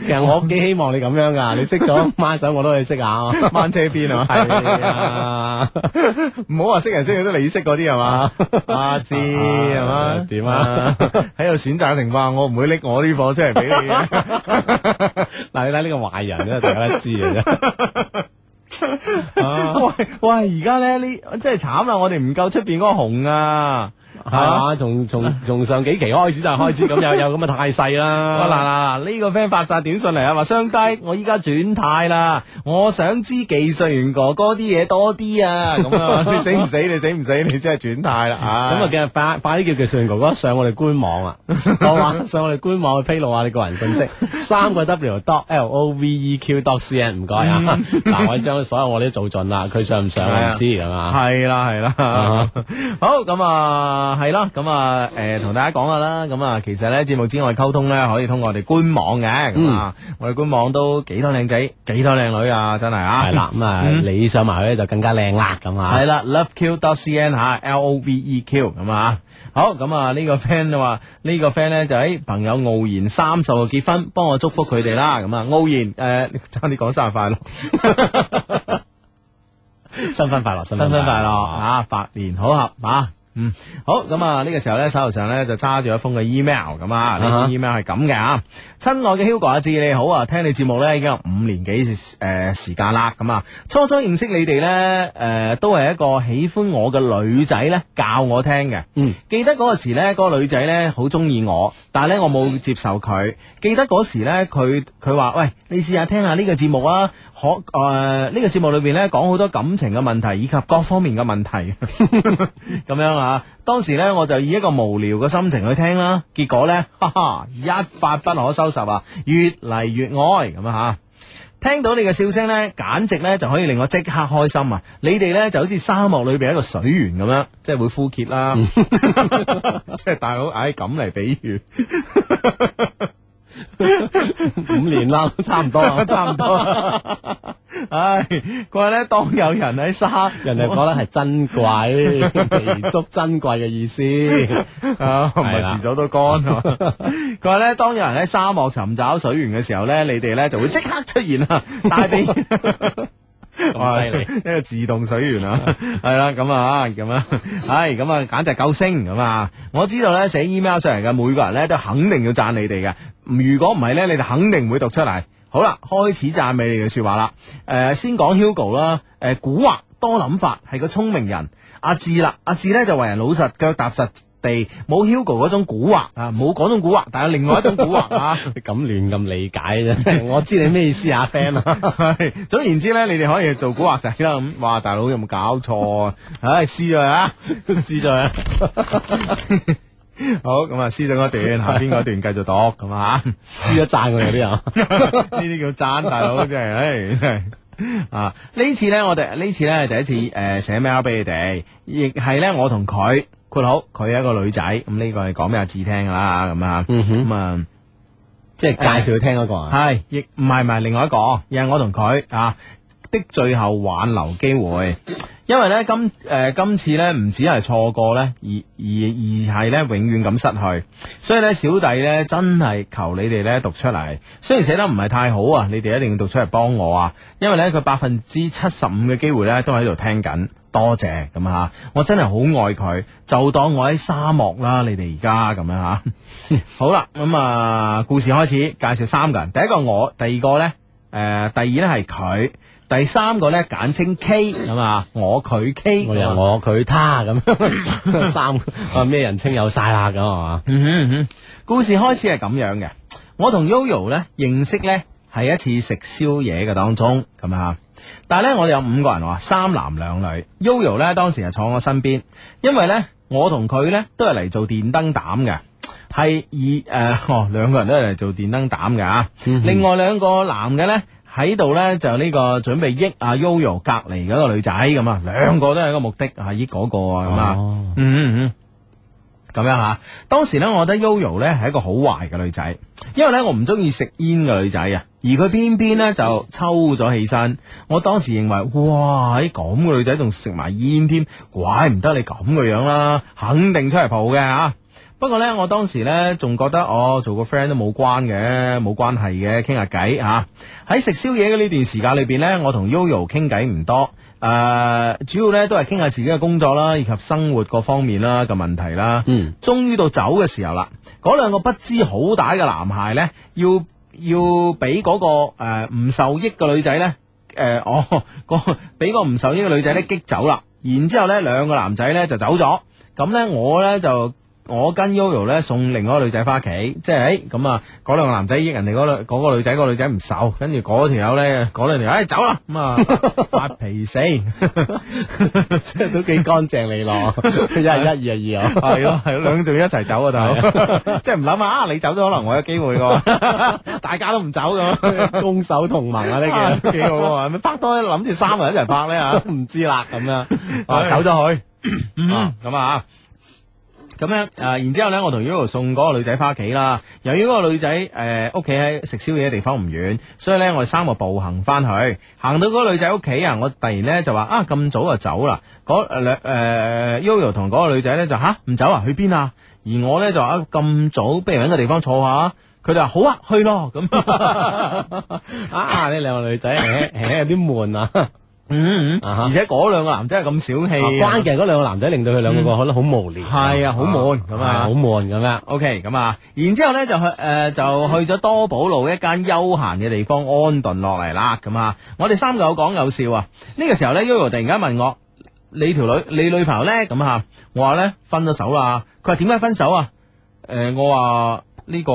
[SPEAKER 3] 其實我幾希望你咁樣 噶，你識咗孖手我都去識下啊。
[SPEAKER 2] 掹車邊啊嘛，
[SPEAKER 3] 係啊，
[SPEAKER 2] 唔好話識人識去都你識嗰啲係 嘛，阿知係嘛
[SPEAKER 3] 啊，點啊？
[SPEAKER 2] 喺度選擇嘅情況下，我唔會拎我啲貨出嚟俾你嘅。
[SPEAKER 3] 嗱你睇呢個壞人咧，大家都知嘅啊啫。
[SPEAKER 2] 喂喂，而家咧呢真係慘啦，我哋唔夠出边嗰個紅啊！
[SPEAKER 3] 係啊，從
[SPEAKER 2] 嗯
[SPEAKER 3] 從從上幾期開始就開始 咁有有咁嘅態勢
[SPEAKER 2] 哇
[SPEAKER 3] 啦。
[SPEAKER 2] 嗱嗱嗱，呢個 friend 發晒短信嚟啊，話相低，我依家轉態啦，我想知技術員哥哥啲嘢多啲啊，咁 啊，你死唔死？你死唔死？你真係轉態啦，
[SPEAKER 3] 咁啊，
[SPEAKER 2] 啊！
[SPEAKER 3] 嘅快快啲叫技術員哥哥上我哋官網啊，我 話上我哋官網去披露下你個人信息，三個 W dot L O V E Q dot C N，唔該啊。
[SPEAKER 2] 嗯
[SPEAKER 3] 嗱，我將所有我哋都做盡啦，佢上唔上我唔知咁啊。
[SPEAKER 2] 係啦係啦
[SPEAKER 3] 啊，
[SPEAKER 2] 好咁啊係啦，咁啊誒同大家講下啦，咁啊其實咧節目之外溝通咧可以通過我哋官網嘅，咁啊我哋官網都幾多靚仔幾多靚女啊，真係啊！
[SPEAKER 3] 係啦，咁啊，你上埋去咧就更加靚啦，咁啊。
[SPEAKER 2] 系啦，loveq.cn 吓，L O V E Q 咁啊，好咁啊呢個 friend 就話呢個 friend 咧就喺朋友傲然三十號結婚，幫我祝福佢哋啦，咁啊傲然誒差啲講生日快樂，
[SPEAKER 3] 新婚快樂，新
[SPEAKER 2] 新婚快樂
[SPEAKER 3] 啊！
[SPEAKER 2] 啊，百年好合啊！嗯，好咁啊！呢個時候咧，手頭上咧就揸住一封嘅 email 咁啊，呢
[SPEAKER 3] 啊哈
[SPEAKER 2] 封 email 係咁嘅啊，親愛嘅 Hugo 阿志你好啊，聽你節目咧已經有五年幾誒、呃、時間啦，咁啊，初初認識你哋咧誒都係一個喜歡我嘅女仔咧教我聽嘅，
[SPEAKER 3] 嗯，
[SPEAKER 2] 記得嗰時咧，嗰、個女仔咧好中意我，但係咧我冇接受佢。記得嗰時咧，佢佢話：喂，你試下聽下呢個節目啊，可誒呢、個節目裏邊咧講好多感情嘅問題以及各方面嘅問題。 咁樣啊。當時呢，我就以一個無聊嘅心情去聽啦，結果呢，哈哈，一發不可收拾啊，越嚟越愛咁啊吓。聽到你嘅笑聲呢，簡直呢就可以令我即刻開心啊！你哋呢就好似沙漠裏邊一個水源咁樣，即係會枯竭啦。
[SPEAKER 3] 嗯
[SPEAKER 2] 即係大佬，唉咁嚟比喻，
[SPEAKER 3] 五年 啦，差唔多啦，
[SPEAKER 2] 差唔多。唉，佢話呢，當有人喺沙，
[SPEAKER 3] 人哋覺得係珍貴， 彌足珍貴嘅意思。
[SPEAKER 2] 啊，唔
[SPEAKER 3] 係
[SPEAKER 2] 係
[SPEAKER 3] 啦
[SPEAKER 2] 遲早都乾啊！佢話咧，當有人喺沙漠尋找水源嘅時候咧，你哋咧就會即刻出現 啊，帶俾
[SPEAKER 3] 咁犀利
[SPEAKER 2] 一個自動水源啊， 係啦，咁啊，咁啊，唉，咁啊，簡直救星咁啊！我知道咧寫 email 上嚟嘅每個人咧都肯定要讚你哋嘅，如果唔係咧，你哋肯定唔會讀出嚟。好啦，開始讚美你哋嘅說話啦。誒、先講 Hugo 啦，誒、古惑多諗法，係個聰明人。阿志啦，阿志咧就為人老實，腳踏實地，冇 Hugo 嗰種古惑啊，冇嗰種古惑，但係另外一種古惑啊。
[SPEAKER 3] 你咁亂咁理解啫， 我知你咩意思啊，friend 啊。
[SPEAKER 2] 係總言之咧，你哋可以做古惑仔啦。咁，哇，大佬有冇搞錯啊？唉，撕咗佢啊， 撕咗佢啊。好，咁啊，撕咗嗰段，下邊嗰段繼續讀咁啊。
[SPEAKER 3] 知一讚我哋啲人，
[SPEAKER 2] 呢啲叫讚大佬，真係，唉真係啊！呢次呢，我哋呢次呢，係第一次誒寫 mail 俾你哋，亦係呢，我同佢括號，佢係一個女仔，咁呢個係講俾阿志聽㗎啦，咁啊，
[SPEAKER 3] 嗯
[SPEAKER 2] 咁啊。
[SPEAKER 3] 即係介紹佢聽嗰個啊。
[SPEAKER 2] 系，亦唔係唔係另外一個，而係我同佢啊的最後挽留機會。因為呢，今誒、呃今次呢，唔止係錯過呢，而而而係呢，永遠咁失去，所以呢，小弟呢，真係求你哋呢讀出嚟。雖然寫得唔係太好啊，你哋一定要讀出嚟幫我啊，因為呢，佢百分之七十五嘅機會呢，都喺度聽緊。多謝咁啊！我真係好愛佢，就當我喺沙漠啦，你哋而家咁樣啊吓。好啦，咁啊，故事開始，介紹三個人，第一個我，第二個呢，诶、第二呢係佢，第三個咧簡稱 K 咁啊，我佢 K
[SPEAKER 3] 我
[SPEAKER 2] 咁
[SPEAKER 3] 有
[SPEAKER 2] 啊
[SPEAKER 3] 我佢他咁 樣三啊咩人稱有晒啦咁係 嘛？
[SPEAKER 2] 嗯哼嗯哼，故事開始係咁樣嘅。我同 Yoyo 咧認識咧係一次食宵夜嘅當中咁啊，但係咧我哋有五個人話三男兩女，Yoyo 咧當時係坐我身邊，因為咧我同佢咧都係嚟做電燈膽嘅。係以誒、呃哦，兩個人都係嚟做電燈膽嘅啊。另外兩個男嘅咧喺度咧就呢個準備益啊 Yoyo 隔離嗰個女仔咁啊，兩個都係一個目的啊，益嗰個啊咁啊，嗯嗯嗯。咁樣吓，當時咧，我覺得 Yoyo 咧係一個好壞嘅女仔，因為咧我唔中意食煙嘅女仔啊，而佢偏偏咧就抽咗起身。我當時認為，哇！啲咁嘅女仔仲食埋煙添，怪唔得你咁嘅樣啦，肯定出嚟蒲嘅吓。不過咧，我當時咧仲覺得，我、做個 friend 都冇關嘅，冇關係嘅，傾下偈吓。喺食宵夜嘅呢段時間裏邊咧，我同 Yoyo 傾偈唔多。誒、主要咧都係傾下自己嘅工作啦，以及生活各方面啦嘅問題啦。
[SPEAKER 3] 嗯，
[SPEAKER 2] 終於到走嘅時候啦，嗰兩個不知好歹嘅男孩咧，要要俾嗰、個誒唔、受益嘅女仔咧，誒、 哦，個俾個唔受益嘅女仔咧激走啦。然之後咧，兩個男仔咧就走咗。咁咧，我咧就我跟 Yoyo 咧送另外一個女仔翻屋企，即係誒咁啊，嗰兩個男仔益人哋嗰兩嗰個女仔，嗰個女仔唔受，跟住嗰條友咧，嗰兩條唉走啦，咁啊 發脾氣。
[SPEAKER 3] 即係都幾乾淨利落，一係一，二係二啊。
[SPEAKER 2] 系咯系咯，两仲要一齐走啊，大佬， 即系唔谂啊，你走咗可能我有机会 噶，大家都唔走咁，
[SPEAKER 3] 攻守同盟啊！呢
[SPEAKER 2] 啊几好啊，咪拍拖谂住三個人一齐拍啊咧吓，
[SPEAKER 3] 個唔知啦咁 樣，
[SPEAKER 2] 啊
[SPEAKER 3] 啊
[SPEAKER 2] 走
[SPEAKER 3] 走咗去，
[SPEAKER 2] 啊咁啊。咁樣誒、啊然之後咧，我同 Uro 送嗰個女仔翻屋企啦。由於嗰個女仔誒屋企喺食宵夜嘅地方唔遠，所以咧我哋三個步行翻去，行到嗰個女仔屋企啊，我突然咧就話啊咁早就走啦。嗰誒兩誒 Uro 同嗰個女仔咧就吓唔、走啊，去邊啊？而我咧就話啊咁早，不如揾個地方坐下。佢哋話好啊，去咯 咁。
[SPEAKER 3] 啊呢兩個女仔誒誒有啲悶啊！
[SPEAKER 2] 嗯，嗯
[SPEAKER 3] 啊哈
[SPEAKER 2] 而且嗰兩個男仔係咁小氣
[SPEAKER 3] 啊
[SPEAKER 2] 啊，嗯
[SPEAKER 3] 關鍵係嗰兩個男仔令到佢兩個覺得好無聊，
[SPEAKER 2] 係啊好悶咁啊
[SPEAKER 3] 好悶咁樣。
[SPEAKER 2] O K，咁啊，然之後咧就去誒、呃就去咗多寶路一間休閒嘅地方安頓落嚟啦，咁啊，我哋三個有講有笑啊。呢、個時候咧，Yoyo 突然間問我：你條女你女朋友咧？咁啊，我話咧分咗手啦。佢話點解分手啊？誒、我話呢個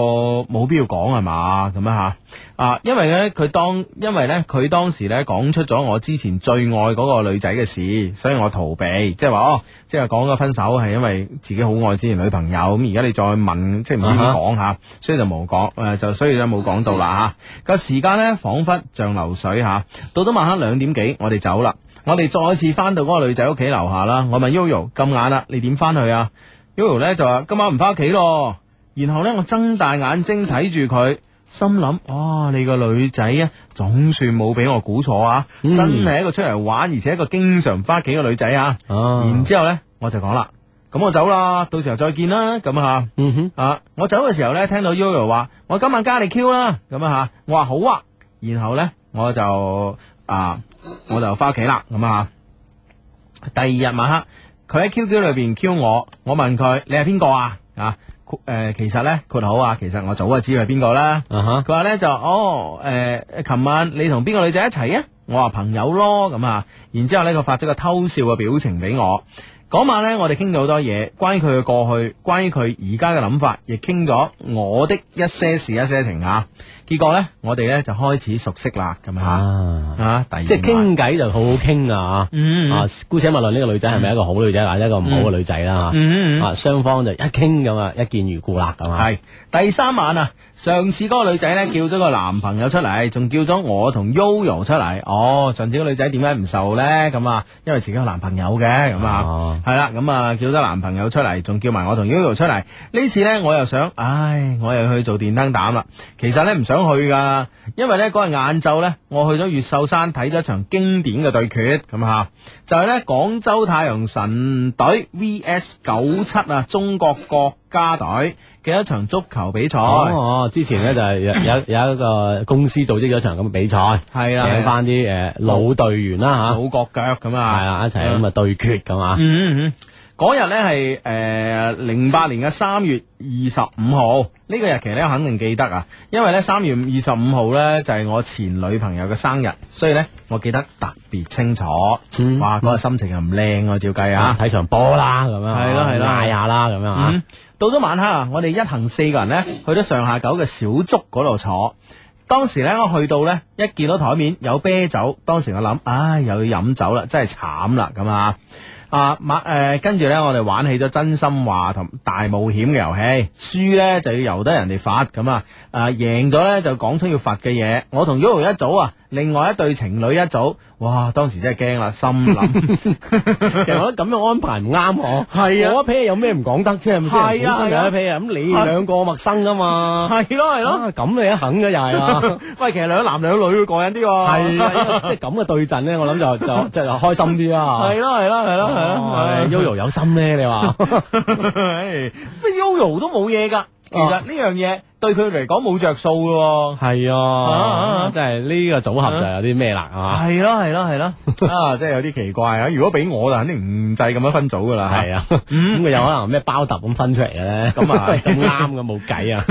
[SPEAKER 2] 冇必要講係嘛，咁樣嚇啊，因為咧佢當因為咧佢當時咧講出咗我之前最愛嗰個女仔嘅事，所以我逃避，即係話哦，即係講咗分手係因為自己好愛之前女朋友，咁而家你再問，即係唔知點講嚇，所以就冇講誒，就所以就冇講到啦嚇。個時間咧彷彿像流水嚇，到咗晚黑兩點幾，我哋走啦。我哋再次翻到嗰個女仔屋企樓下啦，我問 Yoyo 咁晏啦，你點翻去啊？Yoyo 咧就話今晚唔翻屋企咯，然後咧我睜大眼睛睇住佢，心諗哇你個女仔啊，總算冇俾我估錯啊，
[SPEAKER 3] 嗯
[SPEAKER 2] 真係一個出嚟玩，而且一個經常唔翻屋企嘅女仔啊。
[SPEAKER 3] 哦
[SPEAKER 2] 然之後咧我就講啦，咁我走啦，到時候再見啦，咁啊。
[SPEAKER 3] 嗯哼，
[SPEAKER 2] 啊，我走嘅時候咧，聽到 Yoyo 話我今晚加你 Q 啦，咁啊吓，我話好啊，然後咧我就啊我就翻屋企啦，咁啊，第二日晚黑，佢喺 QQ 裏邊 Q 我，我問佢你係邊個啊？啊，誒、其實咧括好啊，其實我早就知佢係邊個啦。
[SPEAKER 3] 啊哈，
[SPEAKER 2] 佢話咧就哦誒，琴、晚你同邊個女仔一齊啊？我話朋友咯咁啊，然之後咧佢發咗個偷笑嘅表情俾我。嗰晚咧，我哋傾咗好多嘢，關於佢嘅過去，關於佢而家嘅諗法，亦傾咗我的一些事、一些情啊。結果咧，我哋咧就開始熟悉啦，咁啊
[SPEAKER 3] 啊，
[SPEAKER 2] 啊，第二
[SPEAKER 3] 即係
[SPEAKER 2] 晚，
[SPEAKER 3] 傾偈就好好傾啊！
[SPEAKER 2] 嗯
[SPEAKER 3] 啊，姑且勿論呢個女仔係咪一個好女仔，或者一個唔好嘅女仔啦嚇
[SPEAKER 2] 嗯嗯
[SPEAKER 3] 啊，雙方就一傾咁啊，一見如故啦咁啊，
[SPEAKER 2] 系第三晚啊，上次嗰個女仔咧叫咗個男朋友出嚟，仲叫咗我同 Yoyo 出嚟。哦，上次個女仔點解唔受呢？咁啊，因為自己有男朋友嘅咁啊
[SPEAKER 3] 哦，
[SPEAKER 2] 係啦、咁啊叫咗男朋友出嚟，仲叫埋我同 Yoyo 出嚟。呢次呢，我又想，唉，我又去做電燈膽啦。其實呢，唔想去噶，因為呢嗰日晏晝呢，我去咗越秀山睇咗一場經典嘅對決，咁啊，就係呢廣州太陽神隊 V.S. 九七啊，中國國家隊嘅一場足球比賽。
[SPEAKER 3] 哦，哦之前咧就係有有有一個公司組織咗一場咁嘅比賽，
[SPEAKER 2] 係啊
[SPEAKER 3] 請翻啲誒老隊員啦
[SPEAKER 2] 老
[SPEAKER 3] 嚇，
[SPEAKER 2] 國腳咁
[SPEAKER 3] 係
[SPEAKER 2] 啊，
[SPEAKER 3] 啊，一齊咁啊對決咁啊，
[SPEAKER 2] 嗯嗯嗯。嗰日呢係诶零八年嘅三月二十五號，呢、個日期呢，肯定記得啊，因為呢三月二十五號呢，就係我前女朋友嘅生日，所以呢，我記得特別清楚。
[SPEAKER 3] 嗯
[SPEAKER 2] 哇，嗰日心情又唔靚啊，照計啊。
[SPEAKER 3] 睇場波啦，咁樣
[SPEAKER 2] 係啦係啦
[SPEAKER 3] 嗌下啦，咁樣啊
[SPEAKER 2] 嗯，到咗晚黑啊，我哋一行四個人呢，去咗上下九嘅小竹嗰度坐。當時呢，我去到呢，一見到台面有啤酒，當時我諗，唉，又要飲酒啦，真係慘啦咁啊！啊，晚誒跟住呢，我哋玩起咗真心話同大冒險嘅遊戲，輸呢就要由得人哋罰咁啊，啊贏咗呢就講出要罰嘅嘢。我同 Uro 一組啊，另外一對情侶一組，哇！當時真係驚啦，心諗。
[SPEAKER 3] 其實我覺得咁樣安排唔啱我。
[SPEAKER 2] 係啊
[SPEAKER 3] 我一批有咩唔講得啫，係咪
[SPEAKER 2] 係
[SPEAKER 3] 先？
[SPEAKER 2] 啊
[SPEAKER 3] 本身
[SPEAKER 2] 係啊
[SPEAKER 3] 有一批啊，咁你兩個陌生噶嘛。
[SPEAKER 2] 係咯係
[SPEAKER 3] 啊，咁你都肯嘅 又係啊。
[SPEAKER 2] 喂，其實兩男兩女會過癮啲喎。
[SPEAKER 3] 係啊，因為即係咁嘅對陣咧，我諗就就就就開心啲啊。
[SPEAKER 2] 係咯係咯係咯係咯
[SPEAKER 3] 啊
[SPEAKER 2] 係
[SPEAKER 3] ，Yoyo 有心咧，你話？
[SPEAKER 2] 唉乜 Yoyo 都冇嘢
[SPEAKER 3] 啊
[SPEAKER 2] 噶，其實呢樣嘢對佢嚟講冇着數嘅喎。
[SPEAKER 3] 係
[SPEAKER 2] 啊
[SPEAKER 3] 啊，即係呢個組合就有啲咩啦啊？
[SPEAKER 2] 係咯係咯係咯， 啊真係有啲奇怪啊！如果俾我就肯定唔制咁樣分組噶啦。
[SPEAKER 3] 係啊，咁佢有可能咩包揼咁分出嚟嘅咧？
[SPEAKER 2] 咁 啊
[SPEAKER 3] 咁啱嘅冇計 啊。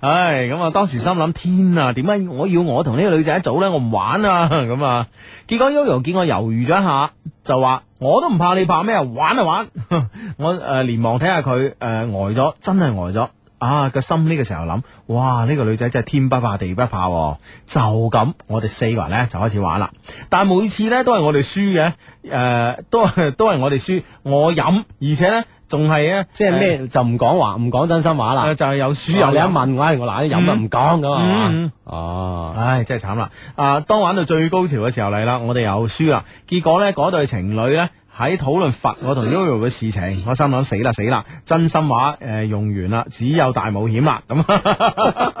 [SPEAKER 2] 唉，咁啊，當時心諗天啊，點解我要我同呢個女仔一組呢？我唔玩啊， 咁啊，結果 Yoyo 見我猶豫咗一下，就話我都唔怕你怕咩啊，玩啊玩！ 我誒、呃連忙睇下佢誒呃呆咗，真係呆咗。啊！個心呢個時候諗，哇！呢、個女仔真係天不怕地不怕、喎。就咁我哋四個人呢就開始玩啦。但係每次呢都係我哋輸嘅，誒、都係 都係我哋輸，我飲，而且呢仲係咧，
[SPEAKER 3] 即係咩啊哦就唔講話，唔講真心話啦
[SPEAKER 2] 呃？。就係、有輸
[SPEAKER 3] 主
[SPEAKER 2] 有
[SPEAKER 3] 任你一
[SPEAKER 2] 飲
[SPEAKER 3] 問我，唉我嗱啲飲啊唔講咁啊
[SPEAKER 2] 嗯嗯
[SPEAKER 3] 嘛。哦，
[SPEAKER 2] 唉，真係慘啦！啊，當玩到最高潮嘅時候嚟啦，我哋又輸啦。結果呢，嗰對情侶呢，喺討論罰我同 Yoyo 嘅事情，我心諗死啦死啦，真心話誒、呃用完啦，只有大冒險啦咁。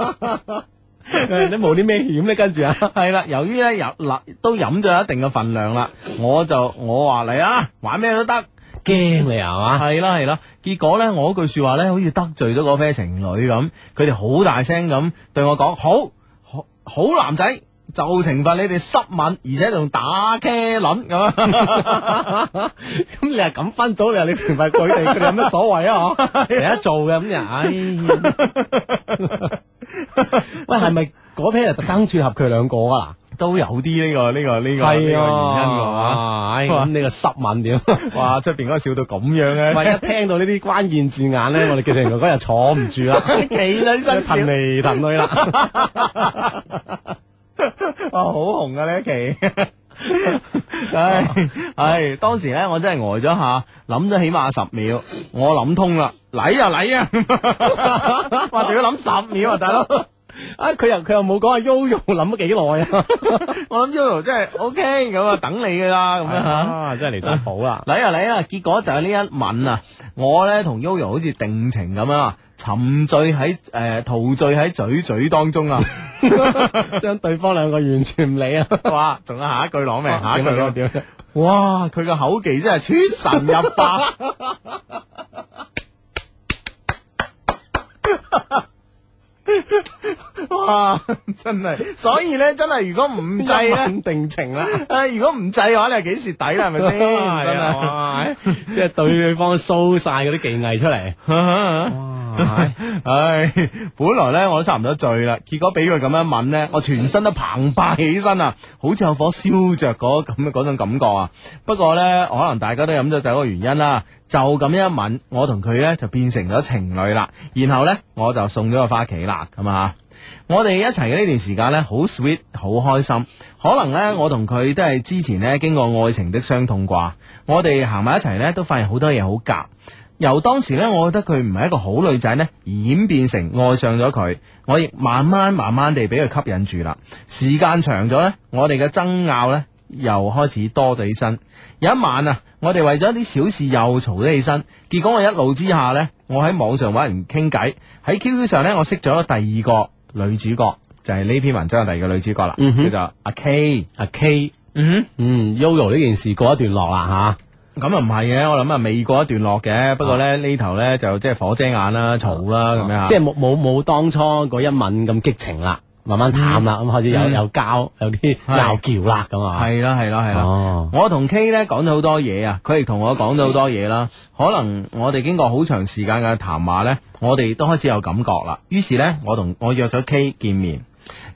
[SPEAKER 3] 你冇啲咩險咧？跟住啊，
[SPEAKER 2] 係啦，由於呢，飲嗱都飲咗一定嘅份量啦，我就我話嚟啊，玩咩都得。啊
[SPEAKER 3] 驚你係嘛？
[SPEAKER 2] 係啦係啦，結果呢，我嗰句說話呢，好似得罪咗嗰 pair 情侶咁，佢哋好大聲咁對我講：好，好，好男仔就懲罰你哋濕吻，而且仲打茄輪咁啊！
[SPEAKER 3] 咁你係咁分組，你話你評罰佢哋，佢哋有乜所謂啊？ 嗬，成日做嘅咁就，唉，喂，係咪嗰 pair 就特登撮合佢兩個啊？
[SPEAKER 2] 都有啲呢、個呢、個呢、
[SPEAKER 3] 嗱，
[SPEAKER 2] 個呢個原因㗎嘛？
[SPEAKER 3] 啊，唉，咁呢個濕吻點？
[SPEAKER 2] 哇！出邊嗰個笑到咁樣
[SPEAKER 3] 喂，
[SPEAKER 2] 嘅，
[SPEAKER 3] 一聽到呢啲關鍵字 眼咧，我哋決定嗰日坐唔住啦，
[SPEAKER 2] 企起身笑
[SPEAKER 3] 騰嚟騰去啦。
[SPEAKER 2] 哇，好紅啊呢一期。 唉唉，當時咧我真係呆咗下，諗咗起碼十秒，我諗通啦，嚟啊嚟啊！ 哇，仲要諗十秒啊，大佬！
[SPEAKER 3] 啊，佢又佢又冇講阿 Yoyo 諗咗幾 耐啊？
[SPEAKER 2] 我諗 Jojo 真係 OK 咁啊，等你噶啦咁樣吓。
[SPEAKER 3] 啊，真係離晒譜啦！
[SPEAKER 2] 嚟啊嚟啊！結果就係呢一吻啊，我咧同 Yoyo 好似定情咁樣啊，沉醉喺誒、呃陶醉喺嘴嘴當中 啊！
[SPEAKER 3] 將對方兩個完全唔 理啊！
[SPEAKER 2] 哇，仲有下一句攞命，下一句
[SPEAKER 3] 點啊
[SPEAKER 2] 攞
[SPEAKER 3] 點啊點啊
[SPEAKER 2] 哇！佢個口技真係出神入化。哇！真係，所以咧，真係如果唔制
[SPEAKER 3] 一
[SPEAKER 2] 咧，
[SPEAKER 3] 吻定情啦，
[SPEAKER 2] 誒，如果唔制嘅話，你係幾蝕底啦，係咪先？真係。
[SPEAKER 3] 哇！即係對方 show 晒嗰啲技藝出嚟，哇！
[SPEAKER 2] 唉，本來咧我都差唔多醉啦，結果俾佢咁樣吻咧，我全身都澎湃起身啊，好似有火燒着嗰咁嘅嗰種感覺啊。不過咧，可能大家都飲咗酒嘅原因啦，就咁一吻，我同佢咧就變成咗情侶啦。然後咧，我就送咗佢翻屋企啦，咁啊。我哋一齊嘅呢段時間呢，好 sweet，好開心。可能呢，我同佢都係之前呢經過愛情的傷痛啩。我哋行埋一齊呢，都發現好多嘢好夾。由當時呢，我覺得佢唔係一個好女仔呢，演變成愛上咗佢。我亦慢慢慢慢地俾佢吸引住啦。時間長咗呢，我哋嘅爭拗呢，又開始多咗起身。有一晚啊，我哋為咗啲小事又嘈咗起身，結果我一怒之下呢，我喺網上揾人傾偈，喺 QQ 上呢，我識咗第二個女主角，就係呢篇文章嘅第二個女主角啦，
[SPEAKER 3] 嗯哼
[SPEAKER 2] 叫做阿 K。
[SPEAKER 3] 阿 K，
[SPEAKER 2] 嗯
[SPEAKER 3] 嗯，Yoyo 呢件事過一段落啦
[SPEAKER 2] 哼，咁啊唔係嘅，我諗啊未過一段落嘅，不過
[SPEAKER 3] 啊
[SPEAKER 2] 呢，呢頭呢，就即係火遮眼啦、嘈啦咁樣
[SPEAKER 3] 吓，
[SPEAKER 2] 啊
[SPEAKER 3] 即係冇冇冇當初嗰一吻咁激情啦，慢慢淡啦，咁開始有
[SPEAKER 2] 嗯
[SPEAKER 3] 有交有啲
[SPEAKER 2] 係
[SPEAKER 3] 拗撬啦，咁啊，
[SPEAKER 2] 系啦系啦系啦。
[SPEAKER 3] 哦，
[SPEAKER 2] 我同 K 咧講咗好多嘢啊，佢亦同我講咗好多嘢啦。可能我哋經過好長時間嘅談話呢，我哋都開始有感覺啦。於是呢，我同我約咗 K 見面。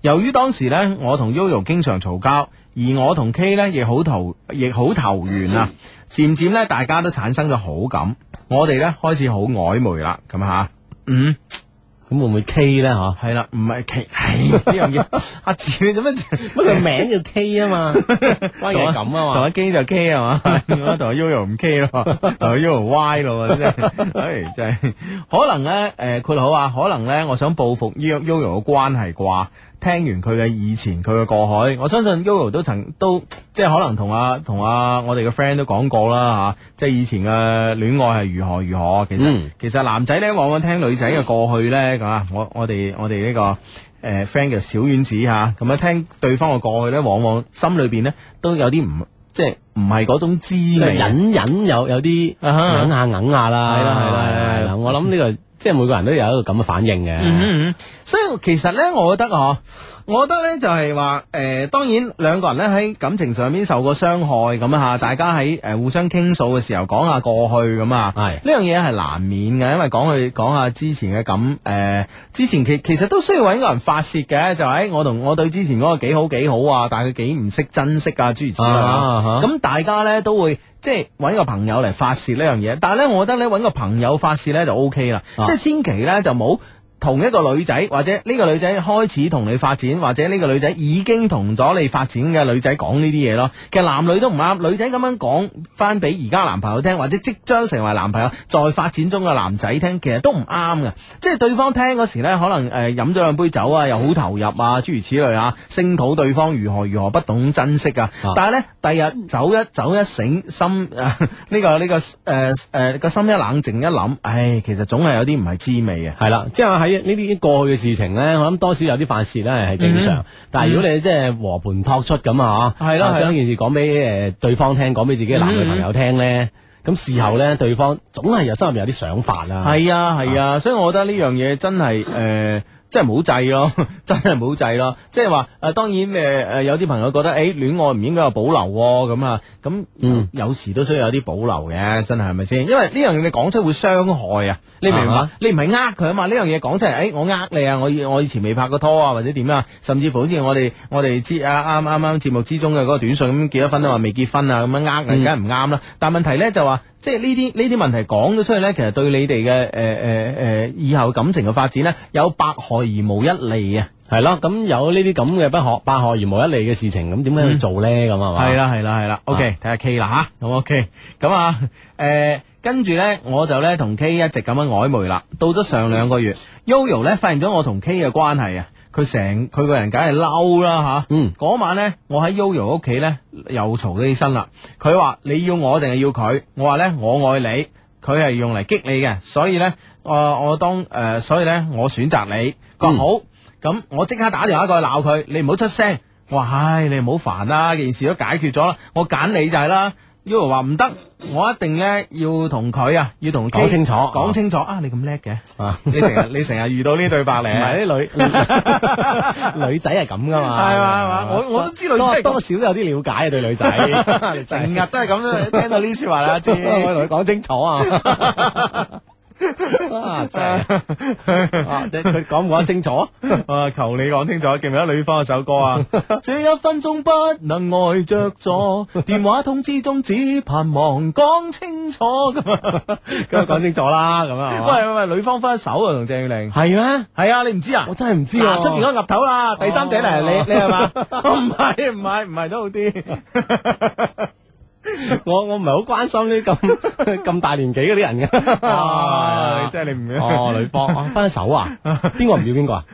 [SPEAKER 2] 由於當時呢，我同 Yoyo 經常嘈交，而我同 K 呢亦好投亦好投緣啊。漸漸呢，大家都產生咗好感，我哋呢開始好曖昧啦，咁吓。嗯，
[SPEAKER 3] 咁會唔會 K 咧？嗬，
[SPEAKER 2] 系啦，唔係 K，系呢樣嘢。 阿志你做乜？
[SPEAKER 3] 乜就名叫 K 啊 嘛，
[SPEAKER 2] 同阿
[SPEAKER 3] 關鍵係咁啊
[SPEAKER 2] 同
[SPEAKER 3] 嘛，
[SPEAKER 2] 阿 K 就 K 係 嘛，同阿 Yoyo 唔 K 咯，同阿 Yoyo Y 咯，真 係，唉，真係，可能咧，诶，括好啊，可能咧，我想報復
[SPEAKER 3] 嗯
[SPEAKER 2] Yo- Yoyo 嘅關係啩。聽完佢嘅以前佢嘅過海，我相信 Yoyo 都曾都即係可能同阿同阿我哋嘅 friend 都講過啦吓、即係以前嘅戀愛係如何如何。其實、
[SPEAKER 3] 嗯
[SPEAKER 2] 其實男仔咧往往聽女仔嘅過去咧咁啊，我我哋我哋呢、個。诶呃 friend 嘅小丸子吓，咁樣啊聽對方嘅過去咧，往往心裏边咧都有啲唔即係唔係嗰種滋
[SPEAKER 3] 即係
[SPEAKER 2] 味。
[SPEAKER 3] 隱隱有有啲
[SPEAKER 2] 啊哈
[SPEAKER 3] 硬下硬下啦，
[SPEAKER 2] 係啦係啦係啦
[SPEAKER 3] 係啦我諗呢個即係每個人都有一個咁嘅反應嘅，
[SPEAKER 2] 嗯嗯嗯，所以其實咧，我覺得嗬，我覺得咧就係話诶，當然兩個人咧喺感情上面受過傷害咁啊，大家喺诶互相傾訴嘅時候講下過去咁啊，
[SPEAKER 3] 係
[SPEAKER 2] 呢樣嘢係難免嘅，因為講去講下之前嘅感诶、呃之前其其實都需要揾個人發泄嘅，就係、哎我同我對之前嗰個幾好幾好啊，但係佢幾唔識珍惜啊，諸如此類
[SPEAKER 3] 啊哈
[SPEAKER 2] 啊。咁、大家咧都會即係揾個朋友嚟發泄呢樣嘢，但係咧我覺得咧揾個朋友發泄咧就 O K 啦，
[SPEAKER 3] 啊
[SPEAKER 2] 即係千祈咧就冇。同一個女仔或者呢個女仔開始同你發展，或者呢個女仔已經同咗你發展嘅女仔講呢啲嘢咯。其實男女都唔啱，女仔咁樣講翻俾而家男朋友聽，或者即將成為男朋友在發展中嘅男仔聽，其實都唔啱嘅。即係對方聽嗰時呢，可能誒飲咗兩杯酒啊，又好投入啊，諸如此類啊，聲討對方如何如何不懂珍惜啊。
[SPEAKER 3] 啊
[SPEAKER 2] 但係呢，第日走一走一醒心誒呢、個呢、個誒誒個心一冷靜一諗，唉，其實總係有啲唔係滋味啊嘅。
[SPEAKER 3] 係啦，即係喺呢啲過去嘅事情咧，我諗多少有啲發泄咧係正常，但係如果你即係和盤托出咁啊，
[SPEAKER 2] 係啦
[SPEAKER 3] 啊
[SPEAKER 2] 係啦
[SPEAKER 3] 將件事講俾誒對方聽，講俾自己嘅男女朋友聽咧，咁事後咧對方總係有心入面有啲想法啦，
[SPEAKER 2] 系啊系啊，所以我覺得呢樣嘢真係诶。呃真係冇制咯， 真係冇制咯。即係話誒，當然誒誒、呃有啲朋友覺得誒戀愛唔應該有保留喎咁啊，咁、
[SPEAKER 3] 嗯
[SPEAKER 2] 有時都需要有啲保留嘅，真係係咪先？因為呢樣嘢你講出會傷害啊，你明唔明
[SPEAKER 3] 啊哈
[SPEAKER 2] 啊？你唔係呃佢啊嘛，呢樣嘢講出嚟，誒、我呃你啊，我以我以前未拍過拖啊，或者點啊，甚至乎好似我哋我哋知啊啱啱啱節目之中嘅嗰個短信咁結咗婚啊，話未結婚啊，咁樣呃人
[SPEAKER 3] 嗯
[SPEAKER 2] 梗係唔啱啦。但問題咧就話。即係呢啲呢啲問題講咗出去咧，其實對你哋嘅誒誒誒以後感情嘅發展咧，有百害而無一利啊！
[SPEAKER 3] 係咯，咁有呢啲咁嘅不可百害而無一利嘅事情，咁點解要做咧？咁係嘛？
[SPEAKER 2] 係啦係啦係啦，OK，睇下 K 啦吓，咁 OK，咁啊誒，跟住咧我就咧同 K 一直咁樣曖昧啦。到咗上兩個月，Yoyo 咧發現咗我同 K 嘅關係啊，佢成佢個人梗係嬲啦吓。
[SPEAKER 3] 嗯，
[SPEAKER 2] 嗰晚咧，我喺 Yoyo 屋企咧又嘈咗起身啦。佢話你要我定係要佢？我話咧我愛你，佢係用嚟激你嘅，所以咧我我當誒、呃所以咧我選擇你。佢話
[SPEAKER 3] 嗯
[SPEAKER 2] 好。咁我即刻打電話過去鬧佢，你唔好出聲。我話唉，你唔好煩啦，件事都解決咗啦，我揀你就係啦。Uro 話唔得，我一定咧要同佢啊，要同
[SPEAKER 3] 講清楚
[SPEAKER 2] 講清楚啊！你咁叻嘅，
[SPEAKER 3] 啊
[SPEAKER 2] 你成日你成日遇到呢對白
[SPEAKER 3] 唔係
[SPEAKER 2] 咧，
[SPEAKER 3] 啲女女仔係咁噶嘛，
[SPEAKER 2] 係嘛係嘛我我都知女仔係咁
[SPEAKER 3] 多多少有啲了解啊 對女仔， 你
[SPEAKER 2] 成
[SPEAKER 3] 真係
[SPEAKER 2] 日都係 咁樣聽到呢啲説話啦，知。
[SPEAKER 3] 我同佢講清楚啊！啊，真係啊！你佢講唔講得清楚？
[SPEAKER 2] 啊！求你講清楚，記唔記得女方嗰首歌 啊？這一分鐘不能呆着 咗，電話通知中只盼望講清楚咁啊！
[SPEAKER 3] 咁講清楚啦，咁啊係嘛，
[SPEAKER 2] 喂喂喂，女方分手啊，同鄭月玲。
[SPEAKER 3] 係咩？
[SPEAKER 2] 系啊，你唔知啊哦
[SPEAKER 3] 我？真係唔知啊！
[SPEAKER 2] 嗱出邊嗰個岌頭啦，第三者嚟，你你係 嘛？唔係唔係唔係都好啲。
[SPEAKER 3] 我我唔係好關心呢咁咁大年紀嗰啲人嘅。
[SPEAKER 2] 哦哇！你真係你唔
[SPEAKER 3] 哦，女博啊分手啊？邊個唔要邊個啊？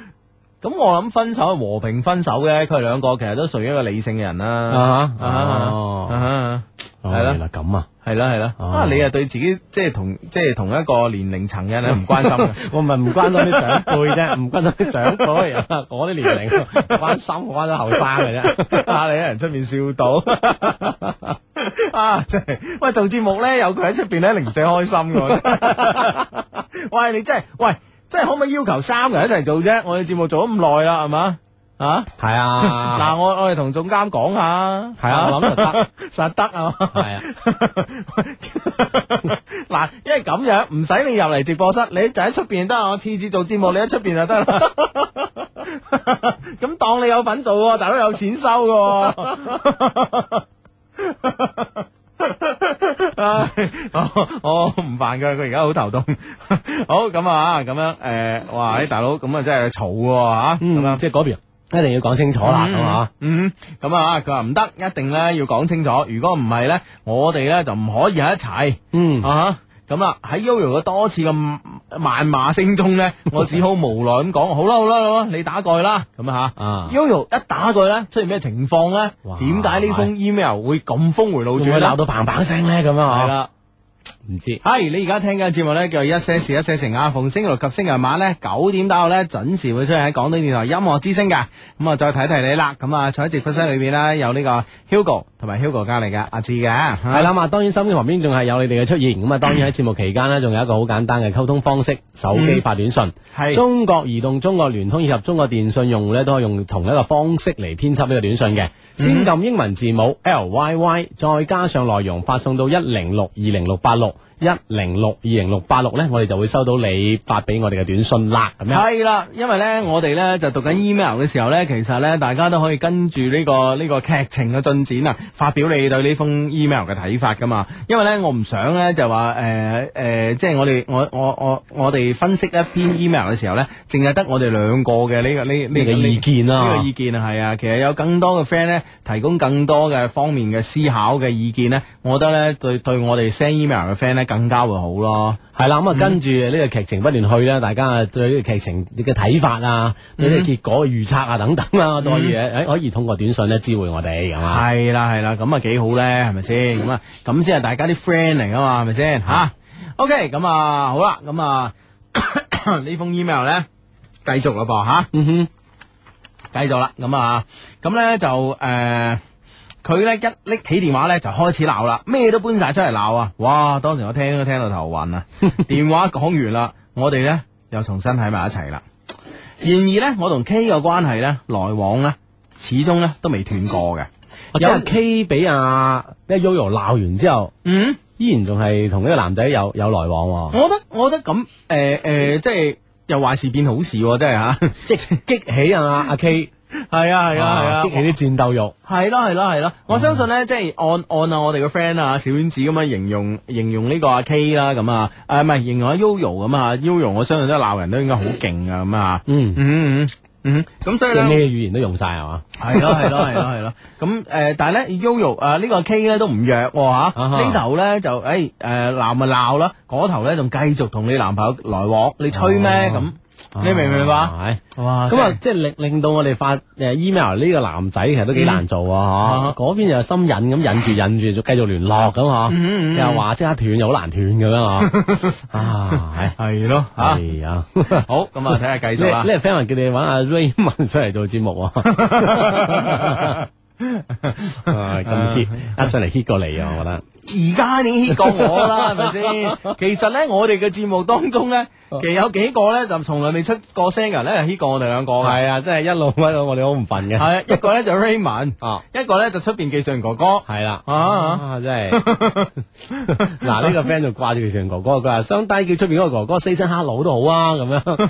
[SPEAKER 2] 咁我諗分手係和平分手嘅，佢哋兩個其實都屬於一個理性嘅人啦。
[SPEAKER 3] 啊
[SPEAKER 2] 啊
[SPEAKER 3] 哦，
[SPEAKER 2] 啊
[SPEAKER 3] 哦
[SPEAKER 2] 係啦
[SPEAKER 3] 原來咁啊！
[SPEAKER 2] 係啦係啦，
[SPEAKER 3] 哦
[SPEAKER 2] 啊你係對自己即係同即係同一個年齡層嘅人咧唔關心嘅。
[SPEAKER 3] 我唔係唔關心啲長輩啫，唔關心啲長輩，我啲年齡關心，我關心後生嘅啫。
[SPEAKER 2] 啊！你喺人出面笑到啊！真係喂做節目咧，有佢喺出邊咧，零舍開心嘅。喂，你真係喂，真係可唔可以要求三個人一齊做啫？我哋節目做咗咁耐啦，係嘛？啊！
[SPEAKER 3] 系啊，
[SPEAKER 2] 嗱，我我哋同總監講下，
[SPEAKER 3] 係啊我諗就 得，
[SPEAKER 2] 實得啊！
[SPEAKER 3] 系啊，
[SPEAKER 2] 嗱，因為咁樣唔使你入嚟直播室，你就喺出邊得啦。我次次做節目，你喺出邊就得啦。 咁當你有份做喎，大佬有錢收嘅喎。 唉我我唔煩佢，佢而家好頭痛。 好咁啊，咁樣诶、呃哇！啲大佬咁啊，真係嘈喎吓，咁樣
[SPEAKER 3] 嗯，即系嗰边一定要讲清楚啦，咁啊，
[SPEAKER 2] 嗯，咁啊，佢話唔得，一定咧要講清楚。如果唔係咧，我哋咧就唔可以喺一齊。
[SPEAKER 3] 嗯，
[SPEAKER 2] 啊哈咁啦，喺 Yoyo 嘅多次嘅萬罵聲中咧，我只好無奈咁講，好啦好啦好啦，你打過去啦，咁啊
[SPEAKER 3] 啊
[SPEAKER 2] Yoyo 一打過去咧，出現咩情況咧
[SPEAKER 3] 哇？
[SPEAKER 2] 點解呢封 email 會咁峰回路
[SPEAKER 3] 仲
[SPEAKER 2] 轉
[SPEAKER 3] 会
[SPEAKER 2] 呢
[SPEAKER 3] 闹到砰砰声咧，咁
[SPEAKER 2] 係
[SPEAKER 3] 啊，
[SPEAKER 2] 啦。
[SPEAKER 3] 唔知
[SPEAKER 2] 系你而家聽緊嘅節目呢，叫做一些事一些情啊，逢星期六及星期日晚呢，九點打後呢，準時會出現喺廣東電台音樂之聲嘅。咁啊，再提提你啦。咁啊，坐喺直播室裏边呢，有呢個 Hugo 同埋 Hugo 隔離嘅阿志嘅。
[SPEAKER 3] 系啦啊嘛，當然心機旁邊仲係有你哋嘅出現，咁啊，當然喺節目期間呢，仲有一個好簡單嘅溝通方式，手機發短信。
[SPEAKER 2] 嗯係
[SPEAKER 3] 中國移動、中國聯通以及中國電信用戶咧，都可以用同一個方式嚟編輯呢個短信
[SPEAKER 2] 嗯
[SPEAKER 3] 嘅。先撳英文字母 L Y Y，再加上內容發送到一零六二零六八六一零六二零六八六咧，我哋就會收到你發俾我哋嘅短信啦。咁樣
[SPEAKER 2] 系啦，因為呢，我哋呢就讀緊 email 嘅時候呢，其實呢，大家都可以跟住呢、個呢、個劇情嘅進展啊，發表你對呢封 email 嘅睇法噶嘛。因為呢，我唔想呢就話诶诶，即係我哋我我我我哋分析一篇 email 嘅時候呢，淨係得我哋兩個嘅呢、個呢呢
[SPEAKER 3] 呢個意見啦
[SPEAKER 2] 呢個意見啊，係啊，其實有更多嘅 friend 咧提供更多嘅方面嘅思考嘅意見呢，我覺得呢對對我哋 send email 嘅 friend 呢更加會好咯。
[SPEAKER 3] 係啦，咁啊跟住呢個劇情不斷去啦，大家對呢個劇情嘅睇法啊，對
[SPEAKER 2] 嗯
[SPEAKER 3] 呢個結果嘅預測啊等等啦，都可以誒可以通過短信咧知會我哋咁啊。
[SPEAKER 2] 系啦系啦，咁啊幾好咧，係咪先？咁啊，咁先係大家啲 friend 嚟噶嘛，係咪先？吓，OK，咁啊好啦，咁啊 呢封 email 咧繼續啦噃吓，嗯哼，繼續啦，咁啊，咁咧就诶。呃佢咧一拎起電話咧就開始鬧啦，咩都搬晒出嚟鬧啊！哇，當時我聽都聽到頭 暈啊！電話講完啦，我哋咧又重新喺埋一齊啦。然而咧，我同 K 嘅關係咧來往咧，始終咧都未斷過嘅。
[SPEAKER 3] 有
[SPEAKER 2] 有
[SPEAKER 3] 哦 K 俾阿俾阿 Yoyo 鬧完之後，
[SPEAKER 2] 嗯。
[SPEAKER 3] 依然仲係同呢個男仔有有來往
[SPEAKER 2] 我
[SPEAKER 3] 喎，
[SPEAKER 2] 覺得我覺得咁誒誒，即係由壞事變好事喎，真係嚇。
[SPEAKER 3] 即係激起阿阿 K
[SPEAKER 2] 係啊嗯係
[SPEAKER 3] 哦激起啲戰鬥欲。
[SPEAKER 2] 係咯係咯係咯，我相信咧，即係按按啊我哋嘅 friend 啊小丸子咁樣形容形容呢個阿 K 啦咁啊，誒唔係形容阿 Yoyo 咁啊，Yoyo 我相信都鬧人都應該好勁啊咁啊，
[SPEAKER 3] 嗯，
[SPEAKER 2] 嗯嗯嗯嗯，咁所以
[SPEAKER 3] 即
[SPEAKER 2] 咧
[SPEAKER 3] 係咩語言都用晒係嘛？
[SPEAKER 2] 系咯系咯系咯系 咯，咁诶、呃但系咧，Yoyo 诶呢個 K 咧都唔弱喎吓，
[SPEAKER 3] 啊哈
[SPEAKER 2] 呢頭咧就诶诶鬧咪鬧啦，嗰頭咧仲繼續同你男朋友來往，你吹咩咁？你明唔明白？
[SPEAKER 3] 啊
[SPEAKER 2] 哇
[SPEAKER 3] 咁
[SPEAKER 2] 咁哦啊
[SPEAKER 3] 啊，，即係令令到我哋發誒 email 呢個男仔其實都幾難做啊！
[SPEAKER 2] 嗯
[SPEAKER 3] 嗬，嗰邊又心癮咁忍住忍住，就繼續聯絡咁嗬，
[SPEAKER 2] 嗯嗯嗯
[SPEAKER 3] 又話即刻斷又好難斷咁樣嗬， 啊，
[SPEAKER 2] 係咯
[SPEAKER 3] 係
[SPEAKER 2] 吓，
[SPEAKER 3] 係啊，
[SPEAKER 2] 好咁啊，睇下繼
[SPEAKER 3] 呢
[SPEAKER 2] 續啦
[SPEAKER 3] 呢。個 friend 話叫你揾阿 Raymond 出嚟做節目喎， 啊咁 hit 一上嚟 hit 過你啊，我覺得。
[SPEAKER 2] 而家已經 hit 過我 啦，係咪先？其實咧，我哋嘅節目當中咧，其實有幾個咧就從來未出過聲嘅人咧，hit 過我哋兩個嘅。
[SPEAKER 3] 係啊，真係一路一路我哋好唔瞓嘅。
[SPEAKER 2] 哦係啊，一個咧就 Raymond，
[SPEAKER 3] 啊，
[SPEAKER 2] 一個咧就出邊技術員哥 哥。
[SPEAKER 3] 系啦，
[SPEAKER 2] 啊
[SPEAKER 3] 啊真系， 嗱呢个 friend 就挂住佢成哥哥，佢話相低叫出边嗰個哥哥 say 聲 hello 都好啊，咁樣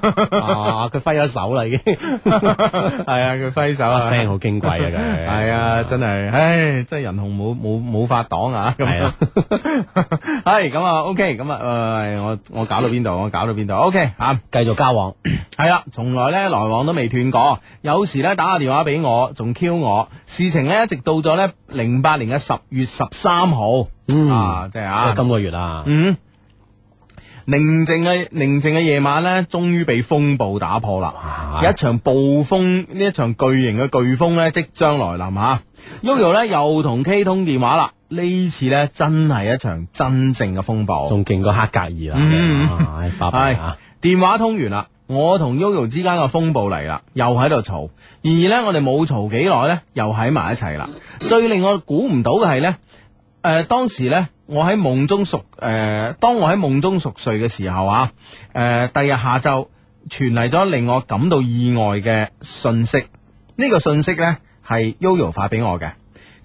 [SPEAKER 3] 啊，佢揮咗手啦已經，
[SPEAKER 2] 係啊，佢揮手 啊，
[SPEAKER 3] 聲好矜貴啊佢，
[SPEAKER 2] 系啊，真系，唉，真系人紅冇冇冇法擋啊！咁
[SPEAKER 3] 係啊
[SPEAKER 2] 係咁啊，OK，咁啊，诶，我我搞到邊度？我搞到邊度？OK，啊，
[SPEAKER 3] 繼續交往，
[SPEAKER 2] 係啦，從來咧來往都未斷過，有時咧打下電話俾我，仲 Q 我，事情咧一直到咗咧零八年嘅十月十三號，
[SPEAKER 3] 嗯
[SPEAKER 2] 啊，即係啊，
[SPEAKER 3] 今個月啊，
[SPEAKER 2] 嗯。寧靜嘅寧靜嘅夜晚咧，終於被風暴打破啦！
[SPEAKER 3] 哇
[SPEAKER 2] 一場暴風，呢一場巨型嘅巨風咧，即將來臨吓。Yoyo 咧又同 K 通電話啦，呢次咧真係一場真正嘅風暴。
[SPEAKER 3] 仲勁過黑格爾
[SPEAKER 2] 嗯
[SPEAKER 3] 啦，唉，拜拜啊，
[SPEAKER 2] 電話通完啦，我同 Yoyo 之間嘅風暴嚟啦，又喺度嘈。然而呢，我哋冇嘈幾耐呢，又喺埋一齊啦。最令我估唔到嘅係呢，诶、當時呢，我喺夢中熟诶、當我喺夢中熟睡嘅時候啊，诶、第日下晝傳嚟咗令我感到意外嘅信息。呢個信息呢，係 Yoyo 發俾我嘅。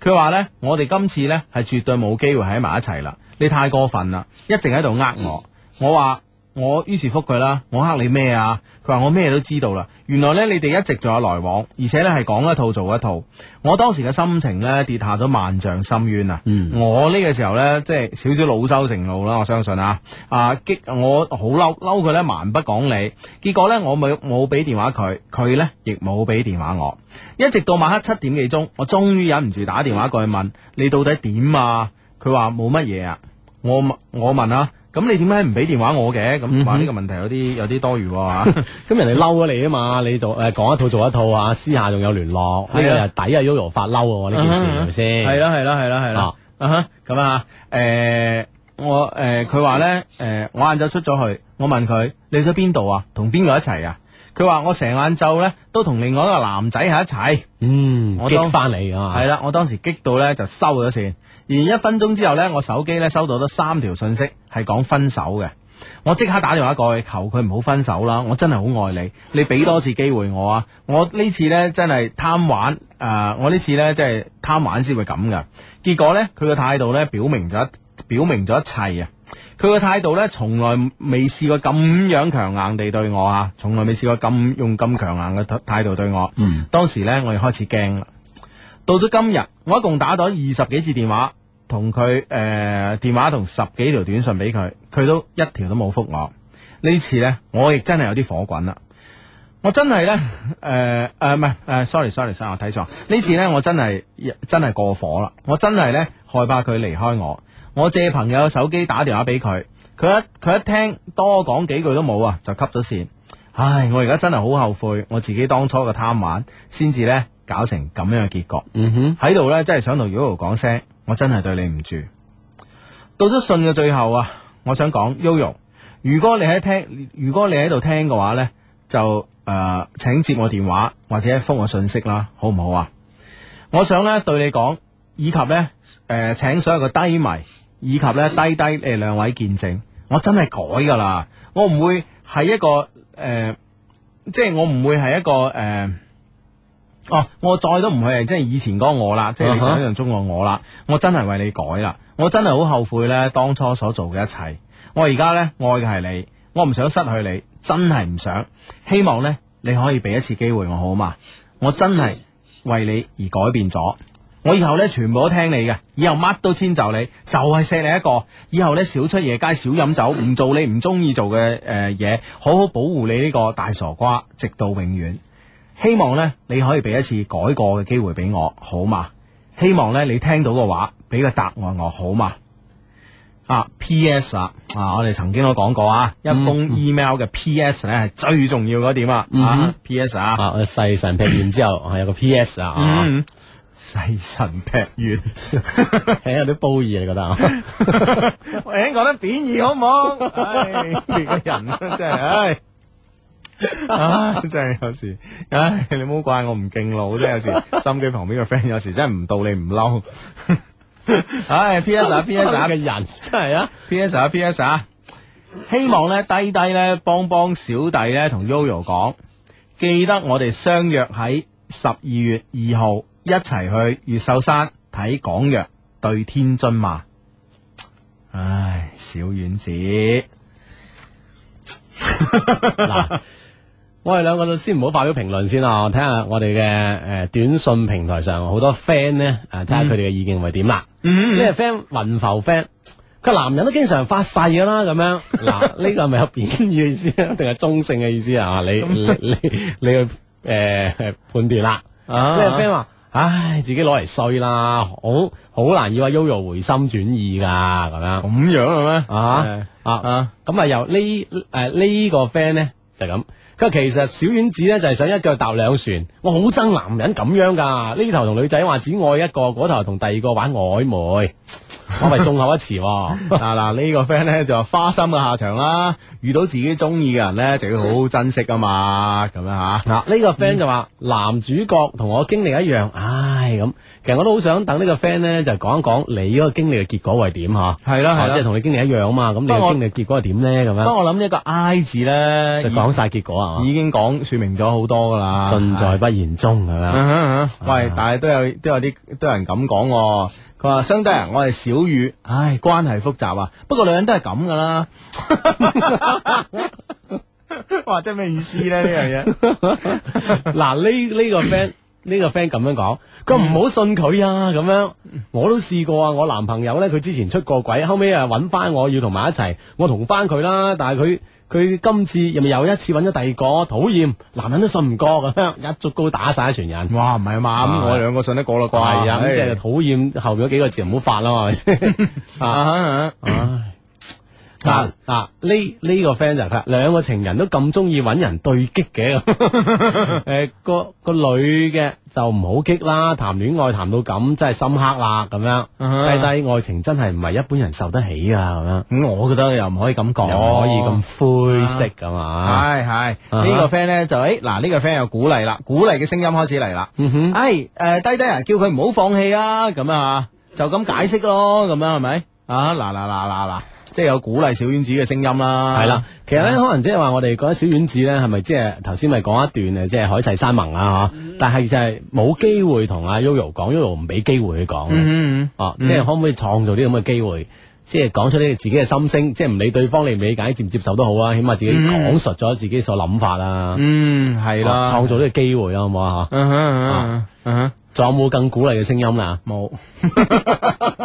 [SPEAKER 2] 佢話呢，我哋今次呢係絕對冇機會喺埋一齊啦，你太過分啦，一直喺度呃我。我話我於是覆佢啦，我呃你咩啊？佢話我咩都知道啦，原來呢，你哋一直仲有來往，而且呢係講一套做一套。我當時嘅心情呢，跌下咗萬丈深淵啊！我呢個時候呢，即係少少惱羞成怒啦，我相信啊，啊激我好嬲，嬲佢呢，蠻不講理。結果呢，我冇冇俾電話佢，佢呢亦冇俾電話我。一直到晚黑七點幾鐘，我終於忍唔住打電話過去問你到底點啊？佢話冇乜嘢啊。我問我問啊，咁你點解唔俾電話我嘅？
[SPEAKER 3] 嗯
[SPEAKER 2] 咁話呢個問題有啲有啲多餘 喎嚇。
[SPEAKER 3] 咁人哋嬲咗你啊嘛，你做诶講一套做一套啊，私下仲有聯絡，呢個
[SPEAKER 2] 嗯係
[SPEAKER 3] 又
[SPEAKER 2] 啊
[SPEAKER 3] 抵啊 Yoyo 發嬲喎呢件事係 咪先？
[SPEAKER 2] 系啦系啦系啦系啦
[SPEAKER 3] 啊，
[SPEAKER 2] 啊哈咁啊，诶、我诶佢話咧，诶、我晏晝出咗去，我問佢你去咗邊度啊？同邊個一齊啊？佢話我成晏晝咧都同另外一個男仔喺一齊。
[SPEAKER 3] 嗯，
[SPEAKER 2] 我
[SPEAKER 3] 激
[SPEAKER 2] 當
[SPEAKER 3] 翻你啊，
[SPEAKER 2] 係啦，我當時激到咧就收咗線，而一分鐘之後咧，我手機咧收到咗三條信息，係講分手嘅。我即刻打電話過去求佢唔好分手啦！我真係好愛你，你俾多次機會我啊！我呢次呢真係貪玩，誒、呃我呢次呢真係貪玩先會咁噶。結果呢，佢嘅態度呢表明咗一表明咗一切啊！佢嘅態度呢，從來未試過咁樣強硬地對我啊，從來未試過咁用咁強硬嘅態度對我。嗯，當時呢，我就開始驚啦。到咗今日，我一共打咗二十幾次電話，同佢诶電話同十幾條短信俾佢，佢都一條都冇覆我。呢次呢，我亦真係有啲火滾啦。我真係呢，诶诶唔係诶，sorry sorry sorry，我睇錯。呢次呢，我真係真係過火啦，我真係呢，害怕佢離開我。我借朋友嘅手機打電話俾佢，佢一佢一聽多講幾句都冇啊，就吸咗線。唉，我而家真係好後悔，我自己當初嘅貪玩，先至呢，搞成咁樣嘅結局。
[SPEAKER 3] 嗯哼，
[SPEAKER 2] 喺度呢，真係想同 Yoyo 講聲，我真係對你唔住。到咗信嘅最後啊，我想講 Yoyo，如果你喺聽，如果你喺度聽嘅話呢，就诶、呃，请接我電話或者覆我信息啦，好唔好啊？我想呢對你講，以及呢诶、呃，请所有嘅低迷，以及呢低低你哋兩位見證，我真係改㗎啦，我唔會係一個诶、呃即係我唔會係一個诶。呃哦，我再都唔係即係以前嗰個我啦，即係你想象中個我啦。我真係為你改啦，我真係好後悔呢當初所做嘅一切。我而家呢，愛嘅係你，我唔想失去你，真係唔想。希望呢，你可以俾一次機會我好嘛？我真係為你而改變咗。我以後呢，全部都聽你嘅，以後乜都遷就你，就係、錫你一個。以後呢，少出夜街，少飲酒，唔做你唔中意做嘅誒嘢，好好保護你呢個大傻瓜，直到永遠。希望呢，你可以俾一次改過嘅機會俾我，好嘛？希望呢，你聽到嘅話，俾個答案我，好嘛？啊，P.S. 啊，啊，我哋曾經都講過啊，一封 email 嘅 P.S. 呢係最重要嗰點啊，啊，P.S. 啊，
[SPEAKER 3] 啊，我細神劈完之後，啊有個 P.S. 啊啊，
[SPEAKER 2] 嗯，細神劈月，
[SPEAKER 3] 係有啲褒義你覺 得啊？
[SPEAKER 2] 我已經講得貶義好唔好？唉，你個人啊真係，唉。唉，真係有時，唉，你唔好怪我唔敬老啫。有時心機旁邊個 friend 有時真係唔到你唔嬲。 唉，P.S. 啊，P.S. 啊
[SPEAKER 3] 嘅人真係啊，
[SPEAKER 2] P.S. 啊，P.S. 啊，希望咧低低咧幫幫小弟咧同 Yoyo 講，記得我哋相約喺十二月二號一齊去越秀山睇港藥對天津嘛。唉，小丸子，
[SPEAKER 3] 我哋兩個都先唔好發表評論先啊，我睇下我哋嘅诶短信平台上好多 friend 咧，诶睇下佢哋嘅意見會點啦。
[SPEAKER 2] 嗯
[SPEAKER 3] 呢個 friend 雲浮 friend，佢話男人都經常發誓噶啦，咁樣 嗱，呢個係咪有貶義嘅意思啊，定係中性嘅意思啊？你你你你去诶判斷啦。
[SPEAKER 2] 啊
[SPEAKER 3] 呢個 friend 話：，唉，自己攞嚟衰啦，好好難要阿 Yoyo 回心轉意㗎，咁樣。
[SPEAKER 2] 咁樣嘅咩？
[SPEAKER 3] 啊啊啊！咁啊，由呢诶呢個 friend 咧就係咁。佢話其實小丸子咧就係想一腳踏兩船，我好憎男人咁樣噶，呢頭同女仔話只愛一個，嗰頭同第二個玩曖昧， 我咪眾口一詞喎。
[SPEAKER 2] 嗱啊嗱，呢個 friend 咧就話花心嘅啊下場啦，遇到自己中意嘅人咧就要好好珍惜啊嘛，咁樣吓。
[SPEAKER 3] 嗱，呢個 friend 就話男主角同我經歷一樣，唉，唉咁。其實我都好想等呢個 friend 咧，就講一講你嗰個經歷嘅結果係點嚇。
[SPEAKER 2] 係啦係啦
[SPEAKER 3] 啊即係同你經歷一樣啊嘛。咁你
[SPEAKER 2] 不過
[SPEAKER 3] 嘅
[SPEAKER 2] 我
[SPEAKER 3] 經歷結果係點咧？咁
[SPEAKER 2] 不
[SPEAKER 3] 樣
[SPEAKER 2] 過我諗呢個 I 字
[SPEAKER 3] 就
[SPEAKER 2] 咧，
[SPEAKER 3] 講晒結果
[SPEAKER 2] 已
[SPEAKER 3] 啊
[SPEAKER 2] 已經講說明咗好多噶啦，
[SPEAKER 3] 嘛，盡在不言中啊咁樣。
[SPEAKER 2] 嗯哼嗯哼喂，但係都有都有啲都有人咁講喎。佢話：相低人，我係小雨，唉，關係複雜啊。不過女人都係咁噶 啦。 哇！真係咩意思咧？呢 樣嘢嗯
[SPEAKER 3] 嗱呢呢個 friend 呢個 friend 咁樣講，佢話唔好信佢啊咁樣，我都試過啊，我男朋友咧佢之前出過軌，後尾啊揾翻我要同埋一齊，我同翻佢啦，但係佢佢今次又咪又一次揾咗第二個，討厭，男人都信唔過咁樣，一竹篙打晒一船人。
[SPEAKER 2] 哇，唔係嘛？咁我兩個信得過啦啩？
[SPEAKER 3] 啊係啊，咁即係
[SPEAKER 2] 唉
[SPEAKER 3] 討厭後邊嗰幾個字唔好發啦嘛，係咪先？
[SPEAKER 2] 啊哈啊哈
[SPEAKER 3] 嗱嗱呢呢個 friend 就係佢話兩個情人都咁中意揾人對擊嘅，誒、個個女嘅就唔好激啦，談戀愛談到咁真係深刻啦咁樣，
[SPEAKER 2] 嗯
[SPEAKER 3] 低低愛情真係唔係一般人受得起啊
[SPEAKER 2] 咁我覺得又唔可以咁
[SPEAKER 3] 咁
[SPEAKER 2] 講，
[SPEAKER 3] 樣，又唔可以咁灰色噶嘛，
[SPEAKER 2] 係係
[SPEAKER 3] 啊
[SPEAKER 2] 呢個 friend 咧就誒嗱呢個 friend 有鼓勵啦，鼓勵嘅聲音開始嚟啦。
[SPEAKER 3] 嗯
[SPEAKER 2] 哎誒低低啊，叫佢唔好放棄啊，咁啊就咁解釋咯，咁樣係咪啊？嗱嗱嗱嗱嗱，即係有鼓勵小丸子嘅聲音啦。
[SPEAKER 3] 係啦，其實咧可能即係話我哋覺得小丸子咧係咪即係頭先咪講一段誒，即係海誓山盟啊嚇，但係就係冇機會同阿 Yoyo 講，Yoyo 唔俾機會佢講。
[SPEAKER 2] 嗯，嗯
[SPEAKER 3] 哦，即係可唔可以創造啲咁嘅機會，即係講出呢自己嘅心聲，即係唔理對方理唔理解、接唔接受都好啊，起碼自己講述咗自己所諗法啊，
[SPEAKER 2] 嗯嗯，係啦，
[SPEAKER 3] 創造呢個機會啦，好唔好哦啊？
[SPEAKER 2] 嗯哼嗯哼嗯
[SPEAKER 3] 仲有冇更鼓勵嘅聲音啦？
[SPEAKER 2] 哼，冇。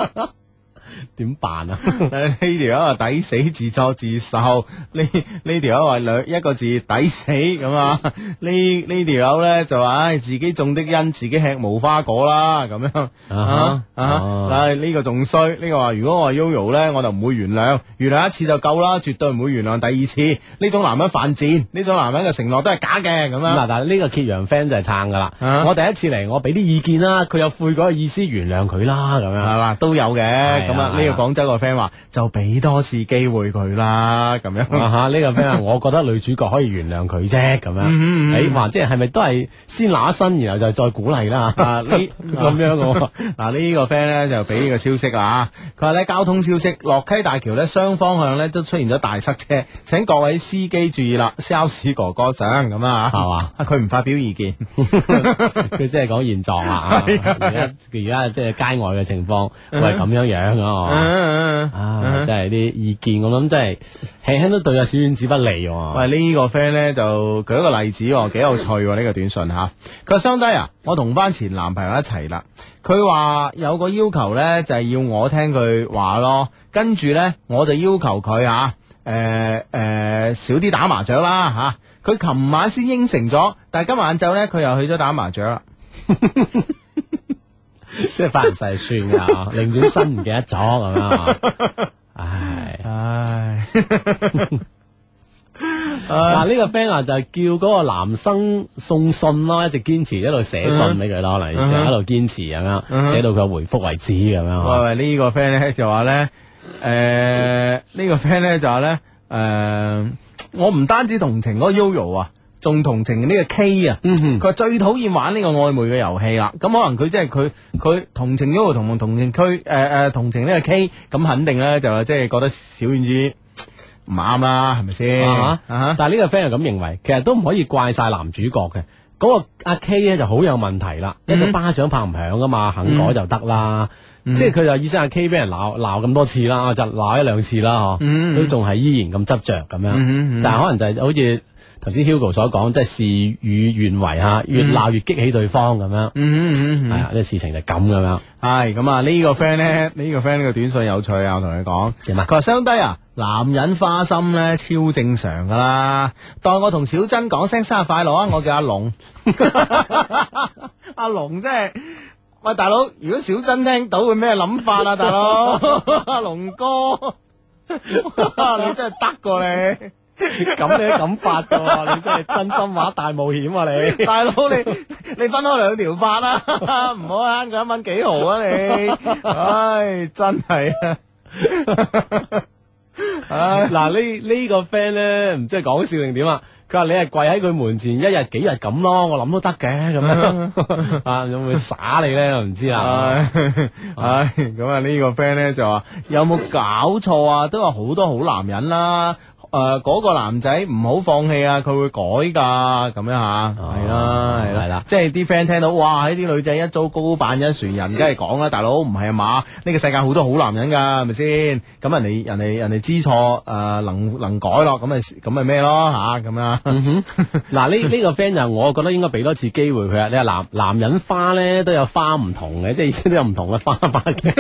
[SPEAKER 3] 點辦啊？
[SPEAKER 2] 呢條友話抵死自作自受，呢呢條友話啊兩一個字抵死咁啊！ 呢呢條友咧就話唉自己種的因，自己吃無花果啦咁樣
[SPEAKER 3] 啊
[SPEAKER 2] 啊
[SPEAKER 3] 哈
[SPEAKER 2] 啊
[SPEAKER 3] 哦！
[SPEAKER 2] 但係呢個仲衰，呢個話如果我係 Yoyo 咧，我就唔會原諒，原諒一次就夠啦，絕對唔會原諒第二次。呢種男人犯賤，呢種男人嘅承諾都係假嘅咁啊
[SPEAKER 3] 嗱，
[SPEAKER 2] 樣。
[SPEAKER 3] 但係呢個揭陽 friend 就係撐噶啦。
[SPEAKER 2] 啊
[SPEAKER 3] 我第一次嚟，我俾啲意見啦，佢有悔改嘅意思，原諒佢啦，咁
[SPEAKER 2] 係
[SPEAKER 3] 樣。
[SPEAKER 2] 嘛都有嘅，
[SPEAKER 3] 係啊
[SPEAKER 2] 咁啊呢個廣州個 friend 話就俾多次機會佢啦，咁樣。
[SPEAKER 3] 啊哈！呢個 friend 話我覺得女主角可以原諒佢啫，咁
[SPEAKER 2] 嗯嗯
[SPEAKER 3] 樣。誒，話即係係咪都係先拿一身，然後就再鼓勵 啦？
[SPEAKER 2] 啊呢
[SPEAKER 3] 咁樣 嘅喎。
[SPEAKER 2] 嗱呢個 friend 咧就俾呢個消息
[SPEAKER 3] 啊
[SPEAKER 2] 啦嚇，佢話咧交通消息，落溪大橋咧雙方向咧都出現咗大塞車， 呃請各位司機注意啦，sales 哥哥上咁啊，
[SPEAKER 3] 係嘛
[SPEAKER 2] 啊？佢唔發表意見，
[SPEAKER 3] 佢即係講現狀 啦，而家佢而家啊即係嗯街外嘅情況會係咁樣樣
[SPEAKER 2] 嗯
[SPEAKER 3] 啊！啊，真係啲意見，我諗真係輕輕都對阿小丸子不利喎。
[SPEAKER 2] 喂，呢、個 friend 咧就舉一個例子喎，幾有趣喎呢、個短信吓。佢話相低啊，我同班前男朋友一齊啦。佢話有個要求咧，就係、要我聽佢話咯，跟住咧我就要求佢啊，誒、誒、少啲打麻雀啦吓。佢琴晚先應承咗，但係今晚晏晝咧佢又去咗打麻雀啦。
[SPEAKER 3] 即係發人誓算㗎啊， 寧願身唔記得咗咁樣啊。唉，
[SPEAKER 2] 唉，
[SPEAKER 3] 嗱呢個 friend 啊就係叫嗰個男生送信咯，一直堅持一路寫信俾佢咯，可能成日一路堅持咁樣，寫到佢回覆為止咁樣
[SPEAKER 2] 喂
[SPEAKER 3] 啊。
[SPEAKER 2] 喂，呢、個 friend 咧就話咧，誒、呢、個 friend 咧就話咧，誒、我唔單止同情嗰個 Yoyo 啊，仲同情呢個 K 啊。
[SPEAKER 3] 嗯哼
[SPEAKER 2] 佢話最討厭玩呢個曖昧嘅遊戲啦，咁可能佢即係佢佢同情 Yoyo 同同情區誒誒同情呢個 K，咁肯定咧就即係覺得小丸子唔啱啦，係咪先？
[SPEAKER 3] 啊哈
[SPEAKER 2] 啊
[SPEAKER 3] 但係呢個 friend 又咁認為，其實都唔可以怪晒男主角嘅。嗰、個阿 K 咧就好有問題啦，一個巴掌拍唔響噶嘛，肯改就得啦。即係佢就意思阿 K 俾人鬧鬧咁多次啦，就鬧一兩次啦，嗬、
[SPEAKER 2] 嗯
[SPEAKER 3] 都仲係依然咁執着咁樣。
[SPEAKER 2] 嗯嗯嗯
[SPEAKER 3] 但係可能就係好似頭先 Hugo 所講，即係事與願違嚇，越鬧越激起對方咁樣。係、
[SPEAKER 2] 嗯嗯嗯嗯
[SPEAKER 3] 啊，呢、個事情就咁咁樣。
[SPEAKER 2] 係咁啊！呢個 friend 咧，呢個 friend 呢個短信有趣啊！我同你講，
[SPEAKER 3] 點啊
[SPEAKER 2] 佢話相低啊，男人花心咧超正常噶啦。當我同小珍講聲生日快樂啊！我叫阿龍， 阿龍真係。喂，大佬，如果小珍聽到會咩諗法啊，大 佬？阿龍哥，你真係得過你。
[SPEAKER 3] 咁你都咁發噶 喎，你真係真心話大冒險啊你！
[SPEAKER 2] 大佬 你你分開兩條發啦， 唔好慳佢一蚊幾毫啊你，唉真係啊，唉
[SPEAKER 3] 嗱呢呢個 friend 咧，唔知係講笑定點啊？佢話你係跪喺佢門前一日幾日咁咯，我諗都得嘅咁樣 啊，有冇耍你咧？我唔知啊 啦。
[SPEAKER 2] 嗯唉，唉咁啊呢個 friend 咧就話有冇搞錯啊？都有好多好男人啦。诶，嗰、個男仔唔好放棄啊，佢會改㗎，咁樣吓，係啦，係啦，
[SPEAKER 3] 係啦
[SPEAKER 2] 即係啲 friend 聽到，哇！呢啲女仔一早高高扮一船人，梗係講啦，大佬唔係啊嘛，呢、個世界好多好男人㗎，係咪先？咁人哋人哋人哋知錯，诶、能能改咯，咁咪咁咪咩咯吓，咁啊，
[SPEAKER 3] 嗱 呢呢個 friend 就我覺得應該俾多次機會佢啊。你話男男人花咧都有花唔同嘅，即係意 思都有唔同嘅花法嘅，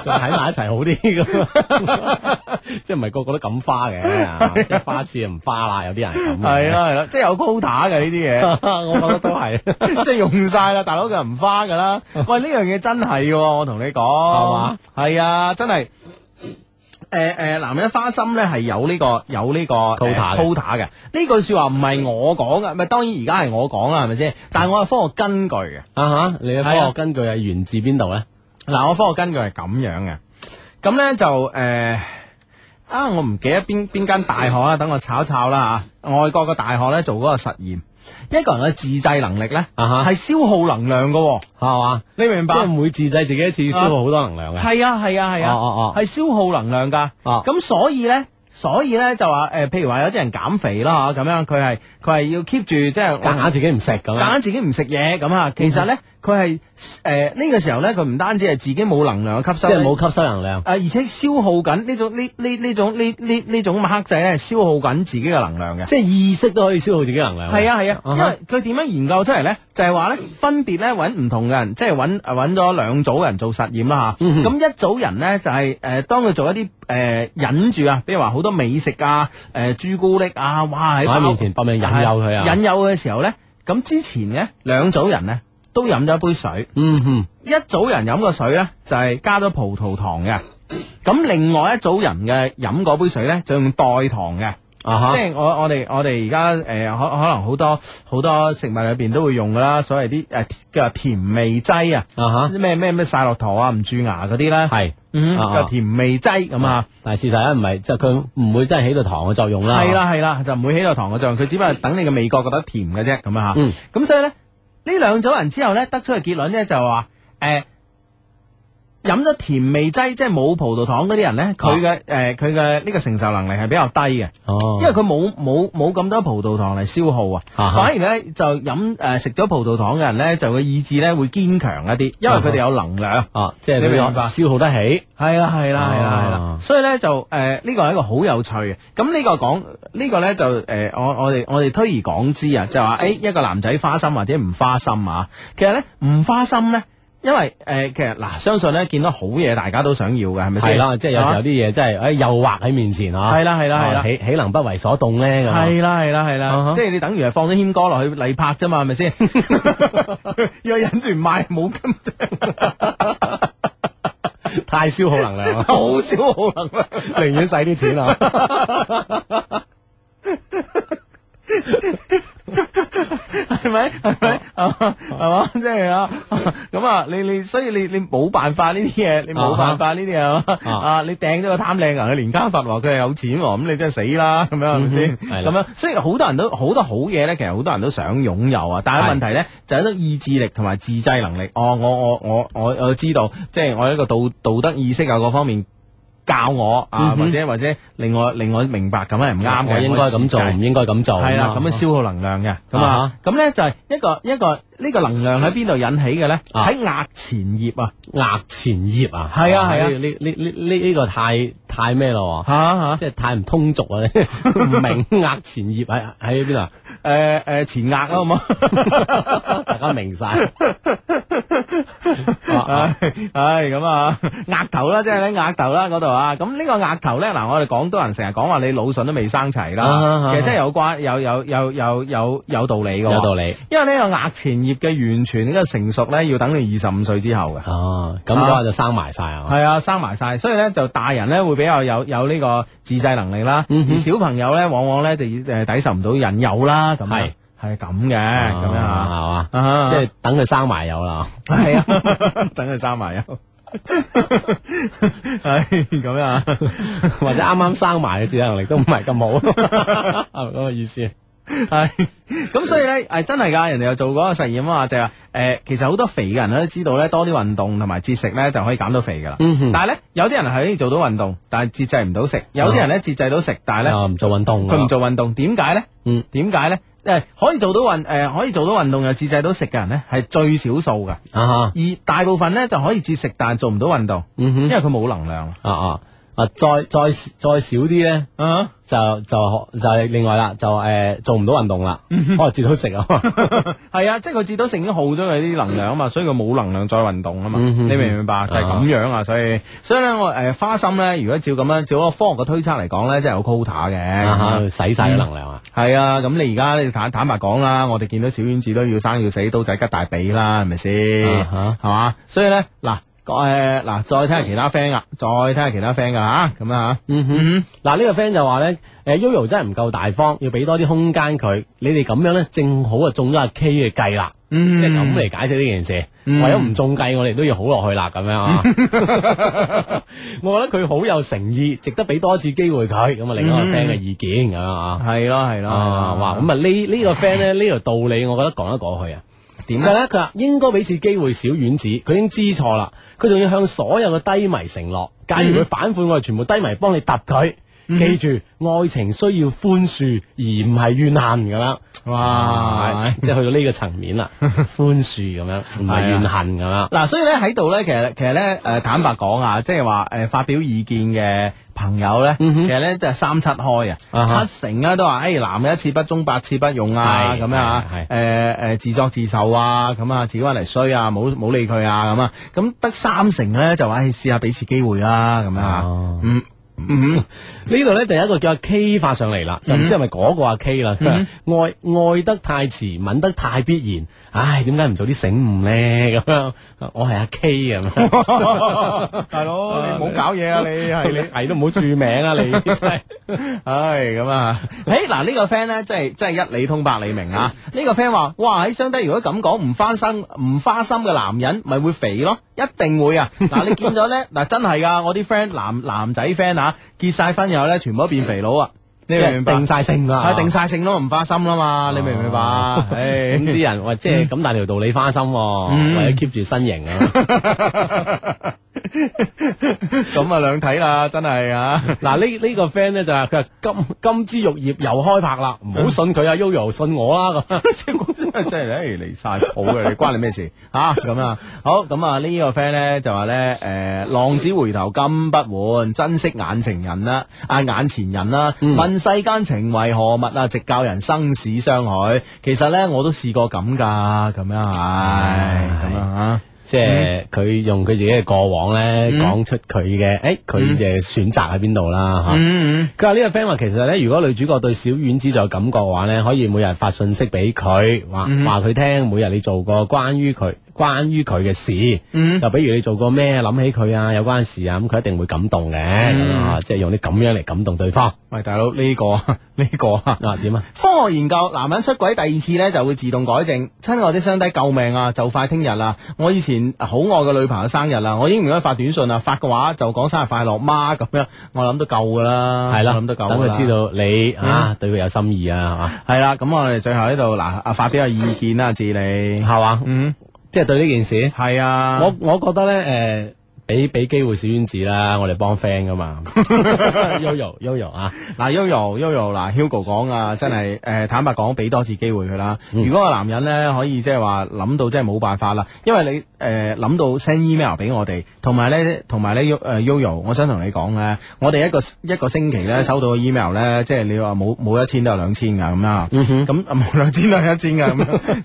[SPEAKER 3] 就喺埋一齊好啲咁。 即係唔係個個都咁花嘅，啊 即係花次就唔花啦，有啲人咁。
[SPEAKER 2] 係啦係啦，即係有 quota 嘅呢啲嘢。
[SPEAKER 3] 我覺得都係。
[SPEAKER 2] 即系用晒啦，大佬佢唔花噶啦。喂，呢樣嘢真係嘅，我同你講，係
[SPEAKER 3] 嘛？
[SPEAKER 2] 係啊，真係。诶诶、男人花心咧係有呢、個有呢、個
[SPEAKER 3] Quota 嘅
[SPEAKER 2] quota 嘅呢句说話唔係我講嘅，咪當然而家係我講啦，係咪先？但係我有科學根據嘅。
[SPEAKER 3] 啊哈！你嘅科
[SPEAKER 2] 係啊
[SPEAKER 3] 學根據係源自邊度咧？
[SPEAKER 2] 嗱，我科學根據係咁樣嘅，咁咧就誒、呃啊，我唔記得邊邊間大學啦，等我炒炒啦嚇、外國嘅大學咧做嗰個實驗，一個人嘅自制能力咧，係、
[SPEAKER 3] 啊哈
[SPEAKER 2] 消耗能量嘅喎、
[SPEAKER 3] 係嘛？
[SPEAKER 2] 你明唔明
[SPEAKER 3] 即
[SPEAKER 2] 白
[SPEAKER 3] 係？每自制自己一次消耗好多能量嘅。
[SPEAKER 2] 係啊係啊係啊，係、
[SPEAKER 3] 哦哦哦
[SPEAKER 2] 消耗能量㗎。
[SPEAKER 3] 哦
[SPEAKER 2] 咁、所以咧。所以咧就話誒、呃譬如話有啲人減肥啦嚇，咁樣佢係佢係要 keep 住即係我
[SPEAKER 3] 夾硬自己唔食啊咁
[SPEAKER 2] 夾
[SPEAKER 3] 樣。
[SPEAKER 2] 硬自己唔食嘢咁啊。其實咧佢係誒呢個時候咧，佢唔單止係自己冇能量嘅吸
[SPEAKER 3] 即
[SPEAKER 2] 收呢，
[SPEAKER 3] 係冇吸收能量
[SPEAKER 2] 啊，而且消耗緊呢種呢呢呢種呢呢呢種黑仔咧，消耗緊自己嘅能量嘅。
[SPEAKER 3] 即係意識都可以消耗自己能量。
[SPEAKER 2] 係啊係啊，
[SPEAKER 3] 啊
[SPEAKER 2] 因
[SPEAKER 3] 哈
[SPEAKER 2] 為佢點樣研究出嚟咧？就係話咧，分別咧揾唔同嘅人，即係揾揾咗兩組人做實驗啦吓。
[SPEAKER 3] 嗯
[SPEAKER 2] 咁一組人咧就係誒，當佢做一啲誒忍住啊，比如話好多美食啊、誒朱古力啊，哇喺
[SPEAKER 3] 喺面前搏命引誘佢啊
[SPEAKER 2] 引誘嘅時候咧，咁之前咧兩組人咧都飲咗一杯水。
[SPEAKER 3] 嗯哼，
[SPEAKER 2] 一組人飲嘅水呢，就係、加咗葡萄糖嘅，咁另外一組人嘅飲嗰杯水呢，就用代糖嘅。
[SPEAKER 3] 啊哈
[SPEAKER 2] 即係我我哋我哋而家誒可可能好多好多食物裏邊都會用噶啦，所謂啲誒叫甜味劑啊，
[SPEAKER 3] 啊
[SPEAKER 2] 咩咩咩晒落糖啊、唔蛀牙嗰啲咧，
[SPEAKER 3] 哈，係。
[SPEAKER 2] 嗯
[SPEAKER 3] 啊
[SPEAKER 2] 叫甜味劑咁啊，
[SPEAKER 3] 但係事實咧唔係，就佢唔會真係起到糖嘅作用啦。
[SPEAKER 2] 係，啦係啦，就唔會起落糖嘅作用，佢只不過係等你嘅味覺覺得甜嘅啫咁啊嚇
[SPEAKER 3] 嗯，
[SPEAKER 2] 咁所以咧，呢兩組人之後咧，得出嘅結論咧就係話，誒飲咗甜味劑，即係冇葡萄糖嗰啲人咧，
[SPEAKER 3] 啊
[SPEAKER 2] 佢嘅誒佢嘅呢個承受能力係比較低嘅，
[SPEAKER 3] 哦，
[SPEAKER 2] 因為佢冇冇冇咁多葡萄糖嚟消耗啊，
[SPEAKER 3] 啊哈
[SPEAKER 2] 反而咧就飲誒食咗葡萄糖嘅人咧，就個意志咧會堅強一啲，因為佢哋有能量。
[SPEAKER 3] 啊，即係
[SPEAKER 2] 你明
[SPEAKER 3] 佢
[SPEAKER 2] 白
[SPEAKER 3] 消耗得起。
[SPEAKER 2] 係啦，係啦，係啦，係啦
[SPEAKER 3] 哦，
[SPEAKER 2] 所以咧就誒呢個係一個好有趣嘅。咁呢個講呢個咧就誒我我哋我哋推而廣之啊，就話
[SPEAKER 3] 嗯
[SPEAKER 2] 誒一個男仔花心或者唔花心啊，其實咧唔花心咧，因為誒其實嗱相信咧見到好嘢大家都想要嘅，係咪先？啊
[SPEAKER 3] 係啦，即係有時候啲嘢真係，誒誘惑喺面前啊。
[SPEAKER 2] 係啦係啦係啦
[SPEAKER 3] 啊岂岂能不為所動咧？咁啊
[SPEAKER 2] 系啦系啦系
[SPEAKER 3] 啊
[SPEAKER 2] 啦
[SPEAKER 3] 哈，
[SPEAKER 2] 即係你等於係放咗謙哥落去禮拍啫嘛，係咪 先？要忍住唔賣冇咁，
[SPEAKER 3] 太消耗能量
[SPEAKER 2] 好少好能量。
[SPEAKER 3] 寧願使啲錢啊。
[SPEAKER 2] 系咪？系咪？
[SPEAKER 3] 哦
[SPEAKER 2] 系嘛？即系啊，咁啊，你你所以你你冇辦法呢啲嘢，你冇辦法呢啲嘢
[SPEAKER 3] 啊
[SPEAKER 2] 啊！你掟咗個貪靚人，佢連家罰喎，佢係有錢喎，咁你真係死啦，咁樣係咪先？
[SPEAKER 3] 嗯係
[SPEAKER 2] 咁
[SPEAKER 3] 啦
[SPEAKER 2] 樣，所以好多人都好多好嘢咧，其實好多人都想擁有啊，但係
[SPEAKER 3] 係
[SPEAKER 2] 問題咧就係一種意志力同埋自制能力。哦，我我我我我知道，即係我呢個道道德意識啊，各方面。教我啊，
[SPEAKER 3] 嗯哼
[SPEAKER 2] 或者或者令我令我明白咁係唔啱嘅，
[SPEAKER 3] 我應該咁做，
[SPEAKER 2] 自制
[SPEAKER 3] 唔應該咁做。
[SPEAKER 2] 系啦，咁
[SPEAKER 3] 啊
[SPEAKER 2] 樣消耗能量嘅，咁
[SPEAKER 3] 啊
[SPEAKER 2] 啊，咁咧就係一個一個呢個能量喺邊度引起嘅咧？
[SPEAKER 3] 啊
[SPEAKER 2] 喺額前葉啊，
[SPEAKER 3] 額前葉啊，
[SPEAKER 2] 係啊係啊
[SPEAKER 3] 呢呢呢呢呢個太太咩咯喎？
[SPEAKER 2] 吓吓，
[SPEAKER 3] 即係太唔通俗啊！ 你唔明額前葉喺喺邊度啊？
[SPEAKER 2] 诶诶前額啊啦，好冇？
[SPEAKER 3] 大家明晒。啊
[SPEAKER 2] 唉，唉咁啊，額頭啦，即係咧額頭啦嗰度啊，咁呢個額頭咧，嗱，我哋廣東人成日講話你腦筍都未生齊
[SPEAKER 3] 啊啊
[SPEAKER 2] 啦，
[SPEAKER 3] 啊
[SPEAKER 2] 其實真係有關有有有有有有道理嘅，
[SPEAKER 3] 有道理。
[SPEAKER 2] 因為呢個額前葉嘅完全呢個成熟咧，要等你二十五歲之後嘅。
[SPEAKER 3] 哦，咁嗰下就生埋晒啊！
[SPEAKER 2] 系啊，生埋晒，所以咧就大人咧會比較有有呢個自制能力啦，
[SPEAKER 3] 嗯哼
[SPEAKER 2] 而小朋友咧往往咧就诶抵受唔到引誘啦，咁
[SPEAKER 3] 係
[SPEAKER 2] 系咁嘅咁樣啊，
[SPEAKER 3] 啊係嘛，
[SPEAKER 2] 啊
[SPEAKER 3] 即係等佢生埋有啦。
[SPEAKER 2] 系啊， 等佢生埋 啊，系咁啊，
[SPEAKER 3] 或者啱啱生埋嘅自制能力都唔係咁好，係咪咁嘅意思？
[SPEAKER 2] 系咁，所以咧，诶，真系噶，人哋又做嗰个实验啊嘛，就系、話诶，其实好多肥嘅人咧都知道咧，多啲运动同埋节食咧就可以减到肥噶啦。
[SPEAKER 3] 嗯哼
[SPEAKER 2] 但系咧，有啲人係可以做到运动，但系节制唔到食；有啲人咧节制到食，但系咧
[SPEAKER 3] 又啊唔做运动㗎，
[SPEAKER 2] 佢唔做运动，点解咧？
[SPEAKER 3] 嗯，
[SPEAKER 2] 点解咧？诶，可以做到运诶、可以做到运动又节制到食嘅人咧，系最少数噶。
[SPEAKER 3] 啊哈，
[SPEAKER 2] 而大部分咧就可以節食，但係做唔到運動，
[SPEAKER 3] 嗯哼
[SPEAKER 2] 因為佢冇能量。
[SPEAKER 3] 啊啊啊，再再再少啲咧。
[SPEAKER 2] 啊，
[SPEAKER 3] 就就就係另外啦，就诶、呃做唔到運動啦，可能至到食 啊，
[SPEAKER 2] 係啊，即係佢至到食已經耗咗佢啲能量啊嘛，所以佢冇能量再運動啊嘛。
[SPEAKER 3] 嗯
[SPEAKER 2] 你明唔明白？就係咁樣啊，所以所以咧，我诶花心咧，如果照咁樣照一個科學嘅推測嚟講咧，真係有 quota
[SPEAKER 3] 啊哈
[SPEAKER 2] 嘅。嗯
[SPEAKER 3] 使晒嘅能量啊，
[SPEAKER 2] 係啊，咁你而家你坦坦白講啦，我哋見到小丸子都要生要死，刀仔吉大髀啦，係咪先？
[SPEAKER 3] 啊哈
[SPEAKER 2] 係嘛？所以咧，嗱，诶，嗱，再睇下其他 friend 啊，再睇下其他 friend 噶吓，咁啊吓，
[SPEAKER 3] 嗯哼，嗱呢個 friend 就話咧，诶 Yoyo 真係唔夠大方，要俾多啲空間佢，你哋咁樣咧，正好啊中咗阿 K 嘅計啦，
[SPEAKER 2] 嗯
[SPEAKER 3] 即係咁嚟解釋呢件事，
[SPEAKER 2] 嗯
[SPEAKER 3] 為咗唔中計，我哋都要好落去啦，咁樣 啊，我覺得佢好有誠意，值得俾多次機會佢，咁啊另一個
[SPEAKER 2] 嗯
[SPEAKER 3] friend 嘅意見咁樣啊。
[SPEAKER 2] 係咯係咯，
[SPEAKER 3] 啊，哇！咁啊呢呢個 friend 咧呢條道理，我覺得講得過去啊。
[SPEAKER 2] 點
[SPEAKER 3] 解咧？佢話應該俾次機會小丸子，佢已經知錯啦。佢仲要向所有嘅低迷承諾，假如佢反悔，我哋全部低迷幫你揼佢。
[SPEAKER 2] 嗯
[SPEAKER 3] 記住，愛情需要寬恕，而唔係怨恨咁樣。
[SPEAKER 2] 哇
[SPEAKER 3] 係即係去到呢個層面 啦，寬恕咁樣，唔
[SPEAKER 2] 嗯係啊
[SPEAKER 3] 係怨恨咁樣。
[SPEAKER 2] 嗱，所以咧喺度咧，其實其實咧，誒、坦白講啊，即係話誒發表意見嘅朋友咧，其實咧就係三七開啊
[SPEAKER 3] 嗯啊哈
[SPEAKER 2] 七成咧都話，誒、哎男嘅一次不忠，八次不用啊，
[SPEAKER 3] 係
[SPEAKER 2] 咁樣啊，誒
[SPEAKER 3] 係係
[SPEAKER 2] 誒、自作自受啊，咁啊自己揾嚟衰啊，冇冇理佢啊，咁啊，咁得三成咧就話，誒試下俾次機會啦，咁樣啊，
[SPEAKER 3] 哦
[SPEAKER 2] 嗯。嗯，
[SPEAKER 3] 呢度咧就有一個叫阿 K 發上嚟啦，就唔知係咪嗰個阿 K 啦。佢話愛愛得太遲，吻得太必然，唉，點解唔早啲醒悟咧？咁樣我係阿 K 咁樣，
[SPEAKER 2] 大佬你唔好搞嘢啊！你係
[SPEAKER 3] 你係都唔好注名啊！你 真係
[SPEAKER 2] 唉，咁啊，诶，嗱呢個 friend 咧，真係真係一理通百理明啊！呢個 friend 話：，哇，喺相低如果咁講，唔花心唔花心嘅男人，咪會肥咯，一定會啊！嗱，你見咗咧，嗱真係噶，我啲 friend 男男仔 friend 啊，結晒婚以後咧，全部都變肥佬啊！你明唔明白？
[SPEAKER 3] 定晒性啦，
[SPEAKER 2] 係定晒性咯，唔花心啦嘛，你明唔明 白？
[SPEAKER 3] 哦咁
[SPEAKER 2] 唉。嗯
[SPEAKER 3] 啲人喂，即係咁大條道理花心喎，為咗 keep 住身形啊。
[SPEAKER 2] 咁啊，兩睇啦，真係啊！
[SPEAKER 3] 嗱呢呢個 friend 咧就係佢話金金枝玉葉又開拍啦，唔好信佢啊，Yoyo 信我啦咁。
[SPEAKER 2] 真系诶离晒谱嘅，你关你咩事啊？咁啊，好咁啊，呢個 friend 咧就話咧，诶，浪子回頭金不換，珍惜眼前人啦，啊眼前人啦，問世間情為何物啊？直教人生死相許。其實咧，我都試過咁噶，咁樣唉，咁啊，
[SPEAKER 3] 即係佢用佢自己嘅過往咧，講出佢嘅，诶，佢嘅選擇喺邊度啦吓。
[SPEAKER 2] 嗯
[SPEAKER 3] 佢話呢個 friend 話其實咧，如果女主角對小丸子仲有感覺嘅話咧，可以每日發信息俾佢，話
[SPEAKER 2] 嗯
[SPEAKER 3] 話佢聽每日你做過關於佢關於佢嘅事，
[SPEAKER 2] 嗯
[SPEAKER 3] 就比如你做過咩，諗起佢啊，有關事啊，咁佢一定會感動嘅，
[SPEAKER 2] 嗯
[SPEAKER 3] 咁啊，即係用啲咁樣嚟感動對方
[SPEAKER 2] 喂，大佬呢個呢個啊。
[SPEAKER 3] 啊？點啊？
[SPEAKER 2] 科學研究，男人出軌第二次呢就會自動改正。親愛的雙低，救命啊！就快聽日啦，我以前好愛嘅女朋友生日啦，我應唔應該發短信啊？發嘅話就講生日快樂媽咁樣，我諗都夠噶啦，嗯
[SPEAKER 3] 係啦，
[SPEAKER 2] 我諗都夠。
[SPEAKER 3] 等佢知。道你啊對佢有心意啊，
[SPEAKER 2] 係啦，咁我哋最後呢度嗱，啊發表下意見啦，志
[SPEAKER 3] 係
[SPEAKER 2] 你。
[SPEAKER 3] 嘛？係嘛？
[SPEAKER 2] 嗯，
[SPEAKER 3] 即係對呢件事。
[SPEAKER 2] 係啊。
[SPEAKER 3] 我我覺得咧，诶、俾俾機會小丸子啦，我哋幫 friend 噶 嘛 ，Yoyo Yoyo 啊，
[SPEAKER 2] 嗱，Yoyo Yoyo 嗱，Hugo 講啊，真係誒、
[SPEAKER 3] 嗯
[SPEAKER 2] 呃坦白講，俾多次機會佢啦。如果個男人咧可以即係話諗到真係冇辦法啦，因為你誒諗、到 send email 俾我哋，同埋咧同埋咧 Yo- 誒 Yoyo，我想同你講咧，我哋一個一個星期
[SPEAKER 3] 嗯
[SPEAKER 2] 咧收到嘅 email 咧，即係你話冇冇一千都有兩千㗎咁啦，
[SPEAKER 3] 嗯
[SPEAKER 2] 咁啊冇兩千都有一千㗎咁 樣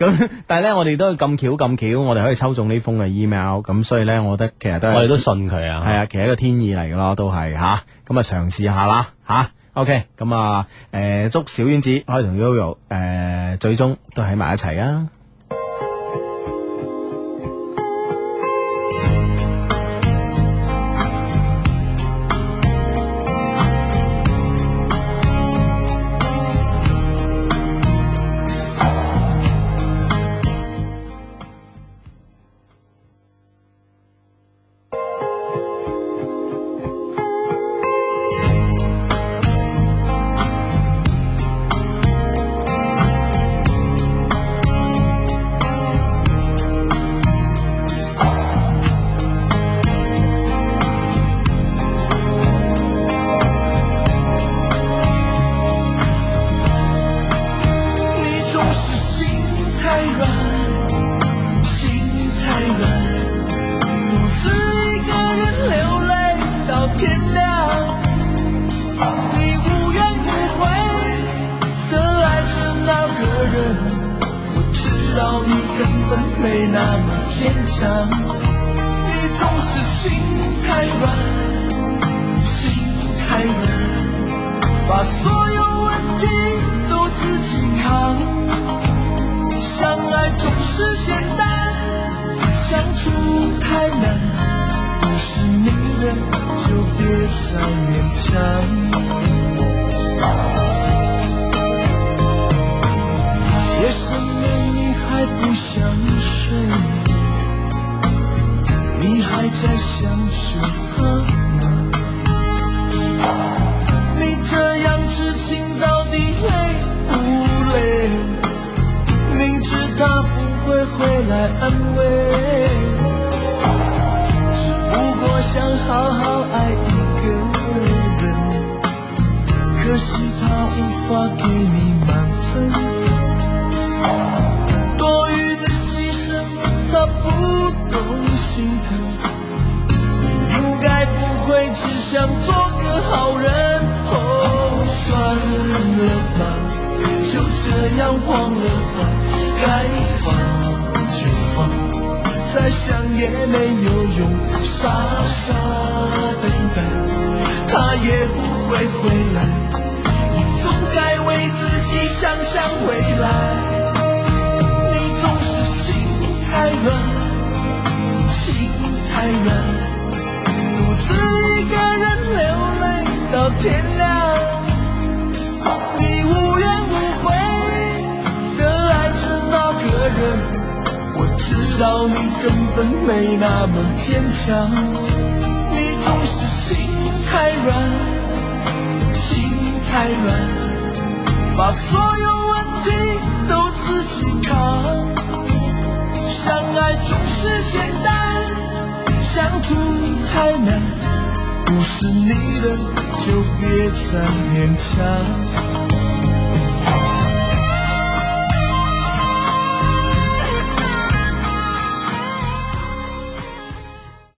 [SPEAKER 2] 咁，但係咧我哋都咁巧咁巧，我哋可以抽中呢封嘅 email，咁所以咧我覺得其實都係
[SPEAKER 3] 我哋都信佢
[SPEAKER 2] 系
[SPEAKER 3] 啊，
[SPEAKER 2] 啊，其實一個天意嚟噶咯，都係吓，咁啊嘗試下啦吓。OK，咁啊，诶、祝小丸子可以同 Yoyo 诶、最終都喺埋一齊啊！
[SPEAKER 5] Hãy subscribe cho kênh Ghiền Mì Gõ Để không bỏ lỡ
[SPEAKER 1] 软，心太软，独自一个人流泪到天亮。你无怨无悔的爱着那个人，我知道你根本没那么坚强。你总是心太软，心太软。把所有问题都自己扛。相爱总是简单，相处太难。是你的就别再勉强。夜深了你还不想睡，你还在想着他。你这样痴情到底累不累？明知他不会回来安慰，只不过想好好爱一个人，可惜他无法给你满分。多余的牺牲，他不懂心疼。应该不会只想做个好人。哦，算了吧，就这样忘了吧，该放就放，再想也没有用，傻傻等待，他也不会回来。你总该为自己想想未来，你总是心太软，心太软。独自一个人流泪到天亮。你无怨无悔的爱着那个人，我知道你根本没那么坚强。你总是心太软，心太软，把所有问题都自己扛。相爱总是简单，相处太难。不是你的就别再勉强。